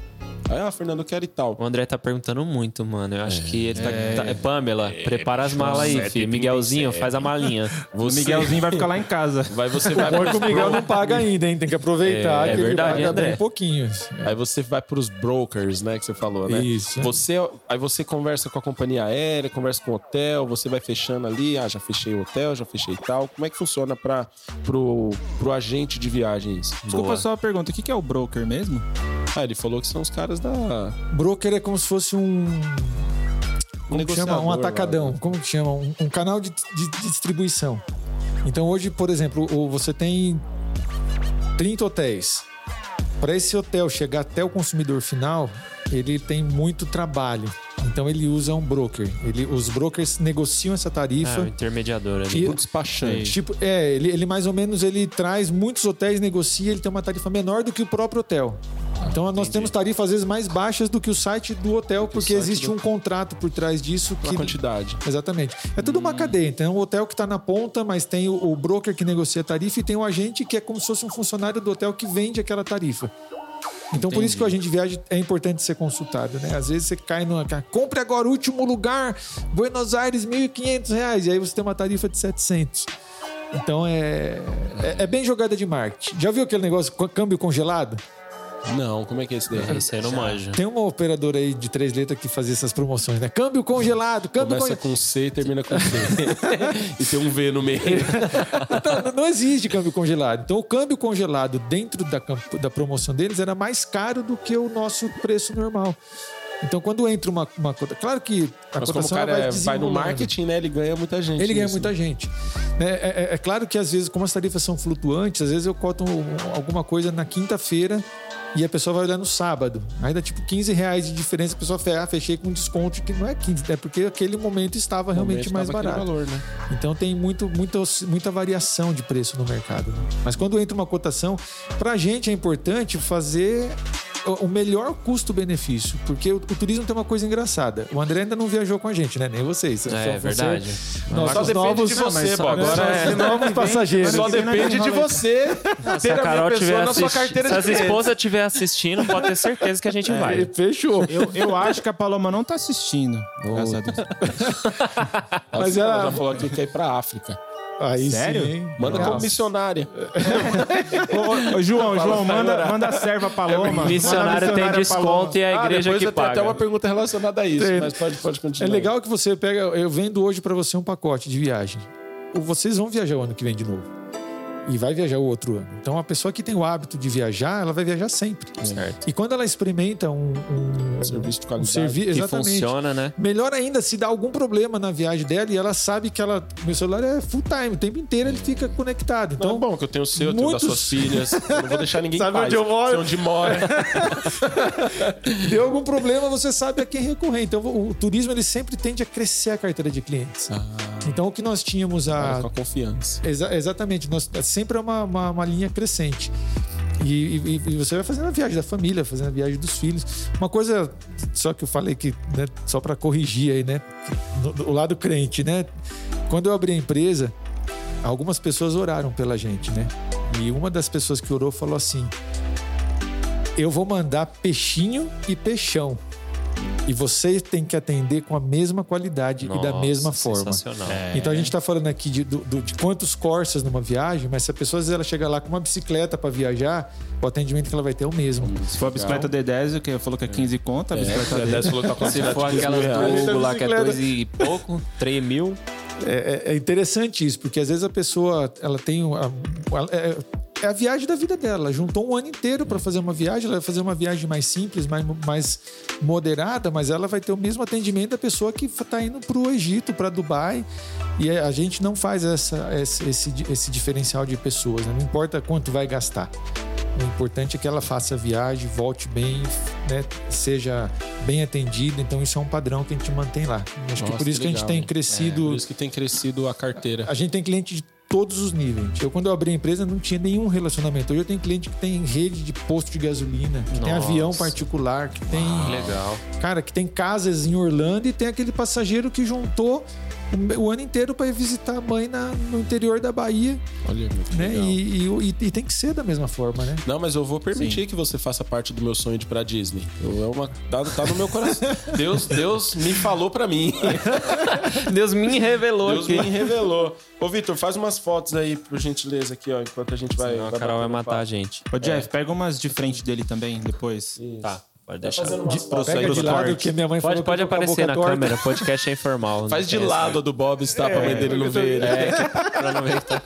Speaker 3: aí, ah, Fernando, eu quero e tal.
Speaker 2: O André tá perguntando muito, mano. Eu acho que ele tá. tá- é, Pamela, prepara as malas aí, filho. Miguelzinho, faz a malinha.
Speaker 4: O Miguelzinho vai ficar lá em casa.
Speaker 3: Vai você vai
Speaker 5: Bom que o
Speaker 3: pros
Speaker 5: Miguel
Speaker 3: bro-
Speaker 5: não paga ainda, hein? Tem que aproveitar
Speaker 2: É, é
Speaker 5: que
Speaker 2: verdade,
Speaker 5: ele paga
Speaker 2: André.
Speaker 5: bem pouquinho.
Speaker 3: Aí você vai pros brokers, né, que você falou, né?
Speaker 5: Isso.
Speaker 3: Você, aí você conversa com a companhia aérea, conversa com o hotel, você vai fechando ali, ah, já fechei o hotel, já fechei tal. Como é que funciona para pro, pro agente de viagens?
Speaker 4: Desculpa só a pergunta, o que que é o broker mesmo?
Speaker 3: Ah, ele falou que são os caras da
Speaker 5: Broker é como se fosse um. Como que chama? Um
Speaker 3: negociador lá,
Speaker 5: atacadão.
Speaker 3: né?
Speaker 5: Como que chama? Um, um canal de, de- de distribuição. Então hoje, por exemplo, o- você tem 30 hotéis. Para esse hotel chegar até o consumidor final, ele tem muito trabalho. Então ele usa um broker. Ele, os brokers negociam essa
Speaker 2: Ah, o
Speaker 5: tarifa.
Speaker 2: intermediador ali.
Speaker 5: E-
Speaker 3: O despachante.
Speaker 5: Tipo, é, ele, ele mais ou menos ele traz muitos hotéis, negocia, ele tem uma tarifa menor do que o próprio hotel. Então nós temos tarifas às vezes mais baixas do que o site do hotel, porque
Speaker 3: site
Speaker 5: existe
Speaker 3: do-
Speaker 5: um contrato por trás disso
Speaker 3: a
Speaker 5: que.
Speaker 3: quantidade.
Speaker 5: Exatamente. É tudo uma cadeia. Então, o hotel que está na ponta, mas tem o, o broker que negocia a tarifa e tem o agente que é como se fosse um funcionário do hotel que vende aquela tarifa. Então, por isso que o agente de viagem é importante ser consultado, né? Às vezes você cai numa... ca- Compre agora o último lugar, Buenos Aires, R$ 1.500. reais", E aí você tem uma tarifa de 700. Então, é... É, é bem jogada de marketing. Já viu aquele negócio com câmbio congelado?
Speaker 3: Não, como é que é esse daí?
Speaker 2: Isso aí eu não manjo.
Speaker 5: Tem uma operadora aí de três letras que fazia essas promoções, né? Câmbio congelado, câmbio
Speaker 3: Começa
Speaker 5: congelado.
Speaker 3: com C e termina com C. e tem um V no meio.
Speaker 5: Então, não- não existe câmbio congelado. Então, o câmbio congelado dentro da, camp- da promoção deles era mais caro do que o nosso preço normal. Então, quando entra uma, uma cota. Claro que a
Speaker 3: Mas como o
Speaker 5: cotação
Speaker 3: cara
Speaker 5: ela
Speaker 3: é- vai, no
Speaker 5: desenrolando.
Speaker 3: marketing, né? Ele ganha muita gente.
Speaker 5: Ele ganha
Speaker 3: nisso.
Speaker 5: muita gente. né? É, é- é claro que às vezes, como as tarifas são flutuantes, às vezes eu coto um- alguma coisa na quinta-feira e a pessoa vai olhar no sábado. Aí dá tipo 15 reais de diferença, a pessoa fala, ah, fechei com desconto, que não é 15, é porque aquele momento estava realmente
Speaker 3: Aumenta
Speaker 5: mais
Speaker 3: aquele
Speaker 5: barato.
Speaker 3: valor, né?
Speaker 5: Então tem muito, muito, muita variação de preço no mercado. né? Mas quando entra uma cotação, para a gente é importante fazer o- o melhor custo-benefício, porque o, o turismo tem uma coisa engraçada. O André ainda não viajou com a gente, né? Nem vocês.
Speaker 2: É, é verdade.
Speaker 5: Nós
Speaker 3: Só depende de você, Bob. Agora é-
Speaker 5: novos passageiros.
Speaker 3: Só depende de você
Speaker 2: Se
Speaker 3: ter
Speaker 2: a
Speaker 3: a minha
Speaker 2: Carol tiver
Speaker 3: pessoa na sua
Speaker 2: assistindo,
Speaker 3: carteira
Speaker 2: se
Speaker 3: de
Speaker 2: as
Speaker 3: cliente.
Speaker 2: esposas estiver assistindo, pode ter certeza que a gente vai.
Speaker 5: Fechou.
Speaker 4: Eu, eu acho que a Paloma não tá assistindo. Graças a Deus.
Speaker 5: Mas
Speaker 3: Assim, ela
Speaker 5: era-
Speaker 3: já falou que quer ir pra África.
Speaker 5: Aí
Speaker 4: Sério?
Speaker 5: sim, hein?
Speaker 3: Manda
Speaker 5: Legal.
Speaker 3: como missionária.
Speaker 4: Ô, ô, ô, João, João, manda, manda a serva Paloma. Manda a
Speaker 2: Missionário tem
Speaker 4: missionária é Paloma.
Speaker 2: desconto e é a
Speaker 3: Ah,
Speaker 2: igreja
Speaker 3: depois
Speaker 2: que
Speaker 3: eu tenho até
Speaker 2: paga.
Speaker 3: uma pergunta relacionada a isso,
Speaker 5: Tem.
Speaker 3: mas pode, pode
Speaker 5: É
Speaker 3: continuar.
Speaker 5: legal que você pega. Eu vendo hoje para você um pacote de viagem. Vocês vão viajar o ano que vem de novo. E vai viajar o outro ano. Então, a pessoa que tem o hábito de viajar, ela vai viajar sempre.
Speaker 2: Certo.
Speaker 5: E quando ela experimenta um, um,
Speaker 3: Serviço de
Speaker 5: um
Speaker 3: qualidade.
Speaker 5: serviço.
Speaker 2: Que
Speaker 5: Exatamente.
Speaker 2: funciona, né?
Speaker 5: Melhor ainda se dá algum problema na viagem dela e ela sabe que ela. Meu celular é full time, o tempo inteiro ele fica conectado.
Speaker 3: Então,
Speaker 5: Então,
Speaker 3: bom, que eu tenho o seu, eu tenho das
Speaker 5: Muitos-
Speaker 3: suas filhas. Eu não vou deixar ninguém
Speaker 5: Sabe
Speaker 3: em paz.
Speaker 5: onde eu moro?
Speaker 3: Sei onde mora.
Speaker 5: deu algum problema, você sabe a quem recorrer. Então, o, o turismo ele sempre tende a crescer a carteira de clientes. Então, o que nós tínhamos há
Speaker 3: Com a confiança.
Speaker 5: Exa- exatamente. Nós, é sempre é uma, uma, uma linha crescente. E, e- e você vai fazendo a viagem da família, fazendo a viagem dos filhos. Uma coisa, só que eu falei que, né, só para corrigir aí, né? no- do- O lado crente, né? Quando eu abri a empresa, algumas pessoas oraram pela gente, né? E uma das pessoas que orou falou assim: Eu vou mandar peixinho e peixão. E você tem que atender com a mesma qualidade e da
Speaker 2: Nossa,
Speaker 5: mesma forma.
Speaker 2: Sensacional.
Speaker 5: Então a gente está falando aqui de, do- do- de quantos Corsas numa viagem, mas se a pessoa às vezes ela chega lá com uma bicicleta para viajar, o atendimento que ela vai ter é o mesmo.
Speaker 4: Se for a bicicleta D10, o que falou que é 15 conto, a bicicleta
Speaker 3: Até se
Speaker 4: dele.
Speaker 5: tá
Speaker 3: colocar com a
Speaker 2: Se
Speaker 3: quantidade
Speaker 2: for
Speaker 3: de 15
Speaker 2: aquela
Speaker 3: mil reais.
Speaker 2: do Hugo lá que é
Speaker 5: bicicleta.
Speaker 2: dois e pouco, 3 mil.
Speaker 5: É, é- é interessante isso, porque às vezes a pessoa ela tem uma- ela- é, é a viagem da vida dela. Ela juntou um ano inteiro para fazer uma viagem, ela vai fazer uma viagem mais simples, mais, mais moderada, mas ela vai ter o mesmo atendimento da pessoa que está indo para o Egito, para Dubai. E é, a gente não faz essa- esse, esse, esse diferencial de pessoas, né? não importa quanto vai gastar. O importante é que ela faça a viagem, volte bem, né? seja bem atendida. Então, isso é um padrão que a gente mantém lá. Acho que
Speaker 3: Nossa,
Speaker 5: por isso que a gente
Speaker 3: legal,
Speaker 5: tem
Speaker 3: hein? É,
Speaker 5: crescido
Speaker 3: Por isso que tem crescido a carteira.
Speaker 5: a gente tem cliente de todos os níveis. Eu, quando eu abri a empresa, não tinha nenhum relacionamento. Hoje eu tenho cliente que tem rede de posto de gasolina, que
Speaker 2: Nossa.
Speaker 5: tem
Speaker 2: Ah,
Speaker 5: avião particular, que tem.
Speaker 2: Legal.
Speaker 5: Cara, que tem casas em Orlando e tem aquele passageiro que juntou o, o ano inteiro para ir visitar a mãe na- no interior da Bahia,
Speaker 3: Olha, meu, que
Speaker 5: né?
Speaker 3: legal.
Speaker 5: E, e- e- e tem que ser da mesma forma, né?
Speaker 3: Não, mas eu vou permitir que você faça parte do meu sonho de ir pra Disney. Eu, é uma, tá, tá no meu coração. Deus, Deus me falou pra mim.
Speaker 2: Deus me revelou
Speaker 3: Deus
Speaker 2: aqui.
Speaker 3: me revelou. Ô, Vitor, faz umas fotos aí, por gentileza, aqui, ó, enquanto a gente vai. um
Speaker 2: Senão a Carol vai matar a gente.
Speaker 4: Ô, Jeff, pega umas de frente dele também, depois.
Speaker 2: Tá, pode deixar.
Speaker 5: Pega de lado que minha mãe
Speaker 2: Pode,
Speaker 5: falou
Speaker 2: pode
Speaker 5: que eu tô com a
Speaker 2: aparecer
Speaker 5: boca
Speaker 2: na
Speaker 5: torta.
Speaker 2: câmera, podcast é informal. não
Speaker 3: Faz de
Speaker 2: tem essa.
Speaker 3: lado a do Bob está pra mãe dele não ver. né?
Speaker 2: É, que- pra não ver que tá-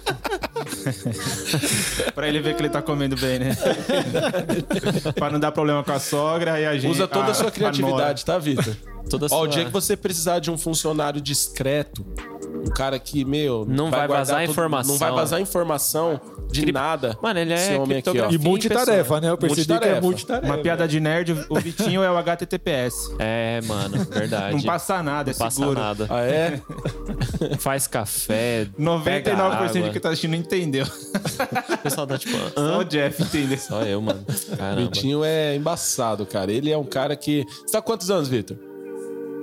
Speaker 4: Pra ele ver que ele tá comendo bem, né? pra não dar problema com a sogra e a gente.
Speaker 3: Usa toda a sua criatividade, tá, Vitor?
Speaker 2: toda
Speaker 3: Ó,
Speaker 2: sua-
Speaker 3: o dia que você precisar de um funcionário discreto, um cara que, meu,
Speaker 2: Não vai
Speaker 3: guardar
Speaker 2: vazar
Speaker 3: tudo-
Speaker 2: informação.
Speaker 3: Não vai vazar informação de nada.
Speaker 2: Mano, ele é
Speaker 3: Esse homem aqui, ó.
Speaker 5: E
Speaker 2: criptografia.
Speaker 5: multitarefa, né? Eu percebi que é
Speaker 3: Multitarefa.
Speaker 5: multitarefa.
Speaker 4: Uma piada de nerd, o Vitinho é o HTTPS.
Speaker 2: É, mano, verdade.
Speaker 4: Não passa nada, é
Speaker 2: Não passa
Speaker 4: seguro.
Speaker 2: nada.
Speaker 3: Ah, é?
Speaker 2: Faz café.
Speaker 4: 99% de
Speaker 2: pega
Speaker 4: quem
Speaker 2: água.
Speaker 4: tá assistindo não entendeu.
Speaker 2: O pessoal tá tipo. "Hã?"
Speaker 4: Só o Jeff entendeu.
Speaker 2: Só eu, mano. Caramba.
Speaker 3: Vitinho é embaçado, cara. Ele é um cara que. Você tá com quantos anos, Vitor?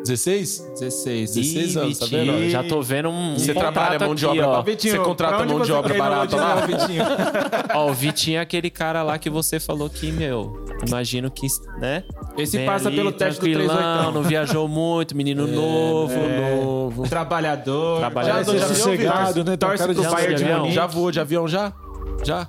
Speaker 3: 16?
Speaker 2: 16,
Speaker 3: 16 anos, tá
Speaker 2: Vitinho,
Speaker 3: vendo?
Speaker 2: Já tô vendo um. um
Speaker 3: Você
Speaker 2: contrato
Speaker 3: trabalha mão de obra
Speaker 2: aqui, ó.
Speaker 3: pra- Você contrata
Speaker 4: pra onde
Speaker 3: mão de
Speaker 4: você
Speaker 3: obra
Speaker 4: treinou
Speaker 3: barata
Speaker 4: hoje,
Speaker 3: lá?
Speaker 4: não, Vitinho?
Speaker 2: Ó, o Vitinho é aquele cara lá que você falou que, meu, imagino que, né?
Speaker 4: Esse
Speaker 2: Vem
Speaker 4: passa
Speaker 2: ali,
Speaker 4: pelo teste do
Speaker 2: tranquilão,
Speaker 4: 38.
Speaker 2: Não viajou muito, menino
Speaker 3: É,
Speaker 2: novo.
Speaker 3: né? Novo.
Speaker 4: Trabalhador.
Speaker 2: Trabalhador.
Speaker 4: Parece
Speaker 3: Já
Speaker 4: sossegado,
Speaker 5: viu,
Speaker 4: torce-
Speaker 5: Vitor? né? Tem
Speaker 4: Torce
Speaker 5: cara
Speaker 4: pro
Speaker 5: de
Speaker 4: Bayern de
Speaker 2: avião.
Speaker 4: Munique.
Speaker 3: Já voou de avião já? Já?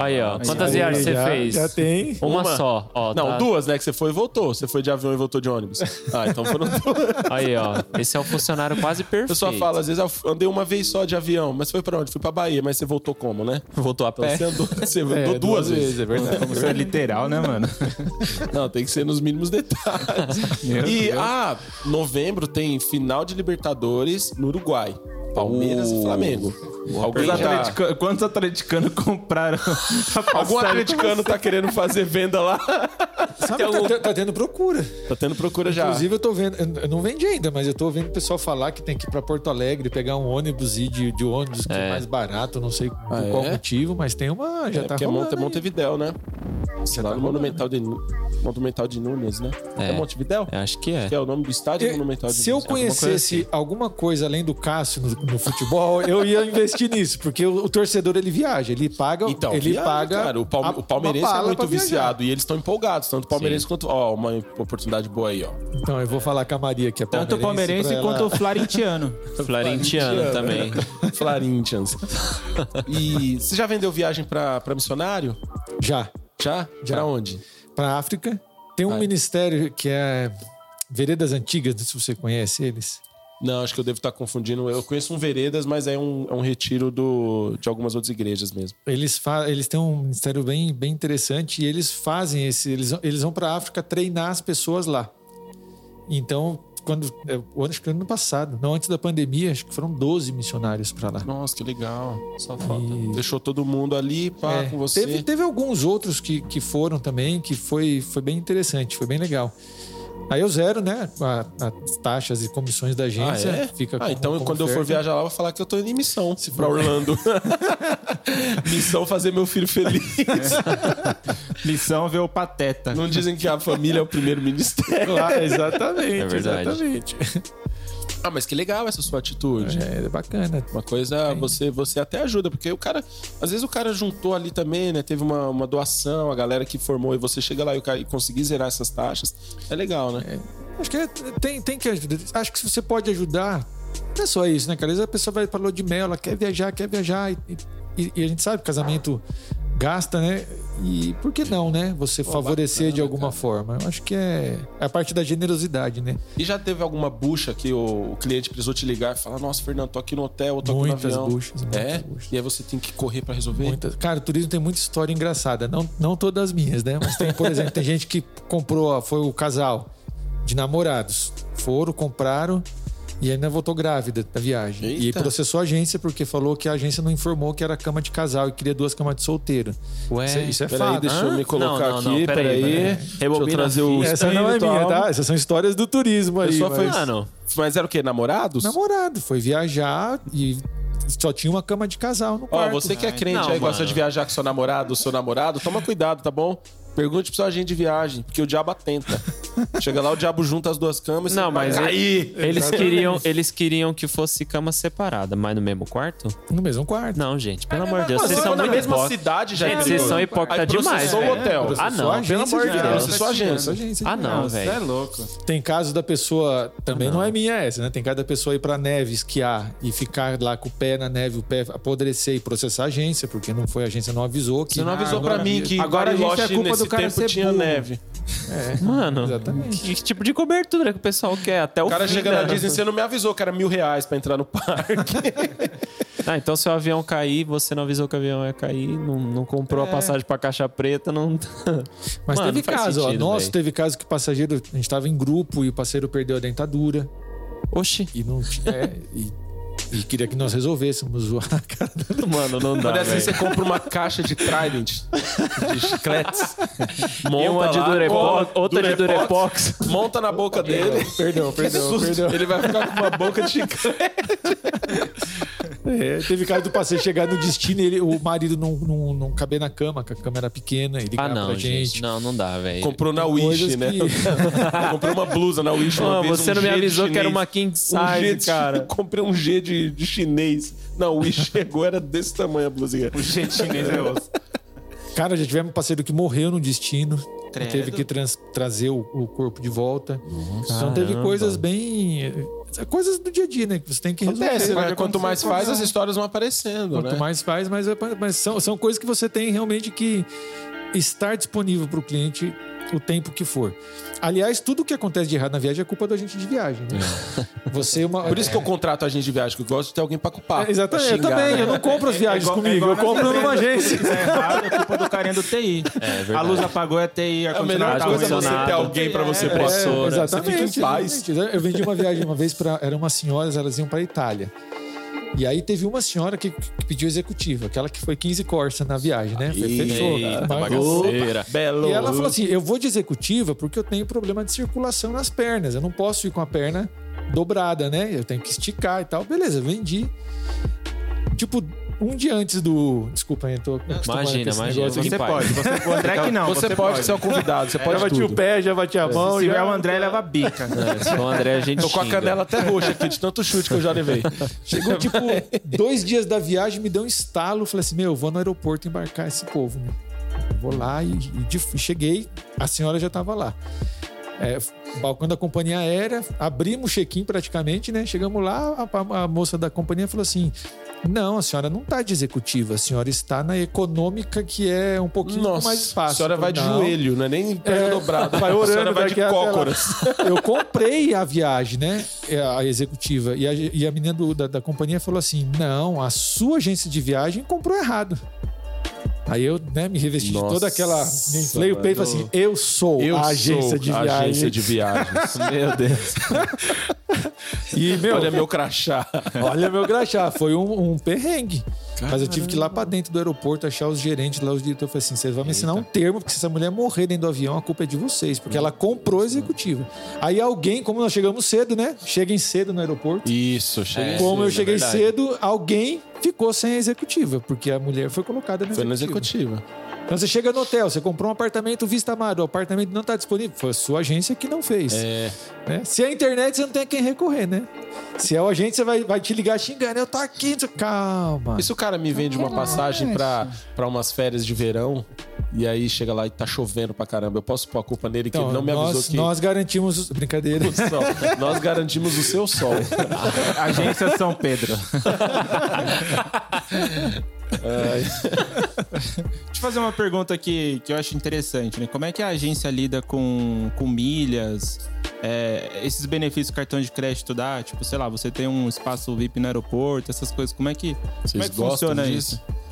Speaker 2: Aí, ó. Quantas
Speaker 4: aí,
Speaker 2: viagens você
Speaker 5: já-
Speaker 2: fez?
Speaker 5: Já tem.
Speaker 2: Uma, só. Ó,
Speaker 3: Não,
Speaker 2: tá-
Speaker 3: duas, né? Que você foi e voltou. Você foi de avião e voltou de ônibus. Ah, então foram duas.
Speaker 2: Aí, ó. Esse é um funcionário quase
Speaker 3: O
Speaker 2: perfeito.
Speaker 3: pessoal fala, às vezes eu andei uma vez só de avião, mas foi pra onde? Fui pra Bahia, mas você voltou como, né?
Speaker 2: Voltou a
Speaker 3: Então
Speaker 2: pé.
Speaker 3: você andou, você andou
Speaker 5: É,
Speaker 3: duas, vezes.
Speaker 5: é verdade.
Speaker 4: Isso é literal, né, mano?
Speaker 3: Não, tem que ser nos mínimos detalhes.
Speaker 4: Meu
Speaker 3: e,
Speaker 4: Deus.
Speaker 3: ah, novembro tem final de Libertadores no Uruguai. Palmeiras e Flamengo. Alguém
Speaker 4: Os
Speaker 3: já-
Speaker 4: atleticanos- quantos atleticanos compraram a
Speaker 3: Algum
Speaker 4: passagem?
Speaker 3: atleticano tá querendo fazer venda lá?
Speaker 5: Sabe, que tá, tá tendo procura.
Speaker 3: Tá tendo procura já.
Speaker 5: Inclusive, eu tô vendo. Eu não vendi ainda, mas eu tô vendo o pessoal falar que tem que ir pra Porto Alegre, pegar um ônibus e ir de, de ônibus que é.
Speaker 2: É.
Speaker 5: mais barato, não sei por
Speaker 3: Ah,
Speaker 5: qual
Speaker 3: é?
Speaker 5: motivo, mas tem uma. Já
Speaker 3: é
Speaker 5: tá
Speaker 3: porque é
Speaker 5: rolando.
Speaker 3: Monte,
Speaker 5: aí.
Speaker 3: Montevidéu, né? Lá no Monumental de, Nu- Monumental de Nunes, né? É,
Speaker 2: É.
Speaker 3: Montevidéu?
Speaker 2: Eu Acho que é.
Speaker 3: Que é o nome do estádio
Speaker 5: Eu-
Speaker 3: Monumental de
Speaker 5: se eu
Speaker 3: Nunes. assim.
Speaker 5: conhecesse alguma coisa além do Cássio no, no futebol, eu ia investir nisso, porque o, o torcedor ele viaja, ele paga,
Speaker 3: Então,
Speaker 5: ele
Speaker 3: viaja,
Speaker 5: paga.
Speaker 3: cara, o, Palme-
Speaker 5: a-
Speaker 3: o palmeirense
Speaker 5: uma
Speaker 3: é
Speaker 5: bala
Speaker 3: muito
Speaker 5: pra viajar.
Speaker 3: viciado e eles estão empolgados, tanto o palmeirense
Speaker 2: Sim.
Speaker 3: quanto. Ó, uma oportunidade boa aí, ó.
Speaker 5: Então, eu vou falar com a Maria que é
Speaker 4: Tanto o palmeirense
Speaker 5: pra
Speaker 4: quanto
Speaker 5: ela-
Speaker 4: o Florentiano.
Speaker 2: Florentiano também.
Speaker 3: Florentians. E você já vendeu viagem pra, pra missionário?
Speaker 5: já
Speaker 3: Já?
Speaker 5: Já.
Speaker 3: Pra onde?
Speaker 5: para África. Tem um ministério que é Veredas Antigas, não sei se você conhece eles.
Speaker 3: Não, acho que eu devo estar confundindo. Eu conheço um Veredas, mas é um, é um retiro do, de algumas outras igrejas mesmo.
Speaker 5: Eles, fa- eles têm um ministério bem, bem interessante e eles fazem esse. Eles, eles vão para a África treinar as pessoas lá. Então, quando. é, eu Acho que ano passado, não antes da pandemia, acho que foram 12 missionários para lá.
Speaker 3: Nossa, que legal. Só
Speaker 5: falta.
Speaker 3: Deixou todo mundo ali, pá,
Speaker 5: É,
Speaker 3: com você.
Speaker 5: Teve, teve alguns outros que, que foram também, que foi, foi bem interessante, foi bem legal. Aí eu zero, né? a- as taxas e comissões da
Speaker 3: Ah,
Speaker 5: agência.
Speaker 3: é?
Speaker 5: Fica
Speaker 3: ah,
Speaker 5: com-
Speaker 3: então
Speaker 5: com
Speaker 3: quando eu for
Speaker 5: oferta.
Speaker 3: viajar lá, eu vou falar que eu tô indo em missão se pra Orlando. missão fazer meu filho feliz.
Speaker 4: Missão ver o Pateta.
Speaker 3: Não dizem que a família é o primeiro ministério. né?
Speaker 5: Claro, exatamente.
Speaker 2: É verdade.
Speaker 5: Exatamente.
Speaker 3: Ah, mas que legal essa sua atitude.
Speaker 5: É bacana.
Speaker 3: Uma coisa, você, você até ajuda, porque o cara, às vezes o cara juntou ali também, né? Teve uma, uma doação, a galera que formou, e você chega lá e, o cara, e conseguir zerar essas taxas, é legal, né?
Speaker 5: Acho que é- tem, tem que ajudar. Acho que se você pode ajudar, não é só isso, né, cara? Às vezes a pessoa vai para lua de mel, ela quer viajar, quer viajar. E, e- e a gente sabe que casamento gasta, né? E por que não, né? Você favorecer de alguma forma. Eu acho que é, é a parte da generosidade, né?
Speaker 3: E já teve alguma bucha que o, o cliente precisou te ligar e falar, nossa, Fernando, tô aqui no hotel, ou tô aqui no
Speaker 5: Muitas
Speaker 3: avião.
Speaker 5: buchas, muitas
Speaker 3: é?
Speaker 5: buchas.
Speaker 3: E aí você tem que correr pra resolver?
Speaker 5: Muitas. Cara, o turismo tem muita história engraçada. Não, não todas as minhas, né? Mas tem, por exemplo, tem gente que comprou, ó, foi o casal de namorados. Foram, compraram e ainda voltou grávida da viagem. E
Speaker 3: Eita.
Speaker 5: processou a agência porque falou que a agência não informou que era cama de casal e queria duas camas de solteiro.
Speaker 2: Ué,
Speaker 5: Isso, é- isso é
Speaker 3: Peraí,
Speaker 5: fato.
Speaker 3: deixa
Speaker 2: Hã?
Speaker 3: eu me colocar
Speaker 2: Não, não, não,
Speaker 3: aqui,
Speaker 2: peraí,
Speaker 3: peraí.
Speaker 2: peraí.
Speaker 3: Deixa eu
Speaker 2: Rebobina
Speaker 3: trazer o
Speaker 2: a fita.
Speaker 5: Essa não é
Speaker 3: espírito, a
Speaker 5: minha,
Speaker 3: alma.
Speaker 5: tá? Essas são histórias do turismo aí.
Speaker 3: Pessoa foi- Ah.
Speaker 5: mas-
Speaker 2: Mano,
Speaker 3: Mas era o quê? Namorados?
Speaker 5: Namorado, foi viajar e só tinha uma cama de casal no
Speaker 3: Ó,
Speaker 5: quarto.
Speaker 3: você que é crente
Speaker 2: Não,
Speaker 3: aí, gosta
Speaker 2: mano.
Speaker 3: de viajar com seu namorado, seu namorado, toma cuidado, tá bom? Pergunte pro seu agente de viagem, porque o diabo atenta. Chega lá, o diabo junta as duas camas. e
Speaker 2: Não,
Speaker 3: você
Speaker 2: mas
Speaker 3: fala,
Speaker 2: ele-
Speaker 3: aí.
Speaker 2: eles queriam, eles queriam que fosse cama separada, mas no mesmo quarto?
Speaker 5: No mesmo quarto.
Speaker 2: Não, gente, pelo amor de Deus,
Speaker 3: É, Pô,
Speaker 2: vocês
Speaker 3: você
Speaker 2: são
Speaker 3: foi na
Speaker 2: muito
Speaker 3: mesma
Speaker 2: hipócritas.
Speaker 3: cidade já. é
Speaker 2: Gente, vocês
Speaker 3: perigoso.
Speaker 2: são
Speaker 3: Aí
Speaker 2: hipócritas demais,
Speaker 3: processou o
Speaker 2: velho.
Speaker 3: hotel.
Speaker 2: Ah,
Speaker 5: Processou
Speaker 2: não,
Speaker 5: a
Speaker 2: pelo
Speaker 5: agência
Speaker 2: amor de
Speaker 5: de viagem.
Speaker 2: Deus.
Speaker 3: Processou a agência.
Speaker 5: agência de
Speaker 2: Ah, não,
Speaker 4: Você é
Speaker 2: velho.
Speaker 4: louco.
Speaker 5: Tem casos da pessoa, também não. é minha essa, né? Tem caso da pessoa ir pra neve esquiar e ficar lá com o pé na neve, o pé apodrecer e processar a agência, porque não foi, a agência não avisou que.
Speaker 3: Você não avisou
Speaker 5: Ah,
Speaker 3: Então, pra
Speaker 5: agora-
Speaker 3: mim que
Speaker 5: agora a gente
Speaker 3: Bariloche
Speaker 5: é culpa
Speaker 3: nesse
Speaker 5: do cara
Speaker 3: tempo
Speaker 5: ser
Speaker 3: tinha
Speaker 5: burro.
Speaker 3: neve.
Speaker 2: Mano,
Speaker 5: Exatamente.
Speaker 2: que, que tipo de cobertura que o pessoal quer? Até o,
Speaker 3: O cara
Speaker 2: fim,
Speaker 3: chega
Speaker 2: né?
Speaker 3: na Disney, você não me avisou que era mil reais pra entrar no parque.
Speaker 2: Ah, então se o avião cair, você não avisou que o avião ia cair, não, não comprou a
Speaker 3: É.
Speaker 2: passagem pra caixa preta, não.
Speaker 5: Ah, Mas
Speaker 2: Mano,
Speaker 5: teve
Speaker 2: não faz
Speaker 5: caso, ó.
Speaker 2: sentido,
Speaker 5: Nossa,
Speaker 2: velho.
Speaker 5: teve caso que o passageiro, a gente tava em grupo e o parceiro perdeu a dentadura
Speaker 2: Oxi,
Speaker 5: e não tinha. é, e, e queria que nós resolvêssemos o
Speaker 2: mano, não dá.
Speaker 3: Olha assim,
Speaker 2: velho.
Speaker 3: você compra uma caixa de Trident, de chicletes,
Speaker 2: Uma
Speaker 3: monta
Speaker 2: de
Speaker 3: lá,
Speaker 2: Durepox,
Speaker 3: cola,
Speaker 2: outra de
Speaker 3: Durepox.
Speaker 2: Durepox.
Speaker 3: monta na boca dele.
Speaker 5: Perdão, perdão, perdão.
Speaker 3: Ele vai ficar com uma boca de chiclete.
Speaker 5: É, teve caso do passeio chegar no destino e ele, o marido não, não, não caber na cama, que a cama era pequena, ele
Speaker 2: Ah,
Speaker 5: ligava
Speaker 2: não,
Speaker 5: pra
Speaker 2: gente.
Speaker 5: gente.
Speaker 2: Não, não dá, velho.
Speaker 3: Comprou na Wish,
Speaker 5: Coisas
Speaker 3: né?
Speaker 5: que-
Speaker 3: Comprei uma blusa na Wish uma
Speaker 2: Ah,
Speaker 3: vez,
Speaker 2: você
Speaker 3: um
Speaker 2: não me
Speaker 3: G de
Speaker 2: avisou que era
Speaker 3: chinês.
Speaker 2: uma king size,
Speaker 3: um G de-
Speaker 2: cara.
Speaker 3: Comprei um G de, de chinês. Não, o Wish chegou, era desse tamanho a blusinha.
Speaker 4: O jeito chinês é osso.
Speaker 5: Cara, já tivemos um parceiro que morreu no destino.
Speaker 4: Credo.
Speaker 5: Teve que trans- trazer o, o corpo de volta. Então teve
Speaker 2: Caramba.
Speaker 5: coisas bem. eh, Coisas do dia a dia, né? Que você tem que resolver.
Speaker 3: Acontece, né?
Speaker 5: Vai
Speaker 3: Quanto
Speaker 5: acontecer,
Speaker 3: mais faz, as histórias vão aparecendo,
Speaker 5: Quanto
Speaker 3: né?
Speaker 5: mais faz, mais, mas são, são coisas que você tem realmente que estar disponível para o cliente o tempo que for. Aliás, tudo que acontece de errado na viagem é culpa do agente de viagem. Né? Você é uma.
Speaker 3: Por isso que eu contrato a gente de viagem, que eu gosto de ter alguém pra culpar.
Speaker 5: É, Exatamente,
Speaker 3: pra
Speaker 5: eu
Speaker 3: xingar,
Speaker 5: também.
Speaker 3: né?
Speaker 5: Eu não compro as viagens
Speaker 4: igual- é
Speaker 5: comigo,
Speaker 4: igual
Speaker 5: eu
Speaker 4: nas
Speaker 5: compro numa
Speaker 4: empresas,
Speaker 5: agência.
Speaker 4: Tudo que tá errado é culpa do carinha do TI.
Speaker 2: verdade.
Speaker 4: a luz apagou é TI, a
Speaker 3: É a melhor
Speaker 2: Ar
Speaker 3: coisa é
Speaker 4: condicionada tá
Speaker 3: você
Speaker 2: condicionado.
Speaker 3: ter alguém pra você
Speaker 2: É,
Speaker 3: passar.
Speaker 2: é.
Speaker 3: Você
Speaker 5: Exatamente.
Speaker 3: fica em paz.
Speaker 5: exatamente. Eu vendi uma viagem uma vez para eram umas senhoras, elas iam para Itália. E aí teve uma senhora que, que pediu executiva, aquela que foi 15 Corsa na viagem, né? Foi- Fechou.
Speaker 3: tá
Speaker 2: Eita,
Speaker 5: Mas-
Speaker 2: bagaceira.
Speaker 3: Belo.
Speaker 5: E ela falou assim: eu vou de executiva porque eu tenho problema de circulação nas pernas. Eu não posso ir com a perna dobrada, né? Eu tenho que esticar e tal. Beleza, vendi. Tipo, um dia antes do. Desculpa, eu tô acostumado
Speaker 2: Imagina,
Speaker 5: com esse
Speaker 2: imagina.
Speaker 5: negócio aqui.
Speaker 4: Você
Speaker 2: Pai.
Speaker 4: pode, você, o
Speaker 5: "Ah,
Speaker 4: André que não.
Speaker 3: Então, Você, pode, ser o convidado, você
Speaker 5: Já
Speaker 3: pode
Speaker 5: bati
Speaker 3: tudo.
Speaker 5: o pé, já bati a mão.
Speaker 4: Se tiver
Speaker 5: já...
Speaker 4: o André, leva a bica.
Speaker 2: Se for o André, a gente
Speaker 3: Tô com a
Speaker 2: xinga.
Speaker 3: canela até roxa aqui, de tanto chute que eu já levei.
Speaker 5: Chegou, tipo, dois dias da viagem, me deu um estalo. Falei assim: meu, eu vou no aeroporto embarcar esse povo, né? Vou lá e, e de- e cheguei, a senhora já estava lá. É, balcão da companhia aérea, abrimos o check-in praticamente, né? Chegamos lá, a, a- a moça da companhia falou assim: não, a senhora não tá de executiva, a senhora está na econômica, que é um pouquinho
Speaker 3: Nossa,
Speaker 5: mais fácil.
Speaker 3: a senhora vai de
Speaker 5: Falei, "Não,
Speaker 3: joelho, não é nem perna
Speaker 5: É,
Speaker 3: dobrada.
Speaker 5: vai
Speaker 3: a
Speaker 5: orando
Speaker 3: senhora vai de
Speaker 5: daqui até lá.
Speaker 3: cócoras.
Speaker 5: eu comprei a viagem, né? É, A executiva. E a, e a menina do- da, da companhia falou assim: não, a sua agência de viagem comprou errado. Aí eu né, me revesti de
Speaker 3: Nossa,
Speaker 5: toda aquela. Me inflei o peito e falei assim: eu sou a agência
Speaker 3: sou
Speaker 5: de
Speaker 3: a
Speaker 5: viagem.
Speaker 3: agência de viagens. Meu Deus.
Speaker 5: E, meu,
Speaker 3: Olha meu crachá.
Speaker 5: Olha meu graxá, foi um, um perrengue. Mas eu tive que ir lá pra dentro do aeroporto, achar os gerentes lá, os diretores. Eu falei assim: vocês vão me ensinar um termo, porque se essa mulher morrer dentro do avião, a culpa é de vocês, porque ela comprou a executiva. Aí alguém, como nós chegamos cedo, né? Cheguem cedo no aeroporto.
Speaker 3: Isso, É, cheguei.
Speaker 5: como eu
Speaker 3: cedo,
Speaker 5: cheguei
Speaker 3: é verdade.
Speaker 5: cedo, alguém ficou sem a executiva, porque a mulher foi colocada na
Speaker 3: Foi na
Speaker 5: executiva.
Speaker 3: executiva.
Speaker 5: Então você chega no hotel, você comprou um apartamento Vista Mar, o apartamento não está disponível. Foi a sua agência que não fez. né? Se é a internet, você não tem a quem recorrer, né? Se é o agente, você vai, vai te ligar xingando. Eu tô aqui. não sei- Calma.
Speaker 3: E se o cara me vende uma passagem pra, pra umas férias de verão e aí chega lá e tá chovendo pra caramba, eu posso pôr a culpa nele que ele não me avisou
Speaker 5: Então, nós,
Speaker 3: que.
Speaker 5: nós garantimos. os- Brincadeira.
Speaker 3: O sol. Nós garantimos o seu sol. É.
Speaker 4: Agência São Pedro.
Speaker 3: É,
Speaker 4: Deixa eu fazer uma pergunta aqui que eu acho interessante, né? Como é que a agência lida com, com milhas? é, esses benefícios que o cartão de crédito dá, tipo, sei lá, você tem um espaço VIP no aeroporto, essas coisas, como é que, como é que
Speaker 3: gostam
Speaker 4: funciona
Speaker 3: disso?
Speaker 4: isso?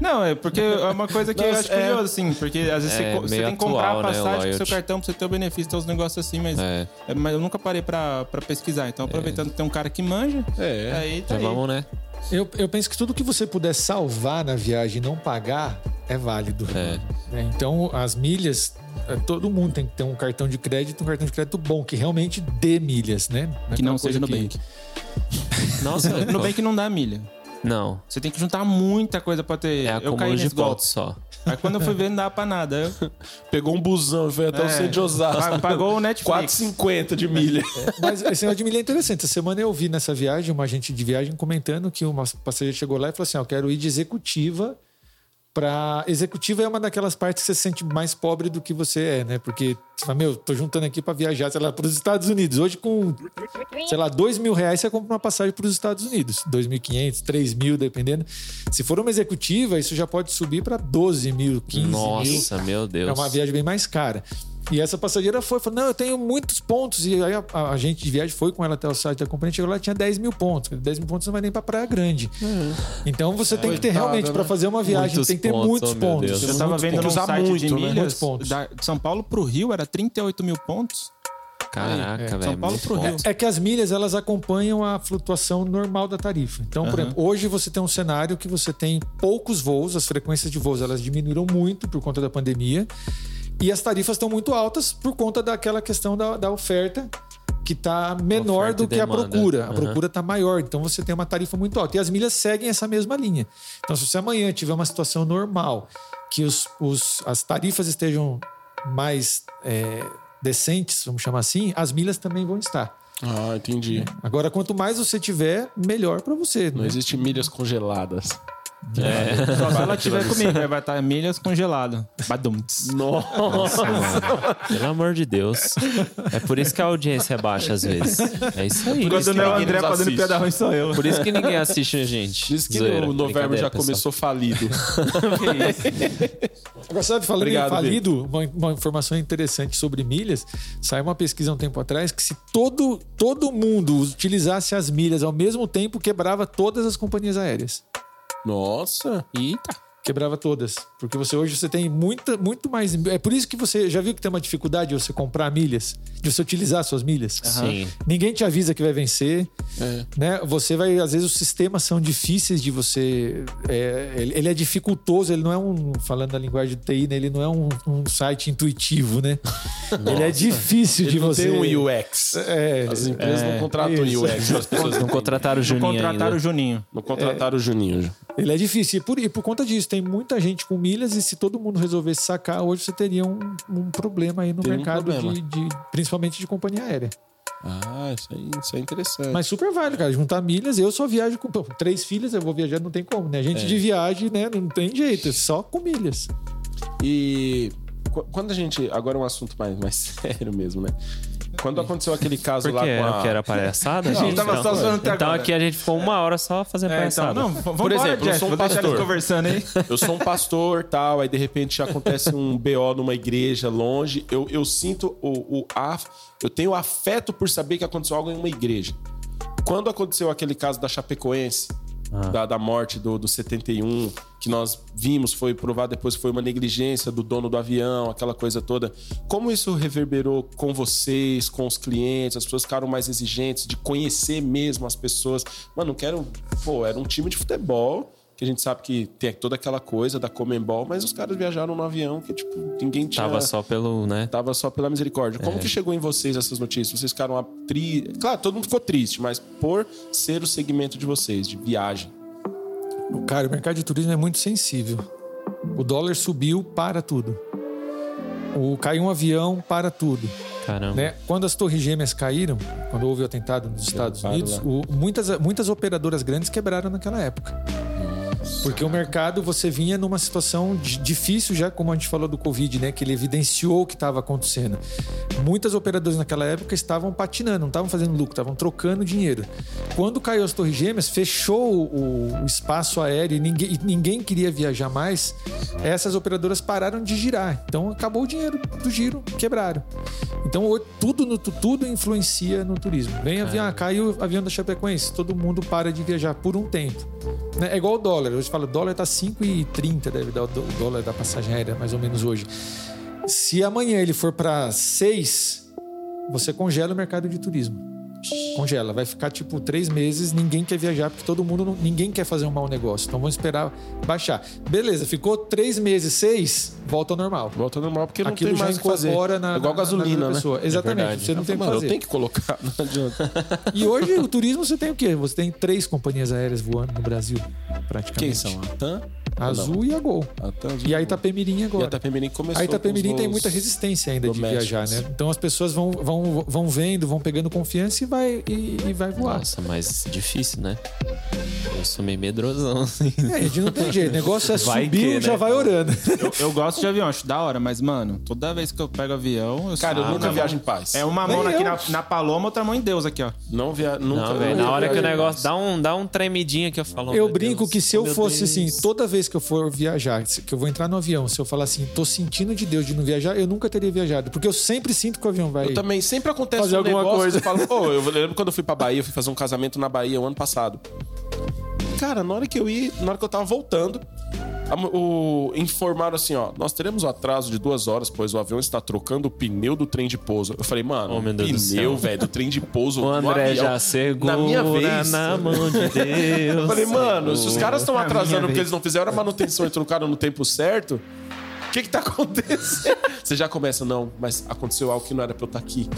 Speaker 4: Não, é porque é uma coisa que eu
Speaker 3: Nossa,
Speaker 4: acho
Speaker 3: é.
Speaker 4: curioso, assim, porque às vezes você
Speaker 2: É,
Speaker 4: co- você,
Speaker 2: meio
Speaker 4: tem que comprar
Speaker 2: atual,
Speaker 4: a
Speaker 2: né, o
Speaker 4: passagem pro seu
Speaker 2: loyalty.
Speaker 4: cartão pra você ter o benefício, tem uns negócios assim, mas,
Speaker 2: É.
Speaker 4: é, mas eu nunca parei pra, pra pesquisar. Então, aproveitando que tem um cara que manja,
Speaker 3: É.
Speaker 4: aí tá
Speaker 2: Então
Speaker 4: aí.
Speaker 2: vamos, né?
Speaker 5: Eu, eu penso que tudo que você puder salvar na viagem e não pagar é válido. Né? Então, as milhas, eh, todo mundo tem que ter um cartão de crédito, um cartão de crédito bom, que realmente dê milhas, né?
Speaker 4: Que não
Speaker 5: aquela
Speaker 4: seja
Speaker 5: coisa
Speaker 4: no
Speaker 5: que-
Speaker 4: Bank.
Speaker 2: Nossa,
Speaker 4: No Bank não dá milha.
Speaker 2: Não.
Speaker 4: Você tem que juntar muita coisa pra ter.
Speaker 2: É
Speaker 4: eu caí
Speaker 2: acúmulo de
Speaker 4: nesse golpe.
Speaker 2: votos só.
Speaker 4: Aí quando eu fui ver, não dava pra nada. Eu-
Speaker 3: Pegou um busão e foi até o
Speaker 4: É.
Speaker 3: centro de
Speaker 4: Pa-
Speaker 3: Osasco.
Speaker 4: Pagou um o Netflix.
Speaker 3: 4,50 de milha.
Speaker 5: Mas esse negócio de milha é interessante. Essa semana eu vi nessa viagem, uma agente de viagem comentando que uma passageira chegou lá e falou assim: ó, eu quero ir de executiva. Pra... Executiva é uma daquelas partes que você se sente mais pobre do que você é, né? Porque você fala, meu, tô juntando aqui pra viajar, sei lá, pros Estados Unidos. Hoje, com sei lá, dois mil reais você compra uma passagem para os Estados Unidos. Dois mil e quinhentos, três mil, dependendo. Se for uma executiva, isso já pode subir para 12 mil, 15 mil.
Speaker 2: Nossa, meu Deus.
Speaker 5: É uma viagem bem mais cara. E essa passageira foi, falou: não, eu tenho muitos pontos. E aí a, a agente de viagem foi com ela até o site da companhia, chegou lá tinha 10 mil pontos. 10 mil pontos não vai nem pra Praia Grande.
Speaker 4: Uhum.
Speaker 5: Então você tem que ter
Speaker 3: Coitada,
Speaker 5: realmente,
Speaker 3: né?
Speaker 5: para fazer uma viagem,
Speaker 2: Muitos
Speaker 5: tem que ter
Speaker 2: pontos,
Speaker 5: muitos
Speaker 2: oh, meu
Speaker 5: pontos.
Speaker 2: Deus.
Speaker 4: Eu tava
Speaker 5: Muitos
Speaker 4: vendo num
Speaker 5: pontos.
Speaker 4: site
Speaker 5: muito,
Speaker 4: de
Speaker 5: né? Muitos
Speaker 4: milhas.
Speaker 5: pontos.
Speaker 4: da- de São Paulo pro Rio era 38 mil pontos.
Speaker 2: Caraca, velho.
Speaker 4: São Paulo
Speaker 2: muito
Speaker 4: pro
Speaker 2: bom.
Speaker 4: Rio.
Speaker 5: É que as milhas elas acompanham a flutuação normal da tarifa. Então, por exemplo, hoje você tem um cenário que você tem poucos voos, as frequências de voos elas diminuíram muito por conta da pandemia e as tarifas estão muito altas por conta daquela questão da, da oferta que está menor
Speaker 2: Oferta e
Speaker 5: do que a
Speaker 2: demanda.
Speaker 5: procura. A
Speaker 2: Aham.
Speaker 5: procura está maior, então você tem uma tarifa muito alta. E as milhas seguem essa mesma linha. Então, se você amanhã tiver uma situação normal, que os, os- as tarifas estejam mais é, decentes, vamos chamar assim, as milhas também vão estar.
Speaker 3: Ah, entendi.
Speaker 5: Agora, quanto mais você tiver, melhor pra você.
Speaker 3: Não
Speaker 5: né?
Speaker 3: existe milhas congeladas. É.
Speaker 4: Só se ela tiver comigo, aí vai estar milhas congelado. Badumts.
Speaker 2: Nossa, mano. Pelo amor de Deus. É por isso que a audiência é baixa às vezes. É isso aí.
Speaker 3: Quando
Speaker 2: Por isso
Speaker 3: não é o André fazendo piada
Speaker 4: ruim sou eu.
Speaker 2: que- Por isso que ninguém assiste a gente.
Speaker 3: Diz que
Speaker 2: Zoeira,
Speaker 3: o Novembro
Speaker 2: brincadeira,
Speaker 3: já
Speaker 2: pessoal.
Speaker 3: começou falido.
Speaker 5: Agora, sabe, falando
Speaker 3: Obrigado,
Speaker 5: em falido, uma, uma informação interessante sobre milhas. Saiu uma pesquisa há um tempo atrás que se todo, todo mundo utilizasse as milhas ao mesmo tempo, quebrava todas as companhias aéreas.
Speaker 3: Nossa.
Speaker 4: Eita.
Speaker 5: Quebrava todas. Porque você hoje você tem muita, muito mais. É por isso que você já viu que tem uma dificuldade de você comprar milhas, de você utilizar suas milhas.
Speaker 2: Sim.
Speaker 5: Ninguém te avisa que vai vencer.
Speaker 3: É.
Speaker 5: Né? Você vai, às vezes, os sistemas são difíceis de você. é, ele, ele é dificultoso, ele não é um. Falando da linguagem do TI, né? ele não é um, um site intuitivo, né? ele é difícil de
Speaker 3: Ele não
Speaker 5: você.
Speaker 3: tem um UX.
Speaker 5: É,
Speaker 3: As empresas não contratam
Speaker 5: isso.
Speaker 3: UX. As pessoas
Speaker 2: Não contrataram o Juninho
Speaker 4: Contrataram o
Speaker 2: ainda.
Speaker 4: Juninho.
Speaker 3: não contrataram o Juninho.
Speaker 5: ele é difícil. E por, e por conta disso, tem muita gente com milhas, e se todo mundo resolvesse sacar, hoje você teria um, um problema aí no
Speaker 3: Teria um
Speaker 5: mercado, de-
Speaker 3: problema.
Speaker 5: de- principalmente de companhia aérea.
Speaker 3: Ah, isso aí, isso é interessante.
Speaker 5: Mas super válido, cara. Juntar milhas, eu só viajo com. pô, Três filhas, eu vou viajar, não tem como, né?
Speaker 3: É.
Speaker 5: Gente de viagem, né? Não tem jeito, é só com milhas.
Speaker 3: E qu- quando a gente. Agora é um assunto mais, mais sério mesmo, né? Quando aconteceu aquele caso
Speaker 2: Por
Speaker 3: lá
Speaker 2: que
Speaker 3: com
Speaker 2: era?
Speaker 3: a.
Speaker 2: Que era palhaçada?
Speaker 4: gente
Speaker 2: Então-
Speaker 4: tava só zoando até
Speaker 2: Então
Speaker 4: agora.
Speaker 2: aqui a gente ficou uma hora só fazendo
Speaker 4: É, então,
Speaker 2: palhaçada.
Speaker 4: não, v- vamos
Speaker 3: Por
Speaker 4: embora,
Speaker 3: exemplo, eu
Speaker 4: Jeff,
Speaker 3: sou um
Speaker 4: vou deixar eles
Speaker 3: pastor.
Speaker 4: conversando aí.
Speaker 3: Eu sou um pastor tal, aí de repente já acontece um BO numa igreja longe. Eu, eu sinto o, o af, eu tenho afeto por saber que aconteceu algo em uma igreja. Quando aconteceu aquele caso da Chapecoense, da, da morte do, do 71, que nós vimos, foi provado depois que foi uma negligência do dono do avião, aquela coisa toda. Como isso reverberou com vocês, com os clientes? As pessoas ficaram mais exigentes de conhecer mesmo as pessoas. Mano, não quero. Pô, era um time de futebol. Que a gente sabe que tem toda aquela coisa da Comembol, mas os caras viajaram no avião que, tipo, ninguém tinha.
Speaker 2: Tava só pelo, né?
Speaker 3: Tava só pela misericórdia.
Speaker 2: É.
Speaker 3: Como que chegou em vocês essas notícias? Vocês ficaram tristes. Claro, todo mundo ficou triste, mas por ser o segmento de vocês, de viagem.
Speaker 5: Cara, o mercado de turismo é muito sensível. O dólar subiu para tudo. O, caiu um avião para tudo.
Speaker 2: Caramba.
Speaker 5: Né? Quando as torres gêmeas caíram, quando houve o atentado nos Estados
Speaker 3: Derrubaram
Speaker 5: Unidos, o- muitas, muitas operadoras grandes quebraram naquela época. Porque o mercado, você vinha numa situação di- difícil já, como a gente falou do Covid, né? Que ele evidenciou o que estava acontecendo. Muitas operadoras naquela época estavam patinando, não estavam fazendo lucro, estavam trocando dinheiro. Quando caiu as torres gêmeas, fechou o, o espaço aéreo e ninguém, e ninguém queria viajar mais. Essas operadoras pararam de girar. Então acabou o dinheiro do giro, quebraram. Então o- tudo, no, tu- tudo influencia no turismo. Vem avião, cai o avião da Chapecoense, todo mundo para de viajar por um tempo. Né? É igual o dólar. Hoje fala, o dólar tá 5,30, deve dar o dó- o dólar da passagem aérea, mais ou menos hoje. Se amanhã ele for para 6, você congela o mercado de turismo. Congela, vai ficar tipo três meses, ninguém quer viajar, porque todo mundo, não- ninguém quer fazer um mau negócio. Então vamos esperar baixar. Beleza, ficou três meses, seis, volta ao normal.
Speaker 3: Volta ao normal, porque não
Speaker 5: Aquilo
Speaker 3: tem
Speaker 5: já
Speaker 3: mais o que fazer.
Speaker 5: incorpora na-
Speaker 3: É igual
Speaker 5: na- na vida
Speaker 3: gasolina,
Speaker 5: da
Speaker 3: né?
Speaker 5: pessoa. Exatamente,
Speaker 3: verdade.
Speaker 5: você não
Speaker 3: Eu
Speaker 5: tem o que
Speaker 3: falo, Mano,
Speaker 5: fazer.
Speaker 3: eu tenho que colocar, não adianta.
Speaker 5: E hoje o turismo você tem o quê? Você tem três companhias aéreas voando no Brasil, praticamente.
Speaker 3: Quem são? A TAM?
Speaker 5: A Azul e a Gol.
Speaker 3: A TAM. Azul.
Speaker 5: E a Itapemirim
Speaker 3: E a
Speaker 5: agora.
Speaker 3: Itapemirim começou.
Speaker 5: A Itapemirim
Speaker 3: com os
Speaker 5: tem muita
Speaker 3: voos-
Speaker 5: resistência ainda de
Speaker 3: domésticos.
Speaker 5: viajar, né? Então as pessoas vão, vão, vão vendo, vão pegando confiança e vai, e, e vai voar.
Speaker 2: Nossa, mas difícil, né? Eu sou meio medrosão, assim.
Speaker 5: É, a gente não tem jeito. O negócio é
Speaker 2: Vai que,
Speaker 5: subir já
Speaker 2: né?
Speaker 5: vai orando.
Speaker 4: Eu, eu gosto de avião, acho da hora, mas, mano, toda vez que eu pego avião, eu
Speaker 3: Cara, eu
Speaker 4: Ah,
Speaker 3: nunca
Speaker 4: mano.
Speaker 3: viajo em paz.
Speaker 2: um
Speaker 4: É uma
Speaker 5: Nem
Speaker 4: mão aqui
Speaker 5: eu.
Speaker 4: na, na paloma, outra mão em Deus aqui, ó.
Speaker 3: Não via... nunca.
Speaker 2: Não,
Speaker 3: eu
Speaker 2: velho. Na
Speaker 3: nunca
Speaker 2: hora que o
Speaker 3: viajei em
Speaker 2: negócio
Speaker 3: paz.
Speaker 2: dá um, dá um tremidinho que eu falo. oh,
Speaker 5: eu
Speaker 2: meu
Speaker 5: brinco
Speaker 2: Deus,
Speaker 5: que se eu
Speaker 2: meu
Speaker 5: fosse
Speaker 2: Deus.
Speaker 5: assim, toda vez que eu for viajar, se- que eu vou entrar no avião, se eu falar assim, tô sentindo de Deus de não viajar, eu nunca teria viajado. Porque eu sempre sinto que o avião vai.
Speaker 3: Eu também, sempre acontece
Speaker 5: Fazer
Speaker 3: um
Speaker 5: alguma
Speaker 3: negócio
Speaker 5: coisa.
Speaker 3: que eu falo, pô, eu lembro quando eu fui pra Bahia, eu fui fazer um casamento na Bahia o ano passado. Cara, na hora que eu ia, na hora que eu tava voltando, a mo- o, informaram assim, ó, nós teremos um atraso de duas horas, pois o avião está trocando o pneu do trem de pouso. Eu falei, mano,
Speaker 2: Oh, meu Deus do
Speaker 3: pneu,
Speaker 2: céu.
Speaker 3: velho, do trem de pouso
Speaker 2: O
Speaker 3: do
Speaker 2: André
Speaker 3: avião.
Speaker 2: já segura
Speaker 3: Na minha vez,
Speaker 2: na mão de Deus.
Speaker 3: eu É falei, mano, se os caras estão
Speaker 4: Na minha
Speaker 3: atrasando
Speaker 4: vez.
Speaker 3: porque eles não fizeram a manutenção e trocaram no tempo certo, o que que tá acontecendo? Você já começa, não, mas aconteceu algo que não era pra eu estar aqui.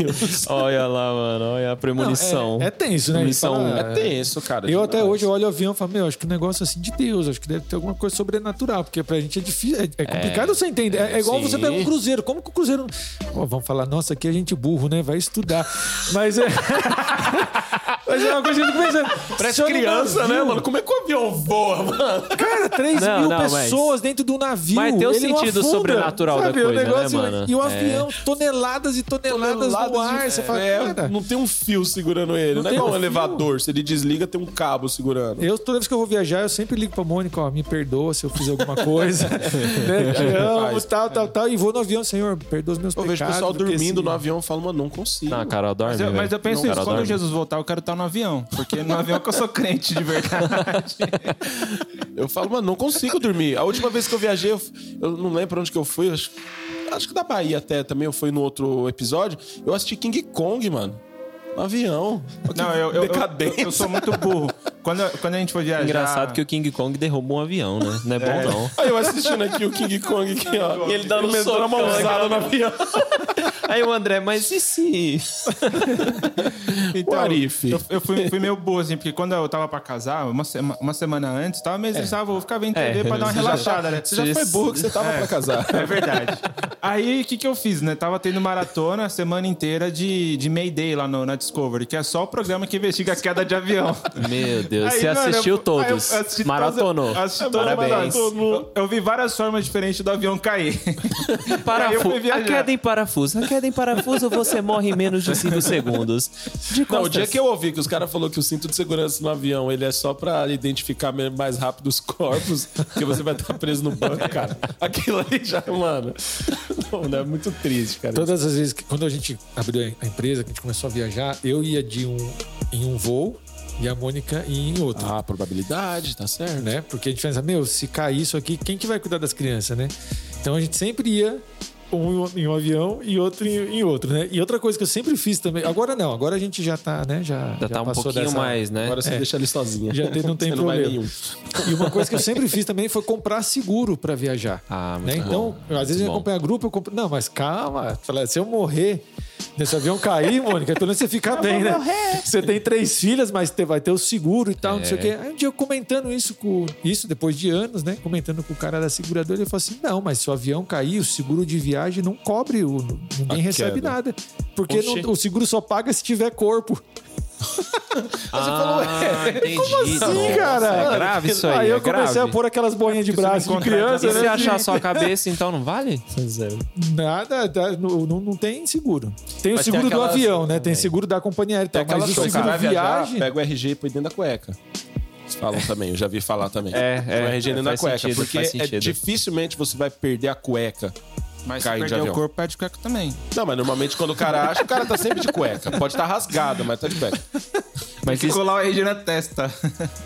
Speaker 3: Meu Deus.
Speaker 2: Olha lá, mano. Olha a
Speaker 5: Não, é-
Speaker 2: premonição.
Speaker 5: É, tenso, né? Ele
Speaker 2: Munição.
Speaker 5: fala,
Speaker 3: É tenso, cara.
Speaker 5: Eu
Speaker 3: demais.
Speaker 5: até hoje eu olho o avião e falo, meu, acho que o negócio é assim de Deus, acho que deve ter alguma coisa sobrenatural, porque pra gente é difícil, é, é complicado você entender. É, é igual você
Speaker 3: sim.
Speaker 5: pegar um cruzeiro, como que o cruzeiro. Ó, vão falar, nossa, aqui a gente burro, né? Vai estudar. Mas é. Mas é uma coisa que eu fico pensando.
Speaker 3: Parece
Speaker 5: se eu não
Speaker 3: criança, né,
Speaker 5: navio,
Speaker 3: mano? Como é que o avião voa, mano?
Speaker 5: Cara, 3
Speaker 2: Não,
Speaker 5: mil
Speaker 2: não, mas-
Speaker 5: pessoas dentro do navio.
Speaker 2: Mas tem um
Speaker 5: ele não
Speaker 2: sentido
Speaker 5: afunda,
Speaker 2: sobrenatural da
Speaker 5: sabe?
Speaker 2: coisa,
Speaker 5: o negócio,
Speaker 2: né, mano?
Speaker 5: E o
Speaker 2: É.
Speaker 5: avião, toneladas e toneladas, no ar.
Speaker 3: de-
Speaker 5: Você fala,
Speaker 3: é,
Speaker 5: cara,
Speaker 3: não tem um fio segurando ele. Não, é
Speaker 5: tem
Speaker 3: igual
Speaker 5: um
Speaker 3: um
Speaker 5: fio.
Speaker 3: elevador. Se ele desliga, tem um cabo segurando.
Speaker 5: Eu, toda vez que eu vou viajar, eu sempre ligo pra Mônica, ó, me perdoa se eu fiz alguma coisa. né? Te amo,
Speaker 3: Faz.
Speaker 5: tal, tal, tal. E vou no avião, senhor, perdoa os meus
Speaker 3: Eu
Speaker 5: pecados.
Speaker 3: vejo o pessoal
Speaker 5: porque
Speaker 3: dormindo
Speaker 5: assim-
Speaker 3: no avião e falo, mano, não consigo.
Speaker 2: Não, Carol, dorme.
Speaker 4: Mas eu, mas eu
Speaker 2: velho.
Speaker 4: penso
Speaker 2: Não,
Speaker 4: isso,
Speaker 2: Carol,
Speaker 4: quando
Speaker 2: dorme.
Speaker 4: Jesus voltar, eu quero estar no avião. Porque no avião que eu sou crente, de verdade.
Speaker 3: Eu falo, mano, não consigo dormir. A última vez que eu viajei, eu, eu não lembro pra onde que eu fui. Acho, acho que da Bahia até também, eu fui no outro episódio. Eu assisti King Kong, mano. No avião. Olha que
Speaker 4: Não, eu, eu, eu, eu,
Speaker 3: decadência.
Speaker 4: eu sou muito burro. Quando, eu- quando a gente for viajar...
Speaker 2: Engraçado que o King Kong derruba um avião, né? Não é bom, não.
Speaker 3: Aí eu assistindo aqui o King Kong aqui, ó.
Speaker 2: E ele
Speaker 4: um
Speaker 2: dando
Speaker 3: Ele dando uma
Speaker 2: socão,
Speaker 4: né?
Speaker 3: mãozada no avião.
Speaker 2: Aí o André, mas e se...
Speaker 4: Então,
Speaker 3: O Arif.
Speaker 4: Eu, eu fui, fui meio burro, assim, porque quando eu tava pra casar, uma, sema- uma semana antes, tava meio assim, ah, vou ficar vendo TV
Speaker 2: É,
Speaker 4: pra dar uma
Speaker 2: você já
Speaker 4: relaxada, né?
Speaker 3: Você já foi burro que você tava pra casar.
Speaker 4: É verdade. Aí, o que, que eu fiz, né? Tava tendo maratona a semana inteira de, de Mayday lá no, na Discovery, que é só o programa que investiga a queda de avião.
Speaker 2: Meu Deus,
Speaker 4: Aí,
Speaker 2: você
Speaker 4: mano,
Speaker 2: assistiu
Speaker 4: eu-
Speaker 2: todos.
Speaker 4: aí eu assisti
Speaker 2: Maratonou.
Speaker 4: todas- assisti todas as
Speaker 2: Parabéns.
Speaker 4: maratonas. Eu, eu vi várias formas diferentes do avião cair. Aí eu fui
Speaker 2: Parafuso.
Speaker 4: viajar.
Speaker 2: A queda é em parafuso. A queda em parafuso você morre em menos de 5 segundos. De
Speaker 3: Não, o
Speaker 2: costas.
Speaker 3: dia que eu ouvi que os caras falaram que o cinto de segurança no avião ele é só pra identificar me- mais rápido os corpos, porque você vai estar preso no banco, cara. Aquilo ali já, mano. Não, não, é muito triste, cara.
Speaker 5: Todas as vezes que quando a gente abriu a empresa, que a gente começou a viajar, eu ia de um em um voo e a Mônica ia em outro.
Speaker 3: Ah, probabilidade, tá certo.
Speaker 5: né? Porque a gente pensa, meu, se cair isso aqui, quem que vai cuidar das crianças, né? Então a gente sempre ia um em um avião e outro em, em outro, né? E outra coisa que eu sempre fiz também, agora não, agora a gente já tá, né? Já,
Speaker 2: Já tá um
Speaker 5: passou
Speaker 2: pouquinho
Speaker 5: dessa-
Speaker 2: mais, né?
Speaker 3: Agora você deixa ele sozinha.
Speaker 5: É. Já tem- não tem
Speaker 3: você Não vai
Speaker 5: problema.
Speaker 3: nenhum.
Speaker 5: E uma coisa que eu sempre fiz também foi comprar seguro pra viajar.
Speaker 2: Ah, muito
Speaker 5: né? Então,
Speaker 2: bom.
Speaker 5: às vezes
Speaker 2: Muito
Speaker 5: eu
Speaker 2: bom.
Speaker 5: acompanho grupo, eu compro. Não, mas calma. Fala, se eu morrer, Nesse avião cair, Mônica, pelo menos você fica bem, né? Você tem três filhas, mas te- vai ter o seguro e tal, não sei o quê. Aí um dia eu comentando isso com. Isso depois de anos, né? Comentando com o cara da seguradora, ele falou assim: não, mas se o avião cair, o seguro de viagem não cobre, o, ninguém
Speaker 3: A
Speaker 5: recebe
Speaker 3: queda.
Speaker 5: nada. Porque
Speaker 2: Oxi.
Speaker 5: não- o seguro só paga se tiver corpo.
Speaker 2: Ah, entendi.
Speaker 5: Como assim,
Speaker 2: Nossa,
Speaker 5: cara?
Speaker 2: É grave isso aí.
Speaker 5: Aí eu
Speaker 2: é
Speaker 5: comecei
Speaker 2: grave.
Speaker 5: a pôr aquelas boinhas de
Speaker 4: Porque você não
Speaker 5: braço de
Speaker 4: encontra nada
Speaker 5: criança,
Speaker 2: E
Speaker 5: né?
Speaker 2: se achar
Speaker 5: De-
Speaker 2: só a cabeça, então não vale?
Speaker 5: Nada, tá, não, não- não tem seguro. Tem o
Speaker 2: Mas tem
Speaker 5: seguro do
Speaker 2: aquelas-
Speaker 5: avião, né? Tem
Speaker 2: também.
Speaker 5: seguro da companhia aérea, e
Speaker 3: É
Speaker 5: tal,
Speaker 3: aquela
Speaker 5: mas o
Speaker 3: coisa,
Speaker 5: seguro
Speaker 3: você vai viajar,
Speaker 5: viagem...
Speaker 3: Ah, pega o RG e põe dentro da cueca. Eles falam também, eu já vi falar também.
Speaker 2: É,
Speaker 3: Põe
Speaker 2: é,
Speaker 3: o RG dentro da
Speaker 2: faz
Speaker 3: cueca,
Speaker 2: sentido,
Speaker 3: porque
Speaker 2: faz
Speaker 3: é,
Speaker 2: sentido.
Speaker 3: dificilmente você vai perder a cueca.
Speaker 4: Mas
Speaker 3: Cai de
Speaker 4: se perder
Speaker 3: avião.
Speaker 4: o corpo, perde o cueca também.
Speaker 3: Não, mas normalmente quando o cara acha, o cara tá sempre de cueca. Pode estar rasgado, mas tá de cueca.
Speaker 2: Mas isso,
Speaker 4: Colar o RG na testa.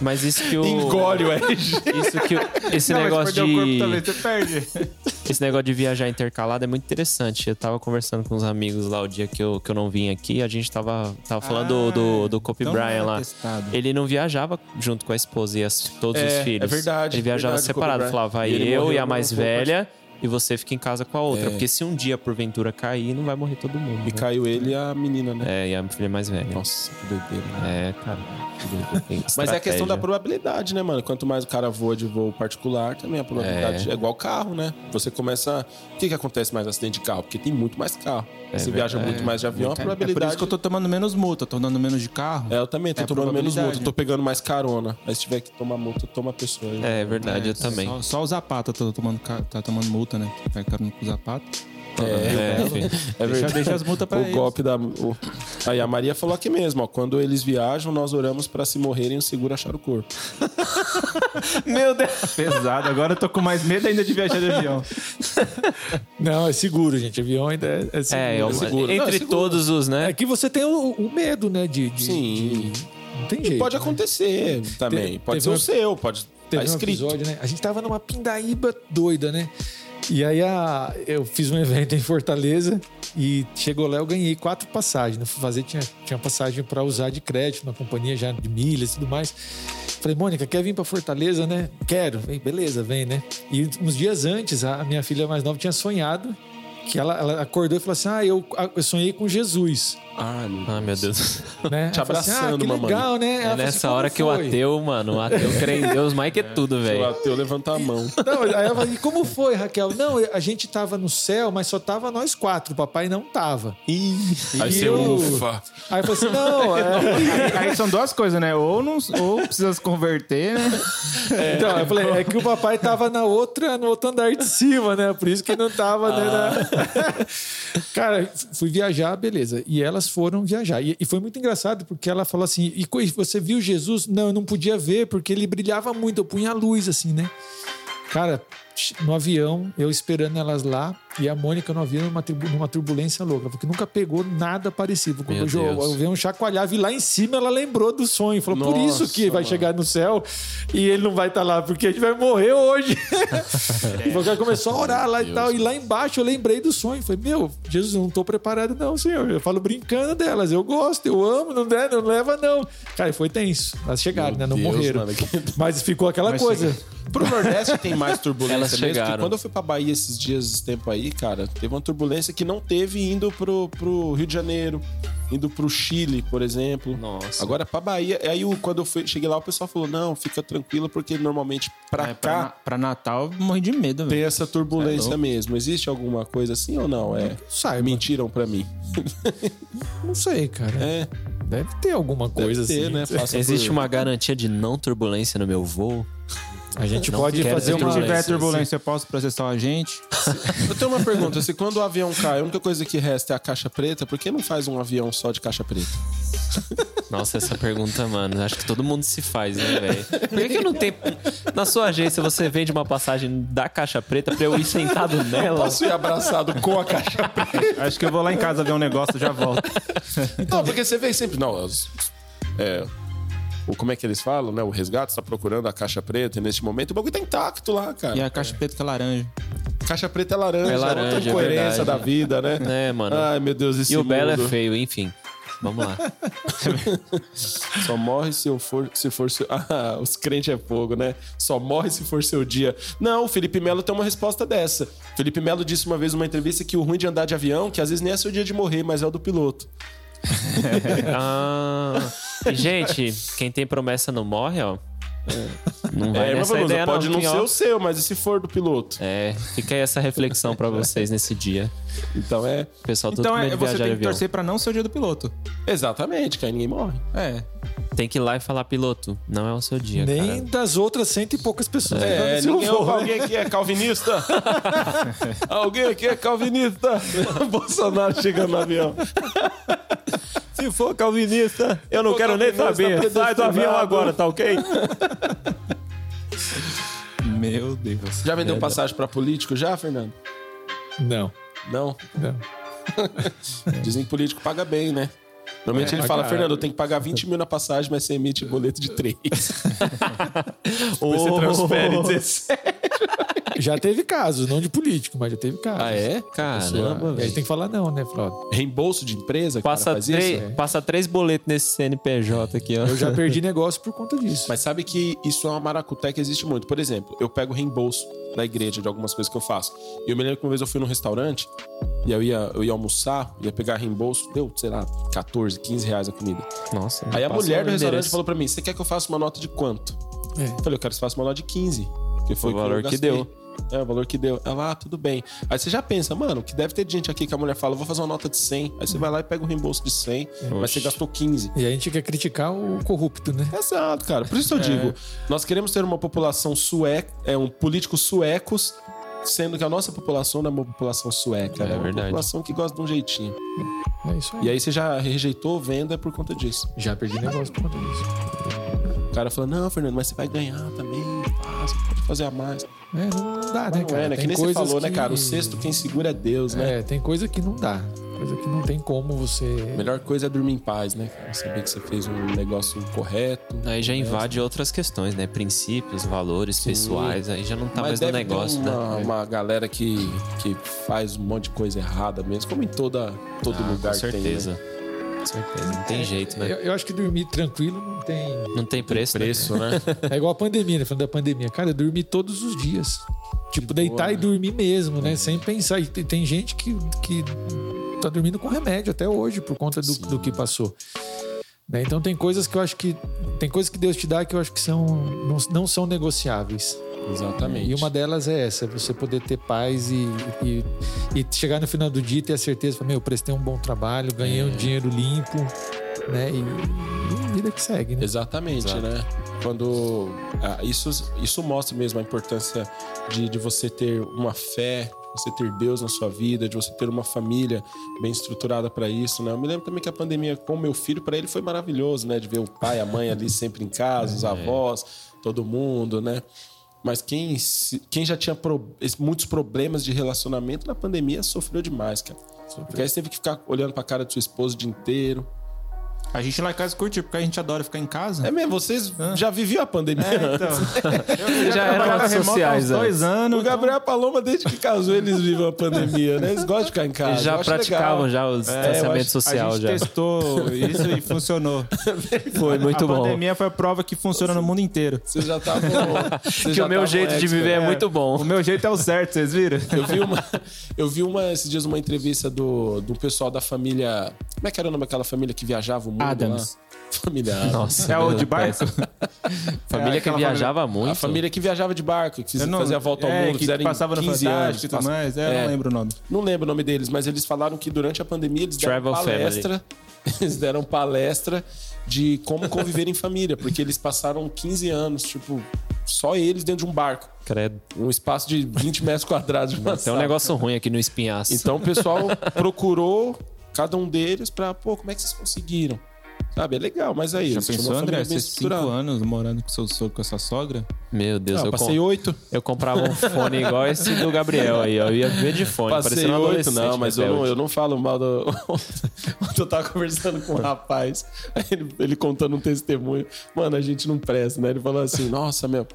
Speaker 2: mas isso que o.
Speaker 3: Engole o RG.
Speaker 2: Isso que o- esse
Speaker 4: Não, mas
Speaker 2: negócio
Speaker 4: perder o corpo
Speaker 2: de.
Speaker 4: também, você perde.
Speaker 2: Esse negócio de viajar intercalado é muito interessante. Eu tava conversando com uns amigos lá o dia que eu, que eu não vim aqui. A gente tava, tava falando
Speaker 3: Ah,
Speaker 2: do, do, do Kobe
Speaker 4: então não
Speaker 3: é
Speaker 2: Bryant
Speaker 4: era
Speaker 2: lá.
Speaker 4: testado.
Speaker 2: Ele não viajava junto com a esposa e as- todos
Speaker 3: É,
Speaker 2: os filhos.
Speaker 3: é verdade,
Speaker 2: Ele viajava
Speaker 3: verdade, o Kobe
Speaker 2: separado.
Speaker 3: Bryant.
Speaker 2: Falava, vai
Speaker 3: E ele
Speaker 2: eu
Speaker 3: morreu um
Speaker 2: e a
Speaker 3: no
Speaker 2: mais
Speaker 3: aeroporto.
Speaker 2: velha e você fica em casa com a outra. Porque se um dia, porventura, cair, não vai morrer todo mundo.
Speaker 3: É. E
Speaker 2: né?
Speaker 3: caiu ele e a menina, né?
Speaker 2: É, e a filha mais velha.
Speaker 3: Nossa, que doideira. né?
Speaker 2: É, cara.
Speaker 3: Mas é a questão da probabilidade, né, mano? Quanto mais o cara voa de voo particular, também a probabilidade é, igual carro, né? Você começa. O que, que acontece mais acidente de carro? Porque tem muito mais carro. Você viaja muito mais de avião, a
Speaker 4: É por
Speaker 3: probabilidade.
Speaker 4: isso que eu tô tomando menos multa, tô andando menos de carro.
Speaker 3: É, eu também tô
Speaker 4: É a
Speaker 3: tomando menos multa,
Speaker 4: probabilidade.
Speaker 3: tô pegando mais carona. Aí se tiver que tomar multa, toma a pessoa. aí.
Speaker 2: É, é verdade, eu também.
Speaker 4: Só, só o Zapata tá tomando, ca- tá tomando multa, né? Que Vai carona com o Zapata.
Speaker 2: É, enfim.
Speaker 3: É
Speaker 4: Deixa, deixa as multas pra
Speaker 3: O
Speaker 4: eles.
Speaker 3: golpe da. o- Aí a Maria falou aqui mesmo, ó. Quando eles viajam, nós oramos pra se morrerem o seguro achar o corpo.
Speaker 4: Meu Deus. Pesado, agora eu tô com mais medo ainda de viajar de avião.
Speaker 5: Não, é seguro, gente. Avião ainda é, é seguro.
Speaker 2: É, é uma-
Speaker 3: seguro.
Speaker 2: entre
Speaker 3: Não, é seguro.
Speaker 2: todos os, né?
Speaker 5: É que você tem o, o medo, né? De, de-
Speaker 3: Sim.
Speaker 5: de- Não tem jeito. né?
Speaker 3: Pode acontecer também.
Speaker 5: Te-
Speaker 3: pode
Speaker 5: teve
Speaker 3: ser
Speaker 5: um-
Speaker 3: o seu, pode estar
Speaker 5: Teve um
Speaker 3: Tá escrito.
Speaker 5: episódio, né? A gente tava numa pindaíba doida, né? E aí a, eu fiz um evento em Fortaleza e chegou lá, eu ganhei quatro passagens. Não fui fazer, tinha, tinha passagem para usar de crédito na companhia já de milhas e tudo mais. Falei, Mônica, quer vir para Fortaleza, né? Quero. Falei, beleza, vem, né? E uns dias antes, a minha filha mais nova tinha sonhado que ela, ela acordou e falou assim: Ah, eu, eu sonhei com Jesus.
Speaker 3: Ah, meu
Speaker 2: Ah, meu Deus.
Speaker 5: Né?
Speaker 3: Te
Speaker 5: Ela falou
Speaker 3: abraçando,
Speaker 5: que
Speaker 3: mamãe.
Speaker 5: legal, né? Ela
Speaker 2: É
Speaker 5: falou assim,
Speaker 2: nessa
Speaker 5: "Como
Speaker 2: hora que o
Speaker 5: foi?"
Speaker 2: ateu, mano, o ateu crê em Deus mais que tudo,
Speaker 3: Deus. O
Speaker 2: velho.
Speaker 3: ateu levanta a mão.
Speaker 5: Não, aí ela falou, e como foi, Raquel? Não, a gente tava no céu, mas só tava nós quatro, o papai não tava.
Speaker 3: Aí você
Speaker 5: eu-
Speaker 3: ufa.
Speaker 5: Aí eu falei assim, não, é...
Speaker 4: Aí são duas coisas, né? Ou, não, ou precisa se converter, né?
Speaker 5: Então, eu falei, é que o papai tava na outra, no outro andar de cima, né? Por isso que não tava, né?
Speaker 2: Ah.
Speaker 5: na- Cara, fui viajar, beleza. E elas foram viajar. E, e foi muito engraçado, porque ela falou assim, e co- e você viu Jesus? Não, eu não podia ver, porque ele brilhava muito, eu punha a luz, assim, né? Cara, no avião, eu esperando elas lá, e a Mônica no avião numa, tribu- numa turbulência louca, porque nunca pegou nada parecido. Quando
Speaker 2: Meu
Speaker 5: eu, jo-
Speaker 2: Deus.
Speaker 5: eu vi um chacoalhava e lá em cima ela lembrou do sonho. Falou, por isso
Speaker 3: Nossa,
Speaker 5: que vai
Speaker 3: mano.
Speaker 5: chegar no céu e ele não vai estar lá, porque a gente vai morrer hoje. E o cara começou a orar lá e tal. E lá embaixo eu lembrei do sonho. Falei, meu, Jesus, eu não tô preparado, não, senhor. Eu falo brincando delas, eu gosto, eu amo, não, der, não leva, não. Cara, e foi tenso. Elas chegaram, né? Não
Speaker 3: Deus,
Speaker 5: morreram.
Speaker 3: mano, que-
Speaker 5: Mas ficou aquela
Speaker 4: Mas
Speaker 5: coisa.
Speaker 3: Pro Nordeste tem mais
Speaker 2: Elas
Speaker 3: turbulência mesmo. Porque
Speaker 2: chegaram.
Speaker 3: quando eu fui pra Bahia esses dias, esse tempo aí, cara, teve uma turbulência que não teve indo pro, pro Rio de Janeiro, indo pro Chile, por exemplo.
Speaker 2: Nossa.
Speaker 3: Agora pra Bahia, aí eu- quando eu fui- cheguei lá, o pessoal falou: não, fica tranquilo, porque normalmente pra
Speaker 4: É, pra,
Speaker 3: cá
Speaker 4: na- pra Natal, eu morri de medo,
Speaker 3: tem
Speaker 4: velho.
Speaker 3: essa turbulência mesmo. Existe alguma coisa assim ou não? É.
Speaker 5: Saiba.
Speaker 3: Mentiram pra mim.
Speaker 5: Não sei, cara.
Speaker 3: É,
Speaker 5: Deve ter alguma coisa
Speaker 3: deve ter,
Speaker 5: assim.
Speaker 3: né? Passa
Speaker 2: Existe
Speaker 3: por-
Speaker 2: uma garantia de não turbulência no meu voo?
Speaker 5: A gente
Speaker 2: Não
Speaker 5: pode
Speaker 2: quero
Speaker 5: fazer
Speaker 2: ter
Speaker 4: É,
Speaker 5: uma.
Speaker 4: Se tiver
Speaker 2: turbulência,
Speaker 4: turbulência, eu posso processar a gente.
Speaker 3: um- Eu tenho uma pergunta: se quando o avião cai, a única coisa que resta é a caixa preta, por que não faz um avião só de caixa preta?
Speaker 2: Nossa, essa pergunta, mano. Acho que todo mundo se faz, né, velho? Por que, que não tem. Na sua agência você vende uma passagem da caixa preta pra eu ir sentado nela?
Speaker 3: Posso ir abraçado com a caixa preta?
Speaker 4: Acho que eu vou lá em casa ver um negócio, já volto.
Speaker 3: Não, porque você vê sempre. Não, as- é. O, como é que eles falam, né? O resgate está procurando a caixa preta e neste momento o bagulho tá intacto lá, cara.
Speaker 4: E a caixa preta que é laranja.
Speaker 3: Caixa preta é laranja,
Speaker 2: É
Speaker 3: é
Speaker 2: laranja,
Speaker 3: outra
Speaker 2: é
Speaker 3: coerência
Speaker 2: verdade.
Speaker 3: da vida, né?
Speaker 5: Ah,
Speaker 2: É, mano.
Speaker 3: Ai, meu Deus, esse
Speaker 2: E o Belo é
Speaker 3: mundo.
Speaker 2: feio, enfim. Vamos lá.
Speaker 3: Só morre se eu for, se for seu... Ah, os crentes é fogo, né? Só morre se for seu dia. Não, o Felipe Melo tem uma resposta dessa. O Felipe Melo disse uma vez numa entrevista que o ruim de andar de avião, que às vezes nem é seu dia de morrer, mas é o do piloto.
Speaker 2: Ah, e, gente, quem tem promessa não morre, ó. Não vai
Speaker 3: É, mas
Speaker 2: nessa
Speaker 3: vamos,
Speaker 2: ideia,
Speaker 3: pode não
Speaker 2: não
Speaker 3: ser o seu, mas e se for do piloto?
Speaker 2: É, fica aí essa reflexão pra vocês nesse dia.
Speaker 3: Então é.
Speaker 2: O pessoal todo
Speaker 4: Então
Speaker 2: com
Speaker 4: é,
Speaker 2: medo de
Speaker 4: você
Speaker 2: viajar
Speaker 4: tem
Speaker 2: de
Speaker 4: que
Speaker 2: avião.
Speaker 4: torcer pra não ser o dia do piloto.
Speaker 3: Exatamente, cara, ninguém morre.
Speaker 4: É.
Speaker 2: Tem que ir lá e falar, piloto, não é o seu dia,
Speaker 5: Nem
Speaker 2: cara.
Speaker 5: das outras cento e poucas pessoas.
Speaker 3: né, É,
Speaker 5: Se eu
Speaker 3: ninguém-
Speaker 5: vou, né?
Speaker 3: alguém aqui é calvinista? alguém aqui é calvinista? Bolsonaro chegando no avião.
Speaker 2: Se for calvinista, eu
Speaker 3: não quero nem saber. Sai do avião agora,
Speaker 2: tá ok?
Speaker 4: Meu Deus.
Speaker 3: Já vendeu passagem pra político já, Fernando? é
Speaker 5: Não,
Speaker 3: Não.
Speaker 5: não.
Speaker 3: Dizem que político paga bem, né? Normalmente ele fala, Fernando, eu tenho que pagar 20 mil na passagem, mas você emite boleto de 3. Você transfere 17.
Speaker 5: Já teve casos, não de político, mas já teve casos.
Speaker 3: Ah, é?
Speaker 2: Caramba,
Speaker 5: E aí
Speaker 2: velho.
Speaker 5: tem que falar não, né, Flávio?
Speaker 3: Reembolso de empresa, cara,
Speaker 2: Passa,
Speaker 3: faz
Speaker 2: três,
Speaker 3: isso? né?
Speaker 2: passa três boletos nesse CNPJ aqui, ó.
Speaker 5: Eu já perdi negócio por conta disso.
Speaker 3: Mas sabe que isso é uma maracutaia que existe muito. Por exemplo, eu pego reembolso da igreja de algumas coisas que eu faço. E eu me lembro que uma vez eu fui num restaurante e eu ia, eu ia almoçar, ia pegar reembolso, deu, sei lá, 14, 15 reais a comida.
Speaker 2: Nossa.
Speaker 3: Aí a
Speaker 2: passa
Speaker 3: mulher do
Speaker 2: o
Speaker 3: restaurante
Speaker 2: endereço.
Speaker 3: falou pra mim: Você quer que eu faça uma nota de quanto?
Speaker 5: É.
Speaker 3: Eu falei: Eu quero que você faça uma nota de 15. Que foi
Speaker 2: O
Speaker 3: eu
Speaker 2: valor que
Speaker 3: gastei.
Speaker 2: deu.
Speaker 3: É, o valor que deu. Ela, ah, tudo bem. Aí você já pensa, mano, que deve ter gente aqui que a mulher fala: "Eu Vou fazer uma nota de 100. Aí você vai lá e pega um reembolso de 100, mas você
Speaker 2: Hum. Oxe.
Speaker 3: gastou 15.
Speaker 5: E a gente quer criticar o corrupto, né?
Speaker 3: Exato, cara. Por
Speaker 5: É.
Speaker 3: isso eu digo, nós queremos ter uma população sueca, é um políticos suecos, sendo que a nossa população não é uma população sueca,
Speaker 2: É
Speaker 3: né? uma
Speaker 2: verdade.
Speaker 3: população que gosta de um jeitinho.
Speaker 5: É isso aí.
Speaker 3: E aí você já rejeitou venda por conta disso.
Speaker 5: Já perdi negócio por conta disso.
Speaker 3: O cara falou: "Não, Fernando, mas você vai ganhar também, ah, você pode fazer a mais".
Speaker 5: É, não dá, né,
Speaker 3: Não
Speaker 5: cara?
Speaker 3: é, né? Que
Speaker 5: Tem
Speaker 3: nem você
Speaker 5: coisas
Speaker 3: falou, né,
Speaker 5: que-
Speaker 3: cara? O sexto quem segura é Deus, né?
Speaker 5: É, tem coisa que não dá. Coisa que não tem como você.
Speaker 3: A melhor coisa é dormir em paz, né? cara? Saber que você fez um negócio correto.
Speaker 2: Aí já invade outras questões, né? Princípios, valores pessoais. Aí já não tá mais no
Speaker 3: deve ter
Speaker 2: negócio, né?
Speaker 3: uma, uma galera que, que faz um monte de coisa errada mesmo, como em toda, todo
Speaker 2: Ah,
Speaker 3: lugar
Speaker 2: com certeza.
Speaker 3: tem. Né?
Speaker 2: Com certeza. Não
Speaker 3: É,
Speaker 2: tem jeito, né?
Speaker 5: Eu, eu acho que dormir tranquilo não tem.
Speaker 2: Não tem preço. né?
Speaker 3: Preço, né?
Speaker 5: É igual a pandemia, né? Falando da pandemia. Cara, eu dormi todos os dias. Tipo, deitar e dormir mesmo, né? Sem pensar. E tem, tem gente que, que tá dormindo com remédio até hoje por conta do, do que passou. Né? Então tem coisas que eu acho que. Tem coisas que Deus te dá que eu acho que são, não, não são negociáveis.
Speaker 3: Exatamente.
Speaker 5: E uma delas é essa, você poder ter paz e, e, e chegar no final do dia e ter a certeza, falar, meu, eu prestei um bom trabalho, ganhei um dinheiro limpo, né? E, e vida que segue, né?
Speaker 3: Exatamente, né? Quando. ah, isso, isso mostra mesmo a importância de, de você ter uma fé, você ter Deus na sua vida, de você ter uma família bem estruturada para isso, né? Eu me lembro também que a pandemia com meu filho, para ele foi maravilhoso, né? De ver o pai, a mãe ali sempre em casa, os avós, todo mundo, né? Mas quem, se- quem já tinha pro- es- muitos problemas de relacionamento na pandemia sofreu demais, cara. Porque aí você teve que ficar olhando pra cara do seu esposo o dia inteiro.
Speaker 4: A gente lá em casa curte, porque a gente adora ficar em casa.
Speaker 3: É
Speaker 4: Então,
Speaker 3: mesmo, vocês já viviam a pandemia
Speaker 4: É.
Speaker 3: antes.
Speaker 4: Eu
Speaker 2: Já eram
Speaker 4: trabalhava
Speaker 2: redes
Speaker 4: remoto
Speaker 2: sociais,
Speaker 4: há uns dois
Speaker 2: antes.
Speaker 4: anos.
Speaker 3: O Gabriel e a Paloma, desde que casou, eles vivem a pandemia, né? Eles gostam de ficar em casa.
Speaker 2: Eles já
Speaker 3: Eu acho
Speaker 2: praticavam
Speaker 3: legal.
Speaker 2: já o
Speaker 3: eu
Speaker 2: distanciamento
Speaker 3: acho-
Speaker 4: a
Speaker 2: social
Speaker 4: gente
Speaker 2: já.
Speaker 4: testou isso e funcionou.
Speaker 2: Foi muito
Speaker 4: a
Speaker 2: bom.
Speaker 4: pandemia foi a prova que funciona no mundo inteiro.
Speaker 3: Vocês já estavam. vocês
Speaker 2: Que
Speaker 3: já
Speaker 2: o meu
Speaker 3: estavam
Speaker 2: jeito de
Speaker 3: expert.
Speaker 2: viver é muito
Speaker 4: O
Speaker 2: bom.
Speaker 4: meu jeito é o certo, vocês viram?
Speaker 3: Eu vi, uma, eu vi uma, esses dias uma entrevista do, do pessoal da família. Como é que era o nome daquela família que viajava o mundo?
Speaker 4: Adams.
Speaker 3: Lá? Família Adams.
Speaker 2: Nossa,
Speaker 4: É o
Speaker 2: meu,
Speaker 4: de barco?
Speaker 2: péssimo. Família
Speaker 4: É,
Speaker 2: que
Speaker 4: aquela
Speaker 2: viajava
Speaker 3: A
Speaker 2: muito.
Speaker 3: família que viajava de barco, que
Speaker 4: Eu não-
Speaker 3: fazia a volta ao
Speaker 4: é,
Speaker 3: mundo,
Speaker 4: que
Speaker 3: fizeram em
Speaker 4: passava no
Speaker 3: 15 anos.
Speaker 4: Fantástico e tudo mais. É,
Speaker 3: É.
Speaker 4: Eu não lembro o nome.
Speaker 3: Não lembro o nome deles, mas eles falaram que durante a pandemia eles deram
Speaker 2: Travel
Speaker 3: palestra. Eles deram palestra de como conviver em família, porque eles passaram 15 anos, tipo, só eles dentro de um barco.
Speaker 2: Credo.
Speaker 3: Um espaço de 20 metros quadrados de uma
Speaker 2: Tem um
Speaker 3: sala.
Speaker 2: negócio ruim aqui no espinhaço.
Speaker 3: Então o pessoal procurou cada um deles pra, pô, como é que vocês conseguiram? Sabe, é legal, mas aí.
Speaker 4: Já
Speaker 3: eles tinham
Speaker 4: pensou,
Speaker 3: uma família
Speaker 4: André?
Speaker 3: bem
Speaker 4: Você cinco
Speaker 3: estruturada.
Speaker 4: anos morando com seu sogro, com a sua sogra?
Speaker 2: Meu Deus,
Speaker 3: Não,
Speaker 2: eu, com-
Speaker 3: passei oito.
Speaker 2: eu comprava um fone igual esse do Gabriel aí. ó. Eu ia viver de fone.
Speaker 3: Passei
Speaker 2: parecendo um
Speaker 3: oito,
Speaker 2: adolescente.
Speaker 3: não, mas eu
Speaker 2: rebelde.
Speaker 3: não, eu não falo mal do. Ontem eu tava conversando com um rapaz, aí ele, ele contando um testemunho. Mano, a gente não presta, né? Ele falou assim: Nossa, meu,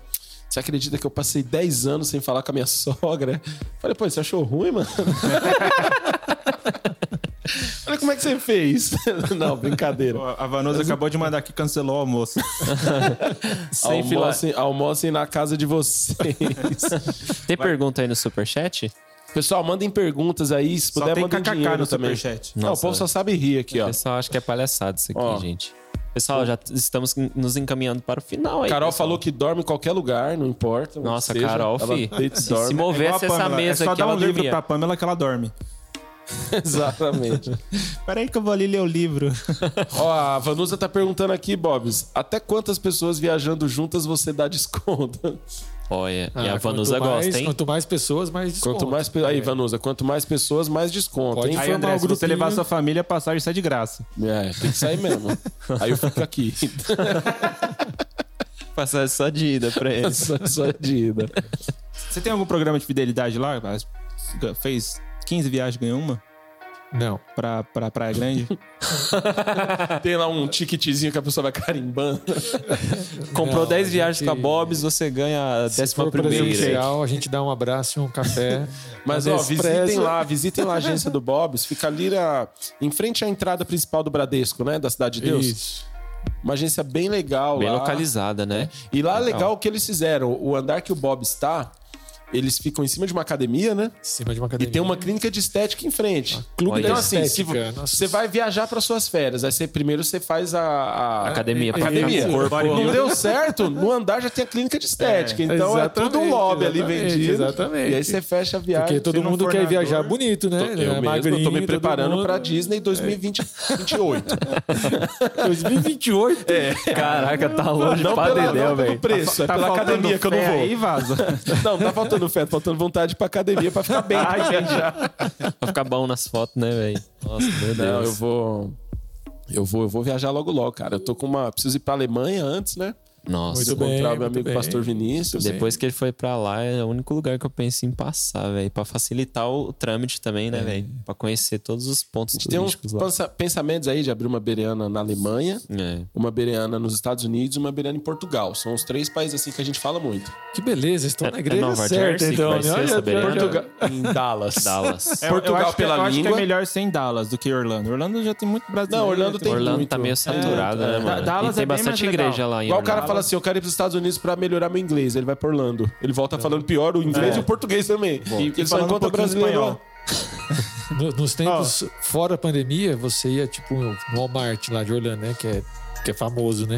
Speaker 3: você acredita que eu passei 10 anos sem falar com a minha sogra? Falei, pô, você achou ruim, mano? Olha como é que você fez. Não, brincadeira.
Speaker 4: Pô, A Vanusa acabou de mandar que cancelou o almoço.
Speaker 2: Sem fila.
Speaker 3: Almocem, almocem na casa de vocês.
Speaker 2: Tem pergunta aí no superchat?
Speaker 3: Pessoal, mandem perguntas aí. Se
Speaker 4: Só
Speaker 3: puder,
Speaker 4: tem
Speaker 3: mandem
Speaker 4: kkk
Speaker 3: dinheiro
Speaker 4: no
Speaker 3: também.
Speaker 4: superchat.
Speaker 3: Não, o
Speaker 2: Nossa.
Speaker 3: povo só sabe rir aqui,
Speaker 2: O
Speaker 3: ó.
Speaker 2: pessoal acha que é palhaçada isso aqui,
Speaker 3: Ó.
Speaker 2: gente. Pessoal, já t- estamos nos encaminhando para o final aí.
Speaker 3: Carol
Speaker 2: pessoal.
Speaker 3: falou que dorme em qualquer lugar, não importa. onde
Speaker 2: Nossa,
Speaker 3: seja.
Speaker 2: Carol,
Speaker 3: Ela
Speaker 2: fi.
Speaker 3: deita e
Speaker 2: Se,
Speaker 3: dorme.
Speaker 2: se movesse
Speaker 4: É igual a
Speaker 2: essa
Speaker 4: Pamela,
Speaker 2: mesa
Speaker 4: é só
Speaker 2: aqui,
Speaker 4: dar um
Speaker 2: ela
Speaker 4: livro
Speaker 2: dormia.
Speaker 4: pra Pamela que ela dorme.
Speaker 3: Exatamente.
Speaker 4: Peraí que eu vou ali ler o livro.
Speaker 3: Ó, a Vanusa tá perguntando aqui, Bobs, até quantas pessoas viajando juntas você dá desconto?
Speaker 2: Olha, e
Speaker 5: Ah,
Speaker 2: a
Speaker 5: quanto
Speaker 2: Vanusa
Speaker 5: mais-
Speaker 2: gosta, hein?
Speaker 5: Quanto mais pessoas, mais desconto.
Speaker 3: Quanto mais... pe- Aí, Vanusa, quanto mais pessoas, mais desconto,
Speaker 5: é. Pode
Speaker 3: hein?
Speaker 5: Aí,
Speaker 4: Aí,
Speaker 5: formar
Speaker 4: André,
Speaker 5: um
Speaker 4: se você
Speaker 5: grupinho.
Speaker 4: levar sua família, a passagem sai de graça.
Speaker 3: É, tem que sair mesmo. Aí eu fico aqui.
Speaker 2: Passar só de ida pra eles.
Speaker 3: só, só de ida.
Speaker 4: Você tem algum programa de fidelidade lá? Fez 15 viagens, ganhou uma
Speaker 5: Não.
Speaker 4: pra, pra Praia Grande?
Speaker 3: Tem lá um ticketzinho que a pessoa vai carimbando.
Speaker 2: Comprou
Speaker 5: Não,
Speaker 2: 10
Speaker 5: a
Speaker 2: viagens
Speaker 5: gente-
Speaker 2: com a Bobs, você ganha a
Speaker 5: Se for
Speaker 2: décima primeira.
Speaker 5: presencial, a gente dá um abraço e um café.
Speaker 3: Mas,
Speaker 5: Um
Speaker 3: ó,
Speaker 5: Nespresso.
Speaker 3: visitem lá, visitem lá a agência do Bobs. Fica ali na- em frente à entrada principal do Bradesco, né? Da Cidade de Deus.
Speaker 5: Isso.
Speaker 3: Uma agência bem legal
Speaker 2: Bem
Speaker 3: lá.
Speaker 2: localizada, né?
Speaker 3: E lá é legal o que eles fizeram. O andar que o Bob está, eles ficam em cima de uma academia, né?
Speaker 5: Em cima de uma
Speaker 3: E
Speaker 5: academia.
Speaker 3: tem uma clínica de estética em frente.
Speaker 2: Olha.
Speaker 3: então, assim, se
Speaker 5: Estética,
Speaker 3: vo-
Speaker 5: nossa.
Speaker 3: você vai viajar para suas férias, aí você primeiro você faz a, a-
Speaker 2: Academia. pra
Speaker 3: academia.
Speaker 2: ficar com o corpo-
Speaker 3: Não deu certo, no andar já tem a clínica de estética. então é
Speaker 5: Exatamente,
Speaker 3: tudo um lobby ali
Speaker 5: exatamente,
Speaker 3: vendido.
Speaker 5: exatamente.
Speaker 3: E aí você fecha a viagem.
Speaker 5: Porque todo
Speaker 4: não
Speaker 5: mundo
Speaker 4: for
Speaker 5: quer
Speaker 4: nadador,
Speaker 5: viajar bonito, né?
Speaker 3: Eu mesmo, eu tô me preparando pra
Speaker 5: É.
Speaker 3: Disney 2028.
Speaker 5: 2028. É.
Speaker 2: Caraca, tá longe
Speaker 3: Não
Speaker 2: pra
Speaker 3: pela,
Speaker 2: Dedéu,
Speaker 3: não
Speaker 2: velho.
Speaker 3: pelo preço, é pela
Speaker 4: faltando
Speaker 3: academia que eu não
Speaker 4: fé
Speaker 3: vou.
Speaker 4: Aí vaza.
Speaker 3: Não, tá faltando fé, tá faltando vontade pra academia pra ficar bem.
Speaker 2: Pra ficar bom nas fotos, né, velho? Nossa, meu Deus.
Speaker 3: Não, eu vou. Eu vou, eu vou viajar logo logo, cara. Eu tô com uma. Preciso ir pra Alemanha antes, né?
Speaker 2: Nossa,
Speaker 5: Muito bem,
Speaker 3: Encontrar o meu
Speaker 5: muito
Speaker 3: amigo
Speaker 5: bem.
Speaker 3: pastor Vinícius.
Speaker 2: depois que ele foi pra lá, é o único lugar que eu pensei em passar, velho. Pra facilitar o trâmite também, né, velho? Pra conhecer todos os pontos
Speaker 3: Tem um- uns
Speaker 2: turísticos lá.
Speaker 3: pensa- pensamentos aí de abrir uma bereana na Alemanha,
Speaker 5: Hum.
Speaker 2: É.
Speaker 3: uma bereana nos Estados Unidos e uma bereana em Portugal. São os três países assim que a gente fala muito.
Speaker 5: Que beleza, estão
Speaker 2: É-
Speaker 5: na
Speaker 2: é
Speaker 5: igreja
Speaker 2: Nova
Speaker 5: certa,
Speaker 2: Jersey que
Speaker 5: então.
Speaker 2: vai ser essa beirada?
Speaker 5: Portugal.
Speaker 3: Em Dallas.
Speaker 2: Dallas.
Speaker 4: É,
Speaker 3: Portugal
Speaker 4: eu acho que-
Speaker 3: pela
Speaker 4: eu acho que
Speaker 3: língua.
Speaker 4: é melhor ser em Dallas do que Orlando. Orlando já tem muito brasileiro.
Speaker 3: Não, Orlando tem
Speaker 2: Orlando
Speaker 3: muito.
Speaker 2: tá meio saturado,
Speaker 3: É,
Speaker 2: né,
Speaker 3: é.
Speaker 2: mano?
Speaker 4: Da- Dallas
Speaker 2: e tem
Speaker 4: é bem
Speaker 2: bastante
Speaker 4: mais legal.
Speaker 2: igreja lá em
Speaker 3: Igual o cara
Speaker 2: Orlando.
Speaker 3: fala assim: eu quero ir pros Estados Unidos pra melhorar meu inglês. Ele vai pra Orlando. Ele volta falando pior o inglês e o português também. E, ele só
Speaker 4: falando um
Speaker 3: encontra
Speaker 4: pouquinho
Speaker 3: brasileiro.
Speaker 4: espanhol.
Speaker 3: lá.
Speaker 5: No- Nos tempos
Speaker 3: Ah.
Speaker 5: fora a pandemia, você ia tipo no Walmart lá de Orlando, né? Que é, que é famoso, né?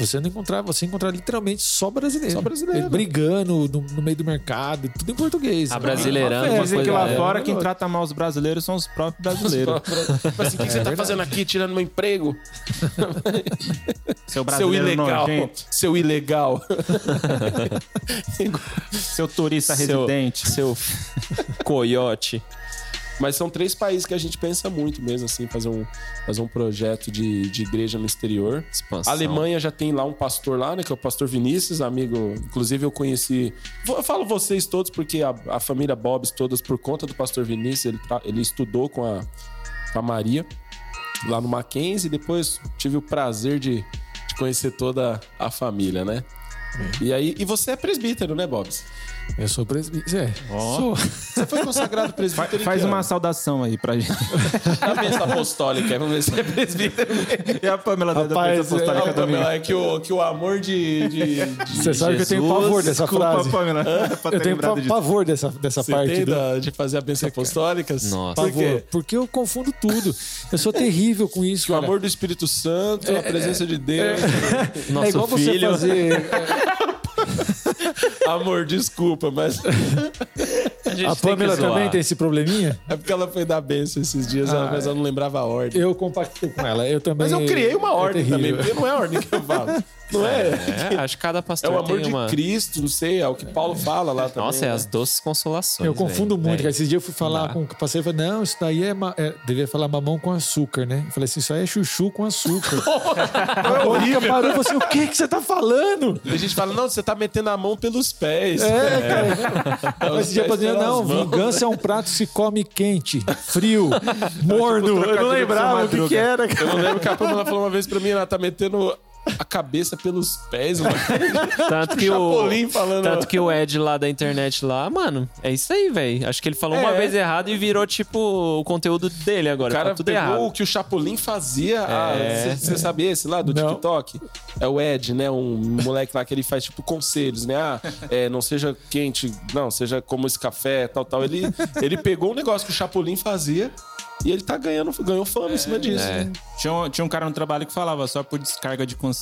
Speaker 5: Você não encontrava, você encontrava literalmente só brasileiro.
Speaker 3: Só brasileiro.
Speaker 5: Brigando no, no meio do mercado, tudo em português. Ah,
Speaker 2: A brasileirando,
Speaker 5: Uma
Speaker 2: uma
Speaker 5: festa,
Speaker 4: Dizem que lá
Speaker 2: É,
Speaker 4: fora quem trata mal os brasileiros são os próprios brasileiros.
Speaker 3: Tipo assim, o que, que
Speaker 4: É
Speaker 3: você tá fazendo aqui, tirando meu emprego?
Speaker 4: Seu
Speaker 3: Seu
Speaker 4: brasileiro
Speaker 3: ilegal.
Speaker 4: nojento,
Speaker 3: Seu ilegal.
Speaker 4: seu turista
Speaker 2: Seu-
Speaker 4: residente.
Speaker 2: Seu coiote.
Speaker 3: Mas são três países que a gente pensa muito mesmo, assim, fazer um, fazer um projeto de, de igreja no exterior.
Speaker 2: Expansão.
Speaker 3: A Alemanha já tem lá um pastor lá, né? Que é o pastor Vinícius, amigo. Inclusive, eu conheci. Eu falo vocês todos, porque a, a família Bobs, todas, por conta do pastor Vinícius, ele, tra- ele estudou com a, com a Maria lá no Mackenzie. Depois tive o prazer de, de conhecer toda a família, né? E aí, e você é presbítero, né, Bobs?
Speaker 5: Eu sou presbítero. É, sou.
Speaker 3: Você foi consagrado presbítero. em
Speaker 4: Faz
Speaker 3: que
Speaker 4: uma
Speaker 3: ano?
Speaker 4: saudação aí pra gente.
Speaker 3: Na bênção apostólica, vamos ver se é presbítero.
Speaker 4: E a Pamela da
Speaker 5: Rapaz,
Speaker 4: Defesa Apostólica
Speaker 3: Não,
Speaker 4: também.
Speaker 3: Pamela, é que o, que o amor de. de- de-
Speaker 5: Você sabe que eu tenho pavor dessa frase.
Speaker 4: Pamela. pra ter
Speaker 5: Eu tenho
Speaker 4: tá lembrado
Speaker 5: pa-
Speaker 4: disso.
Speaker 5: pavor dessa, dessa
Speaker 3: Você
Speaker 5: parte.
Speaker 3: tem
Speaker 5: do-
Speaker 3: da- de fazer a bênção apostólica?
Speaker 2: Nossa.
Speaker 3: Por
Speaker 5: Pavor,
Speaker 3: quê?
Speaker 5: porque eu confundo tudo. Eu sou terrível com isso.
Speaker 3: Que o
Speaker 5: cara.
Speaker 3: amor do Espírito Santo, a presença de Deus.
Speaker 2: Nosso
Speaker 5: é igual
Speaker 2: filho.
Speaker 5: você fazer
Speaker 3: Amor, desculpa, mas
Speaker 5: A Pamela também tem esse probleminha?
Speaker 3: é porque ela foi dar bênção esses dias, ela- mas ela não lembrava a ordem.
Speaker 5: Ah, é. Eu compacto com ela. Eu também.
Speaker 3: Mas eu criei uma
Speaker 5: é
Speaker 3: ordem
Speaker 5: terrível.
Speaker 3: também, porque não é a ordem que eu falo. Não é?
Speaker 2: É, acho que cada
Speaker 3: É
Speaker 2: pastor
Speaker 3: o amor
Speaker 2: tem
Speaker 3: de
Speaker 2: uma...
Speaker 3: Cristo, não sei, é o que Paulo fala lá também.
Speaker 2: Nossa, é
Speaker 3: né?
Speaker 2: as doces consolações.
Speaker 5: Eu confundo
Speaker 2: velho.
Speaker 5: muito.
Speaker 2: É.
Speaker 5: Cara. Esses dias eu fui falar com o pastor e falei: Não, isso daí é, ma... é. Devia falar mamão com açúcar, né? Eu falei assim: Isso aí é chuchu com açúcar. é horrível. Parou e falou assim: O que, que você tá falando?
Speaker 3: A gente fala, não, você tá metendo a mão pelos pés.
Speaker 5: É, cara.
Speaker 4: É
Speaker 3: Os
Speaker 5: Mas esse dia eu
Speaker 3: pés
Speaker 5: falei,
Speaker 3: pelas
Speaker 5: Não,
Speaker 3: mãos.
Speaker 5: vingança é um prato que se come quente, frio, morno. Eu não
Speaker 4: Tipo, trocadilho com
Speaker 5: lembrava o que,
Speaker 4: Madruga.
Speaker 5: que era, cara.
Speaker 3: Eu não lembro que a Pamela falou uma vez pra mim, ela tá metendo a cabeça pelos pés, mano.
Speaker 2: Tanto que o.
Speaker 3: Chapolin falando.
Speaker 2: É. Tanto que o Ed lá da internet lá, mano, é isso aí, velho. Acho que ele falou uma
Speaker 3: É.
Speaker 2: vez errado e virou, tipo, o conteúdo dele agora.
Speaker 3: O cara
Speaker 2: tá tudo
Speaker 3: pegou
Speaker 2: errado. É.
Speaker 3: o que o Chapolin fazia. ah, Você sabia esse lá do
Speaker 5: Não.
Speaker 3: TikTok? É o Ed, né? Um moleque lá que ele faz tipo conselhos, né? Ah, é, não seja quente, não, seja como esse café, tal, tal. Ele, ele pegou um negócio que o Chapolin fazia e ele tá ganhando, ganhou fama em
Speaker 2: É.
Speaker 3: cima disso. né?
Speaker 4: Tinha um, tinha um cara no trabalho que falava só por descarga de consciência.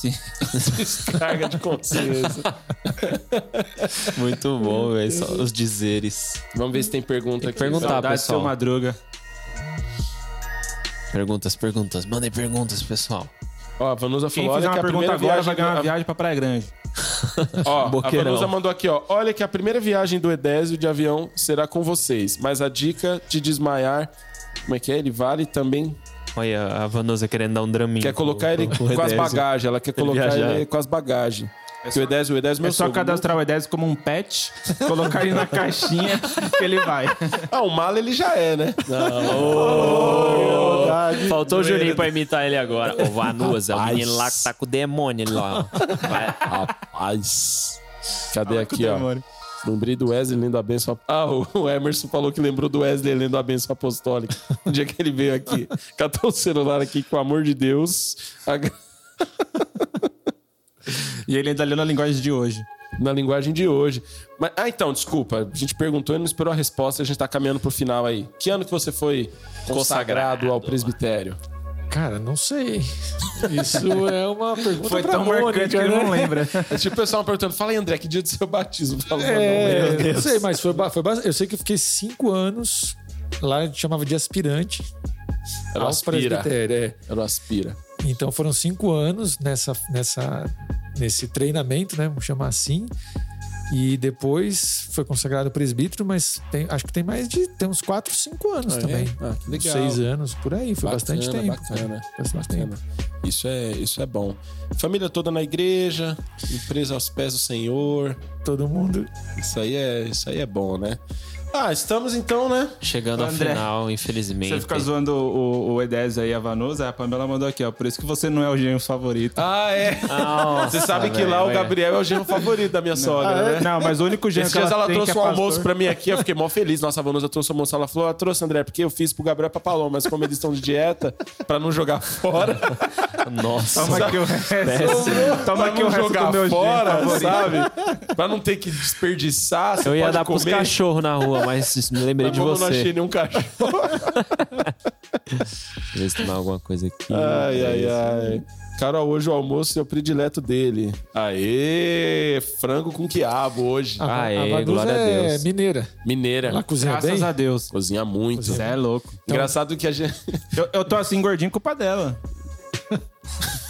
Speaker 3: Descarga de consciência.
Speaker 2: Muito bom, velho. só Os dizeres.
Speaker 3: Vamos ver se tem pergunta aqui.
Speaker 2: perguntar,
Speaker 3: Saudade.
Speaker 2: pessoal.
Speaker 4: Ah, seu Madruga.
Speaker 2: Perguntas, perguntas. Mandem perguntas, pessoal.
Speaker 3: Ó, a Vanusa
Speaker 4: Quem
Speaker 3: falou: olha
Speaker 4: fizer
Speaker 3: que
Speaker 4: uma
Speaker 3: a primeira
Speaker 4: pergunta agora
Speaker 3: viagem.
Speaker 4: vai ganhar uma
Speaker 3: a-
Speaker 4: viagem pra Praia Grande.
Speaker 3: Ó,
Speaker 2: Boqueirão.
Speaker 3: a Vanusa mandou aqui, ó. Olha que a primeira viagem do Edésio de avião será com vocês, mas a dica de desmaiar, como é que é? Ele vale também.
Speaker 2: Olha a Vanusa querendo dar um draminho.
Speaker 3: Quer colocar ele
Speaker 2: com
Speaker 3: com
Speaker 2: o
Speaker 3: as
Speaker 2: Edésio.
Speaker 3: bagagens, ela quer colocar
Speaker 2: viajar.
Speaker 3: ele com as bagagens. Que o Edésio, o Edésio, meu
Speaker 4: É só
Speaker 3: sogro.
Speaker 4: cadastrar o E10 como um pet, colocar ele na caixinha que ele vai.
Speaker 3: Ah, o mala ele já é, né?
Speaker 2: Faltou o Juninho pra imitar ele agora. Ô, Vanusa, o menino lá que tá com o demônio lá. ó. Vai.
Speaker 3: Rapaz. Cadê aqui, ó? Lembrei do Wesley lendo a benção. ap- Ah, o Emerson falou que lembrou do Wesley lendo a benção apostólica. No dia que ele veio aqui. Catou o celular aqui, com o amor de Deus. A-
Speaker 4: E ele ainda leu na linguagem de hoje.
Speaker 3: na linguagem de hoje. Mas- ah, então, desculpa. A gente perguntou e não esperou a resposta. A gente tá caminhando pro final aí. Que ano que você foi consagrado,
Speaker 2: Consagrado.
Speaker 3: ao presbitério?
Speaker 5: Cara, não sei. Isso é uma pergunta
Speaker 4: Foi
Speaker 5: pra
Speaker 4: tão
Speaker 5: Mônica,
Speaker 4: marcante que ele
Speaker 5: né?
Speaker 4: não lembra.
Speaker 3: É tipo o pessoal perguntando, fala aí, André, que dia do seu batismo? Fala,
Speaker 5: É,
Speaker 3: não,
Speaker 5: não sei, mas foi, ba- foi bastante. Eu sei que eu fiquei cinco anos lá, chamava de aspirante
Speaker 3: Era
Speaker 5: ao
Speaker 3: aspira.
Speaker 5: presbitério. É.
Speaker 3: Era o aspira.
Speaker 5: Então foram cinco anos nessa, nessa, nesse treinamento, né? Vamos chamar assim. E depois foi consagrado presbítero, mas tem- acho que tem mais de. Tem uns quatro, cinco anos também.
Speaker 3: Ah, que legal.
Speaker 5: Seis anos, por aí. Foi bastante tempo.
Speaker 3: Bacana,
Speaker 5: Bastante
Speaker 3: bacana. Isso é, isso é bom. Família toda na igreja, empresa aos pés do Senhor.
Speaker 5: Todo mundo.
Speaker 3: Isso aí é, isso aí é bom, né? Ah, estamos então, né?
Speaker 2: Chegando
Speaker 4: André,
Speaker 2: ao final, infelizmente.
Speaker 4: Você fica zoando o, o E10 aí, a Vanusa, a Pamela mandou aqui, ó. Por isso que você não é o gênio favorito.
Speaker 3: Ah, é.
Speaker 2: Nossa,
Speaker 3: Você sabe que
Speaker 2: velho,
Speaker 3: lá o
Speaker 2: olha.
Speaker 3: Gabriel é o genro favorito da minha sogra, né?
Speaker 4: é? Não, mas o único gênio
Speaker 3: Esses
Speaker 4: que
Speaker 3: dias
Speaker 4: ela,
Speaker 3: ela
Speaker 4: tem
Speaker 3: trouxe
Speaker 4: que é
Speaker 3: um almoço
Speaker 4: pastor-
Speaker 3: pra mim aqui, eu fiquei mó feliz. Nossa, a Vanusa trouxe o almoço. Ela falou, ah, trouxe, André, porque eu fiz pro Gabriel e pra Paloma, mas como eles estão de dieta, pra não jogar fora.
Speaker 2: Nossa,
Speaker 4: Toma aqui o resto. Toma
Speaker 3: pra
Speaker 4: aqui o
Speaker 3: não
Speaker 4: resto do
Speaker 3: jogar
Speaker 4: meu
Speaker 3: fora,
Speaker 4: gênio favorito.
Speaker 3: sabe? Pra não ter que desperdiçar, você
Speaker 2: eu ia
Speaker 3: pode
Speaker 2: dar pros
Speaker 3: comer. Tá
Speaker 2: cachorros na rua, mas me lembrei
Speaker 3: Mas
Speaker 2: de
Speaker 3: como eu não achei
Speaker 2: você.
Speaker 3: nenhum cachorro.
Speaker 2: Deixa eu ver se tem mais alguma coisa aqui. É
Speaker 3: Ai, ai, ai. Carol, hoje o almoço é o predileto dele. Aê! Frango com quiabo hoje.
Speaker 4: Ah,
Speaker 5: A,
Speaker 2: Aê,
Speaker 5: a Vanusa
Speaker 2: glória a
Speaker 5: é
Speaker 2: Deus.
Speaker 5: mineira.
Speaker 3: Mineira.
Speaker 5: Ela cozinha
Speaker 4: Graças
Speaker 5: bem.
Speaker 4: a Deus.
Speaker 3: Cozinha muito.
Speaker 4: Você é louco.
Speaker 3: Engraçado que a gente.
Speaker 4: Eu, eu tô assim gordinho culpa dela.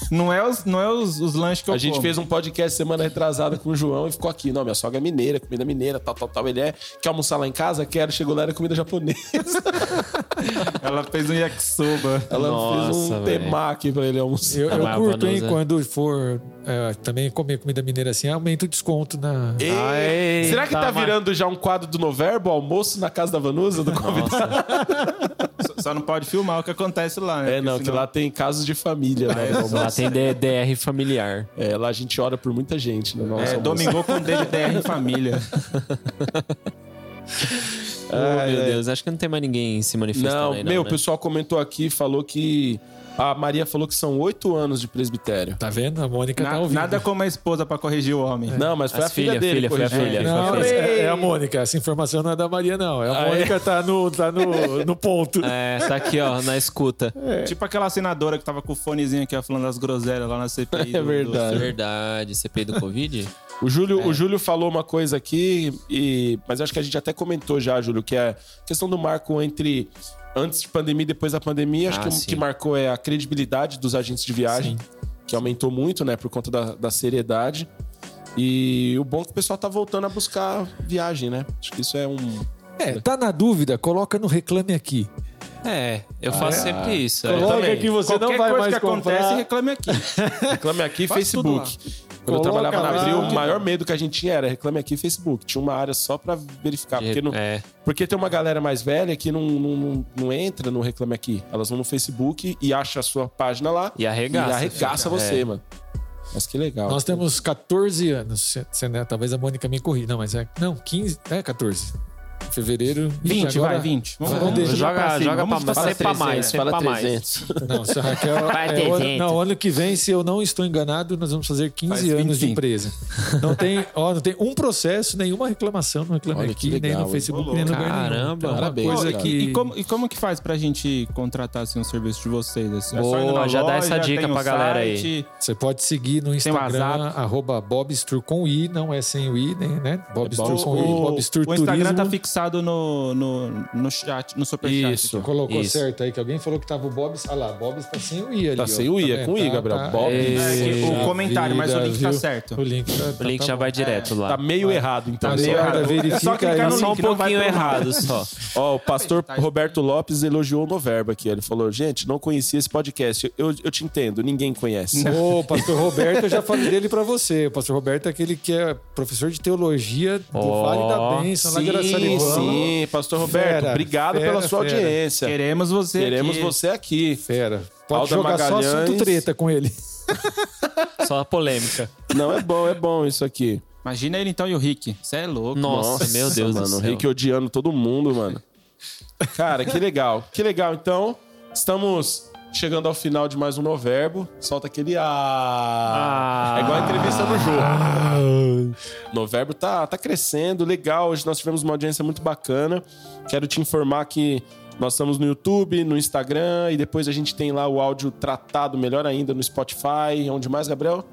Speaker 4: Não é os, não é os, os lanches que eu
Speaker 3: A gente
Speaker 4: como.
Speaker 3: fez um podcast semana retrasada com o João e ficou aqui. Não, minha sogra é mineira, comida mineira, tal, tal, tal. Ele é. Quer almoçar lá em casa? Quero. Chegou lá, era comida japonesa.
Speaker 4: Ela fez um yakisoba.
Speaker 3: Ela
Speaker 2: Nossa,
Speaker 3: fez um
Speaker 2: velho.
Speaker 3: temaki pra ele almoçar.
Speaker 5: Eu, eu
Speaker 2: Ah,
Speaker 5: curto, hein?
Speaker 2: Vanusa.
Speaker 5: Quando for é, também comer comida mineira assim, aumenta o desconto na.
Speaker 3: Ei,
Speaker 2: Ai,
Speaker 3: será que tá,
Speaker 2: tá, mas-
Speaker 3: virando já um quadro do Noverbo, almoço na casa da Vanusa, do convidado?
Speaker 4: Só- Só não pode filmar o que acontece lá, né?
Speaker 3: É, não,
Speaker 4: Porque
Speaker 3: que
Speaker 4: senão-
Speaker 3: lá tem casos de família, né? do almoço.
Speaker 2: Lá tem DR familiar.
Speaker 3: É, lá a gente ora por muita gente né? no nosso
Speaker 4: É,
Speaker 3: almoço.
Speaker 4: domingou com DDR em família.
Speaker 2: Ô, meu Deus, acho que não tem mais ninguém se manifestando
Speaker 3: Não,
Speaker 2: aí, não,
Speaker 3: meu, o
Speaker 2: né?
Speaker 3: pessoal comentou aqui, falou que... A Maria falou que são oito anos de presbitério.
Speaker 5: Tá vendo? A Mônica
Speaker 4: Na-
Speaker 5: tá ouvindo.
Speaker 4: nada como a esposa pra corrigir o homem.
Speaker 3: Não, mas foi
Speaker 2: As
Speaker 3: a filha,
Speaker 2: filha,
Speaker 3: dele.
Speaker 2: filha, foi a
Speaker 3: corrigiu.
Speaker 2: filha.
Speaker 5: Não,
Speaker 2: Fez.
Speaker 5: é, é a Mônica. Essa informação não é da Maria, não. É a Mônica tá no, tá no, no ponto.
Speaker 2: É, tá aqui, ó, na escuta.
Speaker 4: Tipo aquela senadora que tava com o fonezinho aqui, ó, falando das groselhas lá na CPI.
Speaker 3: É
Speaker 4: do-
Speaker 3: verdade.
Speaker 2: Verdade, CPI do Covid?
Speaker 3: O Júlio, o Júlio falou uma coisa aqui, e, mas acho que a gente até comentou já, Júlio, que é a questão do marco entre antes de pandemia e depois da pandemia. Acho
Speaker 2: Ah,
Speaker 3: que o
Speaker 2: sim.
Speaker 3: que marcou é a credibilidade dos agentes de viagem, que aumentou muito, né, por conta da, da seriedade. E o bom é que o pessoal tá voltando a buscar viagem, né? Acho que isso é um.
Speaker 5: É, tá na dúvida? Coloca no Reclame Aqui.
Speaker 2: É, eu faço sempre isso. é.
Speaker 5: Coloca
Speaker 3: também.
Speaker 5: que você
Speaker 4: Qualquer
Speaker 5: não vai
Speaker 4: coisa
Speaker 5: mais
Speaker 4: que acontece,
Speaker 5: comprar.
Speaker 4: reclame aqui.
Speaker 3: Reclame Aqui e Facebook. Quando eu
Speaker 5: Coloca
Speaker 3: trabalhava na
Speaker 5: lá.
Speaker 3: Abril, o maior medo que a gente tinha era Reclame Aqui e Facebook. Tinha uma área só pra verificar.
Speaker 2: De-
Speaker 3: Porque, não,
Speaker 2: é.
Speaker 3: porque tem uma galera mais velha que não, não, não, não entra no Reclame Aqui. Elas vão no Facebook e acham a sua página lá.
Speaker 2: E arregaça,
Speaker 3: E arregaça
Speaker 2: fica,
Speaker 3: você,
Speaker 2: é.
Speaker 3: mano. Mas que legal.
Speaker 5: Nós temos 14 anos. Se- se, né, talvez a Mônica me corrija. Não, mas é. Não, 15. É 14. Fevereiro.
Speaker 4: 20,
Speaker 5: agora-
Speaker 4: vai, 20.
Speaker 5: Vamos,
Speaker 4: lá.
Speaker 5: deixar
Speaker 2: é. Joga-
Speaker 4: pra cima,
Speaker 2: joga
Speaker 4: assim, vamos
Speaker 2: pra-
Speaker 4: pra
Speaker 2: sempre pra
Speaker 4: 300,
Speaker 2: mais, sempre
Speaker 6: Fala
Speaker 2: pra mais.
Speaker 6: 300.
Speaker 5: Não, se a Raquel.
Speaker 1: Vai
Speaker 5: é,
Speaker 1: ter
Speaker 5: o ano,
Speaker 1: jeito.
Speaker 5: não, ano que vem, se eu não estou enganado, nós vamos fazer 15
Speaker 4: Faz
Speaker 5: anos
Speaker 4: 25.
Speaker 5: de empresa. Não tem, ó, não tem um processo, nenhuma reclamação, não reclamei
Speaker 3: Olha que
Speaker 5: aqui, nem
Speaker 3: legal,
Speaker 5: no
Speaker 3: hein?
Speaker 5: Facebook, nem no lugar nenhum.
Speaker 2: Caramba,
Speaker 5: Então, é uma
Speaker 3: parabéns,
Speaker 5: coisa
Speaker 3: cara.
Speaker 5: que...
Speaker 4: E, e como, e como que faz pra gente contratar assim, um serviço de vocês? Assim? É só
Speaker 2: Boa,
Speaker 4: indo na
Speaker 2: já dá essa
Speaker 4: loja,
Speaker 2: dica
Speaker 4: tem o
Speaker 2: pra galera aí.
Speaker 4: site,
Speaker 5: Você pode seguir no Instagram,
Speaker 4: um WhatsApp.
Speaker 5: arroba Bobstur com I, não é sem o I, nem, né? Bobstur
Speaker 4: O,
Speaker 5: com I,
Speaker 4: o,
Speaker 5: Bobstur
Speaker 4: o Instagram tá
Speaker 5: Turismo.
Speaker 4: fixado no, no, no chat, no superchat.
Speaker 2: Isso.
Speaker 4: aqui.
Speaker 5: Colocou
Speaker 2: Isso.
Speaker 5: certo aí, que alguém falou que tava o Bobs. Ah lá, Bobs tá sem o I ali.
Speaker 3: Tá
Speaker 5: ó.
Speaker 3: sem o I, é
Speaker 5: vendo?
Speaker 3: com I, Gabriel.
Speaker 5: tá.
Speaker 3: Bobs.
Speaker 4: É, que
Speaker 5: Puxa
Speaker 4: o comentário, mas o
Speaker 5: vida,
Speaker 4: link tá
Speaker 5: viu?
Speaker 4: certo.
Speaker 5: O link, tá, tá-
Speaker 2: O link
Speaker 5: tá
Speaker 2: já
Speaker 5: bom.
Speaker 2: vai direto lá.
Speaker 3: Tá meio errado, então.
Speaker 5: Tá
Speaker 3: Só-
Speaker 5: meio errado.
Speaker 4: É só
Speaker 5: Verifica
Speaker 4: clicar
Speaker 5: aí.
Speaker 4: no
Speaker 5: Só
Speaker 2: Só um
Speaker 4: link, não vai
Speaker 2: pouquinho
Speaker 4: pro-
Speaker 2: errado só.
Speaker 3: Ó, o pastor
Speaker 4: Tá aí.
Speaker 3: Roberto Lopes elogiou o Noverba aqui. Ele falou, gente, não conhecia esse podcast. Eu, eu te entendo, ninguém conhece.
Speaker 5: Ô, o pastor Roberto, eu já falei dele pra você. O pastor Roberto é aquele que é professor de teologia do
Speaker 2: Ó,
Speaker 5: Vale da Bênção, lá de
Speaker 3: sim,
Speaker 5: Araçariguama.
Speaker 3: sim. Pastor Roberto,
Speaker 5: Fera,
Speaker 3: obrigado
Speaker 5: fera,
Speaker 3: pela sua
Speaker 5: fera.
Speaker 3: audiência.
Speaker 4: Queremos você
Speaker 3: Queremos
Speaker 4: aqui.
Speaker 3: você aqui.
Speaker 5: Fera. Pode
Speaker 3: Alda
Speaker 5: jogar só
Speaker 3: Magalhães.
Speaker 5: assunto treta com ele.
Speaker 2: Só a polêmica.
Speaker 3: Não, é bom, é bom isso aqui.
Speaker 4: Imagina ele então e o Rick. Você é louco.
Speaker 2: Nossa, meu Deus
Speaker 3: mano,
Speaker 2: do
Speaker 3: o
Speaker 2: céu.
Speaker 3: Rick odiando todo mundo, mano. Cara, que legal. Que legal. Então, estamos chegando ao final de mais um Noverbo. Solta aquele ah.
Speaker 2: Ah.
Speaker 3: É igual a entrevista do jogo. Noverbo tá, tá crescendo, legal. Hoje nós tivemos uma audiência muito bacana. Quero te informar que nós estamos no YouTube, no Instagram e depois a gente tem lá o áudio tratado melhor ainda no Spotify. Onde mais, Gabriel?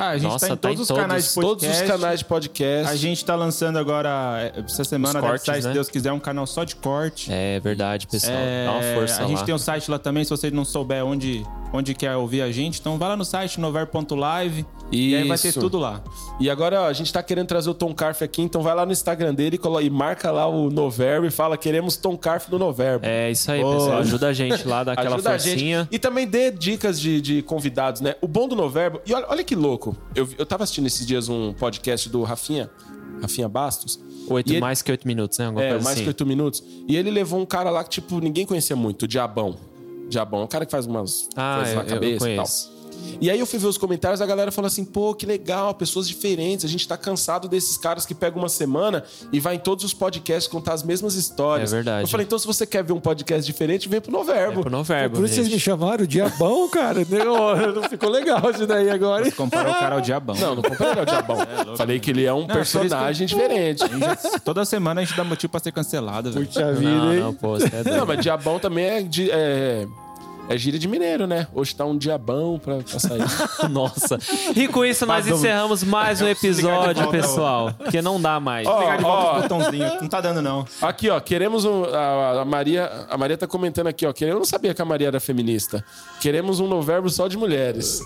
Speaker 4: Ah, a gente
Speaker 2: Nossa,
Speaker 4: tá em
Speaker 2: tá
Speaker 4: todos
Speaker 2: em
Speaker 4: os
Speaker 2: todos,
Speaker 4: canais de
Speaker 3: Todos
Speaker 4: podcast.
Speaker 3: os canais de podcast.
Speaker 4: A gente tá lançando agora, é, essa semana,
Speaker 2: Os
Speaker 4: deve
Speaker 2: cortes,
Speaker 4: sair, se
Speaker 2: né?
Speaker 4: Deus quiser, um canal só de corte.
Speaker 2: É verdade, pessoal.
Speaker 4: É,
Speaker 2: Dá uma força
Speaker 4: A gente
Speaker 2: lá.
Speaker 4: tem um site lá também, se você não souber onde, onde quer ouvir a gente. Então vai lá no site, nover.live. E aí vai ter
Speaker 3: Isso.
Speaker 4: tudo lá.
Speaker 3: E agora ó, a gente tá querendo trazer o Tom Carf aqui, então vai lá no Instagram dele e, colo- e marca lá o Noverbo e fala: queremos Tom Carf no Noverbo.
Speaker 2: É isso aí,
Speaker 3: Boa.
Speaker 2: pessoal. Ajuda a gente lá, dá aquela
Speaker 3: Ajuda a
Speaker 2: forcinha.
Speaker 3: gente. E também dê dicas de, de convidados, né? O bom do Noverbo. E olha, olha que louco. Eu, vi- eu tava assistindo esses dias um podcast do Rafinha, Rafinha Bastos.
Speaker 2: Oito,
Speaker 3: E ele-
Speaker 2: mais que oito minutos, né? Alguma
Speaker 3: É,
Speaker 2: coisa
Speaker 3: mais
Speaker 2: assim.
Speaker 3: que oito minutos. E ele levou um cara lá que, tipo, ninguém conhecia muito, o Diabão. Diabão, é um cara que faz umas
Speaker 2: Ah,
Speaker 3: coisas na
Speaker 2: eu- eu
Speaker 3: cabeça e tal.
Speaker 2: conheço.
Speaker 3: E aí eu fui ver os comentários, a galera falou assim, pô, que legal, pessoas diferentes, a gente tá cansado desses caras que pegam uma semana e vai em todos os podcasts contar as mesmas histórias.
Speaker 2: É verdade.
Speaker 3: Eu falei, então se você quer ver um podcast diferente, vem pro Noverbo.
Speaker 2: É pro Noverbo,
Speaker 5: Por isso vocês
Speaker 2: gente.
Speaker 5: me chamaram diabão, cara. Não, não ficou legal isso daí agora. hein?
Speaker 4: Comparou o cara ao diabão.
Speaker 3: Não, não comprei não, Diabão. falei que ele é um
Speaker 4: por isso que-
Speaker 3: personagem diferente.
Speaker 4: Toda semana a gente dá motivo pra ser cancelado, velho.
Speaker 5: Puxa vida,
Speaker 2: Não,
Speaker 5: hein?
Speaker 2: não, pô, você é
Speaker 3: Não,
Speaker 2: doido.
Speaker 3: mas Diabão também é, de, é, é gíria de mineiro, né? Hoje tá um Diabão pra, pra sair.
Speaker 2: Nossa. E com isso nós
Speaker 4: Badum.
Speaker 2: encerramos mais um
Speaker 4: ligar de
Speaker 2: episódio,
Speaker 4: volta,
Speaker 2: pessoal. Porque não dá mais.
Speaker 3: Ó,
Speaker 4: Pegar de volta
Speaker 3: ó,
Speaker 4: os botãozinhos. Não tá dando, não.
Speaker 3: Aqui, ó, queremos um, a, a Maria, a Maria tá comentando aqui, ó, que eu não sabia que a Maria era feminista. Queremos um noverbo só de mulheres.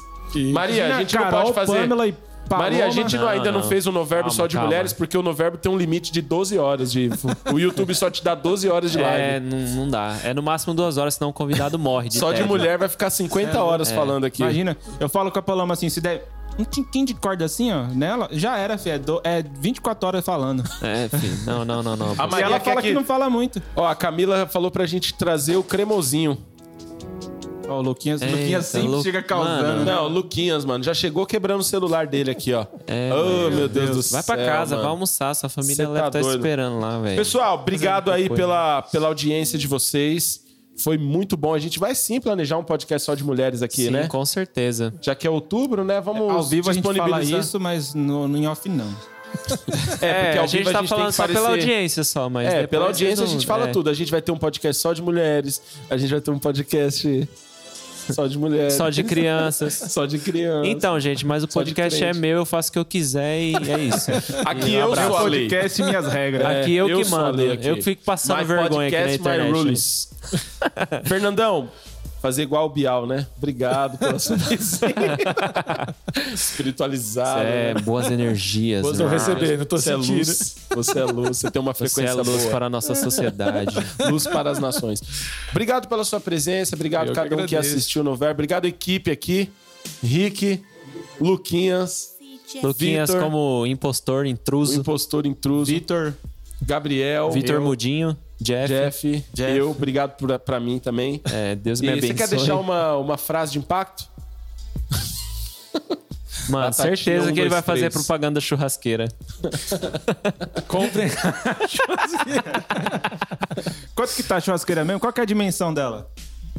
Speaker 3: Maria, a gente não pode fazer.
Speaker 4: Pamela e Paloma.
Speaker 3: Maria, a gente não-
Speaker 2: Não,
Speaker 3: ainda não,
Speaker 2: não.
Speaker 3: fez um noverbo
Speaker 2: Calma,
Speaker 3: só de
Speaker 2: calma.
Speaker 3: mulheres, porque o noverbo tem um limite de 12 horas de. O YouTube só te dá 12 horas de
Speaker 2: É,
Speaker 3: live.
Speaker 2: não, não dá. É no máximo duas horas, senão o convidado morre. De
Speaker 3: só de
Speaker 2: tédio.
Speaker 3: mulher vai ficar
Speaker 2: É,
Speaker 3: 50 horas falando aqui.
Speaker 4: Imagina, eu falo com a Paloma assim, se der um tintim de corda assim, ó, nela, já era, fi. É, do- é 24 horas falando.
Speaker 2: É, filho. Não, não, não, não.
Speaker 3: A
Speaker 4: e
Speaker 3: Maria
Speaker 4: ela
Speaker 3: quer
Speaker 4: fala que...
Speaker 3: que-
Speaker 4: não fala muito.
Speaker 3: Ó, a Camila falou pra gente trazer o cremosinho.
Speaker 4: Ó, o Luquinhas, o
Speaker 2: Eita,
Speaker 4: Luquinhas sempre
Speaker 2: Lu-
Speaker 4: chega causando.
Speaker 2: Mano.
Speaker 4: né?
Speaker 3: Não, o Luquinhas, mano, já chegou quebrando o celular dele aqui, ó.
Speaker 2: É,
Speaker 3: oh, meu Deus, do céu.
Speaker 2: Vai pra casa, vai
Speaker 3: mano.
Speaker 2: almoçar. Sua
Speaker 3: Cê
Speaker 2: família
Speaker 3: tá
Speaker 2: deve tá
Speaker 3: doido.
Speaker 2: esperando lá, velho.
Speaker 3: Pessoal, obrigado
Speaker 2: muita
Speaker 3: aí
Speaker 2: coisa.
Speaker 3: pela, pela audiência de vocês. Foi muito bom. A gente vai sim planejar um podcast só de mulheres aqui,
Speaker 2: Sim,
Speaker 3: né?
Speaker 2: com certeza.
Speaker 3: Já que é outubro, né? Vamos
Speaker 4: Ao vivo a gente fala
Speaker 3: disponibilizar.
Speaker 4: isso, mas no, no em off não.
Speaker 3: É,
Speaker 2: É,
Speaker 3: porque ao
Speaker 2: a gente
Speaker 3: vivo
Speaker 2: tá
Speaker 3: tem
Speaker 2: falando
Speaker 3: que
Speaker 2: só pela
Speaker 3: parecer-
Speaker 2: audiência só, mas...
Speaker 3: É,
Speaker 2: depois
Speaker 3: pela audiência a
Speaker 2: vocês não-
Speaker 3: gente fala
Speaker 2: é.
Speaker 3: tudo. A gente vai ter um podcast só de mulheres. A gente vai ter um podcast só de mulheres.
Speaker 2: Só de crianças.
Speaker 3: Só de criança.
Speaker 2: Então, gente, mas o
Speaker 3: É. Só de
Speaker 2: podcast é
Speaker 3: crente.
Speaker 2: meu, eu faço o que eu quiser e é isso.
Speaker 3: aqui eu sou a lei.
Speaker 4: e minhas regras.
Speaker 2: É. aqui eu que
Speaker 3: sou a
Speaker 2: mando.
Speaker 3: lei aqui.
Speaker 2: Eu que fico passando
Speaker 3: My
Speaker 2: vergonha aqui na
Speaker 3: podcast, my
Speaker 2: internet,
Speaker 3: rules. Fernandão, fazer igual o Bial, né? Obrigado pela sua visita. Espiritualizado.
Speaker 2: É,
Speaker 3: né?
Speaker 2: boas energias.
Speaker 3: Boas
Speaker 5: Tô
Speaker 2: né?
Speaker 5: recebendo, não tô
Speaker 3: Você é
Speaker 5: sentindo.
Speaker 3: luz. Você é luz. Você tem uma
Speaker 2: Você é
Speaker 3: frequência
Speaker 2: luz
Speaker 3: boa.
Speaker 2: para a nossa sociedade.
Speaker 3: Luz para as nações. Obrigado pela sua presença. Obrigado a
Speaker 5: Eu que
Speaker 3: cada um que
Speaker 5: agradeço.
Speaker 3: assistiu no Verbo. Obrigado, equipe aqui. Rick, Luquinhas,
Speaker 2: Luquinhas
Speaker 3: Vitor.
Speaker 2: como impostor,
Speaker 3: o
Speaker 2: intruso.
Speaker 3: impostor intruso,
Speaker 4: Vitor,
Speaker 3: Gabriel,
Speaker 2: Vitor
Speaker 3: eu,
Speaker 2: Mudinho, Jeff.
Speaker 3: Jeff,
Speaker 4: Jeff.
Speaker 3: eu. Obrigado por- pra mim também.
Speaker 2: É, Deus me
Speaker 3: E você
Speaker 2: abençoe.
Speaker 3: quer deixar uma, uma frase de impacto?
Speaker 2: Mano,
Speaker 3: Batatinha,
Speaker 2: certeza
Speaker 3: um,
Speaker 2: que ele
Speaker 3: dois,
Speaker 2: vai fazer
Speaker 3: três.
Speaker 2: propaganda churrasqueira.
Speaker 5: Comprem.
Speaker 4: Quanto que tá a churrasqueira mesmo? Qual que é a dimensão dela?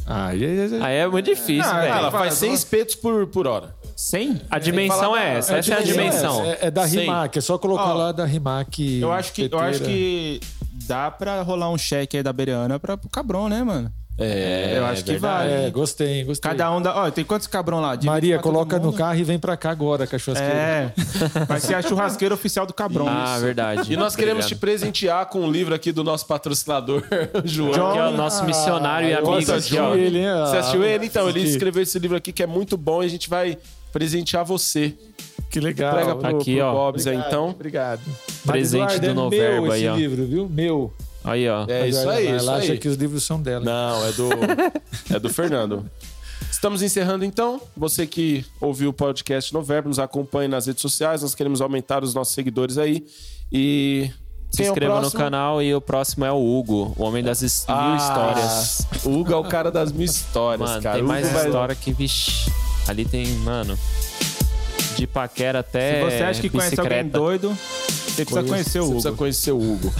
Speaker 5: Ah, e- e- e-
Speaker 2: Aí é muito difícil,
Speaker 4: Ah,
Speaker 2: velho.
Speaker 3: Ela
Speaker 4: Fala,
Speaker 3: faz 100 espetos por, por hora.
Speaker 4: 100?
Speaker 2: A dimensão é essa. Essa é a dimensão.
Speaker 5: É, é da
Speaker 3: Sim.
Speaker 5: Rimac, é só
Speaker 4: Ó,
Speaker 5: colocar lá da Rimac.
Speaker 4: Eu acho que, eu
Speaker 5: peteira.
Speaker 4: acho que dá pra rolar um cheque aí da Bereana pra, pro Cabrão, né, mano?
Speaker 3: É,
Speaker 4: eu acho que
Speaker 3: verdade.
Speaker 4: vale.
Speaker 5: É, gostei, gostei.
Speaker 4: Cada um dá... Ó, tem quantos Cabrão lá? Divide
Speaker 5: Maria,
Speaker 4: pra todo
Speaker 5: coloca no
Speaker 4: mundo.
Speaker 5: carro e vem pra cá agora, cachorrasqueira.
Speaker 4: É. Vai ser a churrasqueira oficial do Cabrão.
Speaker 2: Ah, verdade.
Speaker 3: E nós queremos te
Speaker 2: Obrigado.
Speaker 3: presentear com um livro aqui do nosso patrocinador, João.
Speaker 2: Que é o nosso missionário e amigo.
Speaker 3: Ah, Nossa,
Speaker 2: aqui,
Speaker 5: assistiu
Speaker 2: ó.
Speaker 3: João.
Speaker 5: ele, hein?
Speaker 3: Você assistiu ele? Então, ele
Speaker 5: Assisti.
Speaker 3: escreveu esse livro aqui que é muito bom e a gente vai presentear você.
Speaker 5: Que legal.
Speaker 3: Entrega pro,
Speaker 2: Aqui,
Speaker 3: pro
Speaker 2: ó.
Speaker 3: Bob's aí, então.
Speaker 5: Obrigado.
Speaker 2: Presente
Speaker 5: Mas, Eduardo,
Speaker 2: do
Speaker 5: é
Speaker 2: Noverbo
Speaker 5: meu
Speaker 2: aí,
Speaker 5: esse
Speaker 2: ó.
Speaker 5: livro, viu? Meu.
Speaker 2: Aí, ó.
Speaker 3: É isso
Speaker 5: Eduardo,
Speaker 3: aí,
Speaker 5: ela
Speaker 3: isso
Speaker 5: acha
Speaker 3: aí.
Speaker 5: que os livros são dela.
Speaker 3: Não, é do, é do Fernando. Estamos encerrando então. Você que ouviu o podcast no Verbo, nos acompanhe nas redes sociais. Nós queremos aumentar os nossos seguidores aí. E.
Speaker 2: Se
Speaker 3: quem é o
Speaker 2: inscreva no
Speaker 3: próximo?
Speaker 2: canal e o próximo é o Hugo, o homem das his- mil
Speaker 3: Ah,
Speaker 2: histórias.
Speaker 3: O Hugo é o cara das mil histórias,
Speaker 2: Mano,
Speaker 3: cara.
Speaker 2: tem
Speaker 3: O
Speaker 2: mais
Speaker 3: Hugo vai-
Speaker 2: história que, vixi. Ali tem, mano. De paquera
Speaker 4: Se
Speaker 2: até.
Speaker 4: você acha que conhece alguém
Speaker 2: é, bicicleta.
Speaker 4: doido, você precisa conhecer o
Speaker 3: Você
Speaker 4: Hugo.
Speaker 3: precisa conhecer o Hugo.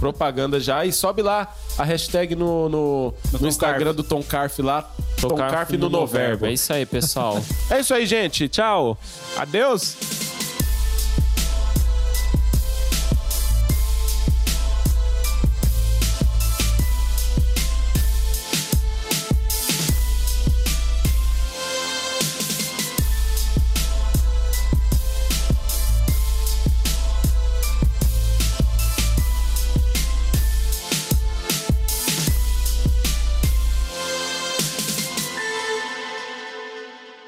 Speaker 3: Propaganda já. E sobe lá a hashtag no, no, no
Speaker 4: Tom
Speaker 3: Instagram do Tom Carf lá. Tom, Carf no, Noverbo.
Speaker 2: É isso aí, pessoal.
Speaker 3: É isso aí, gente. Tchau. Adeus.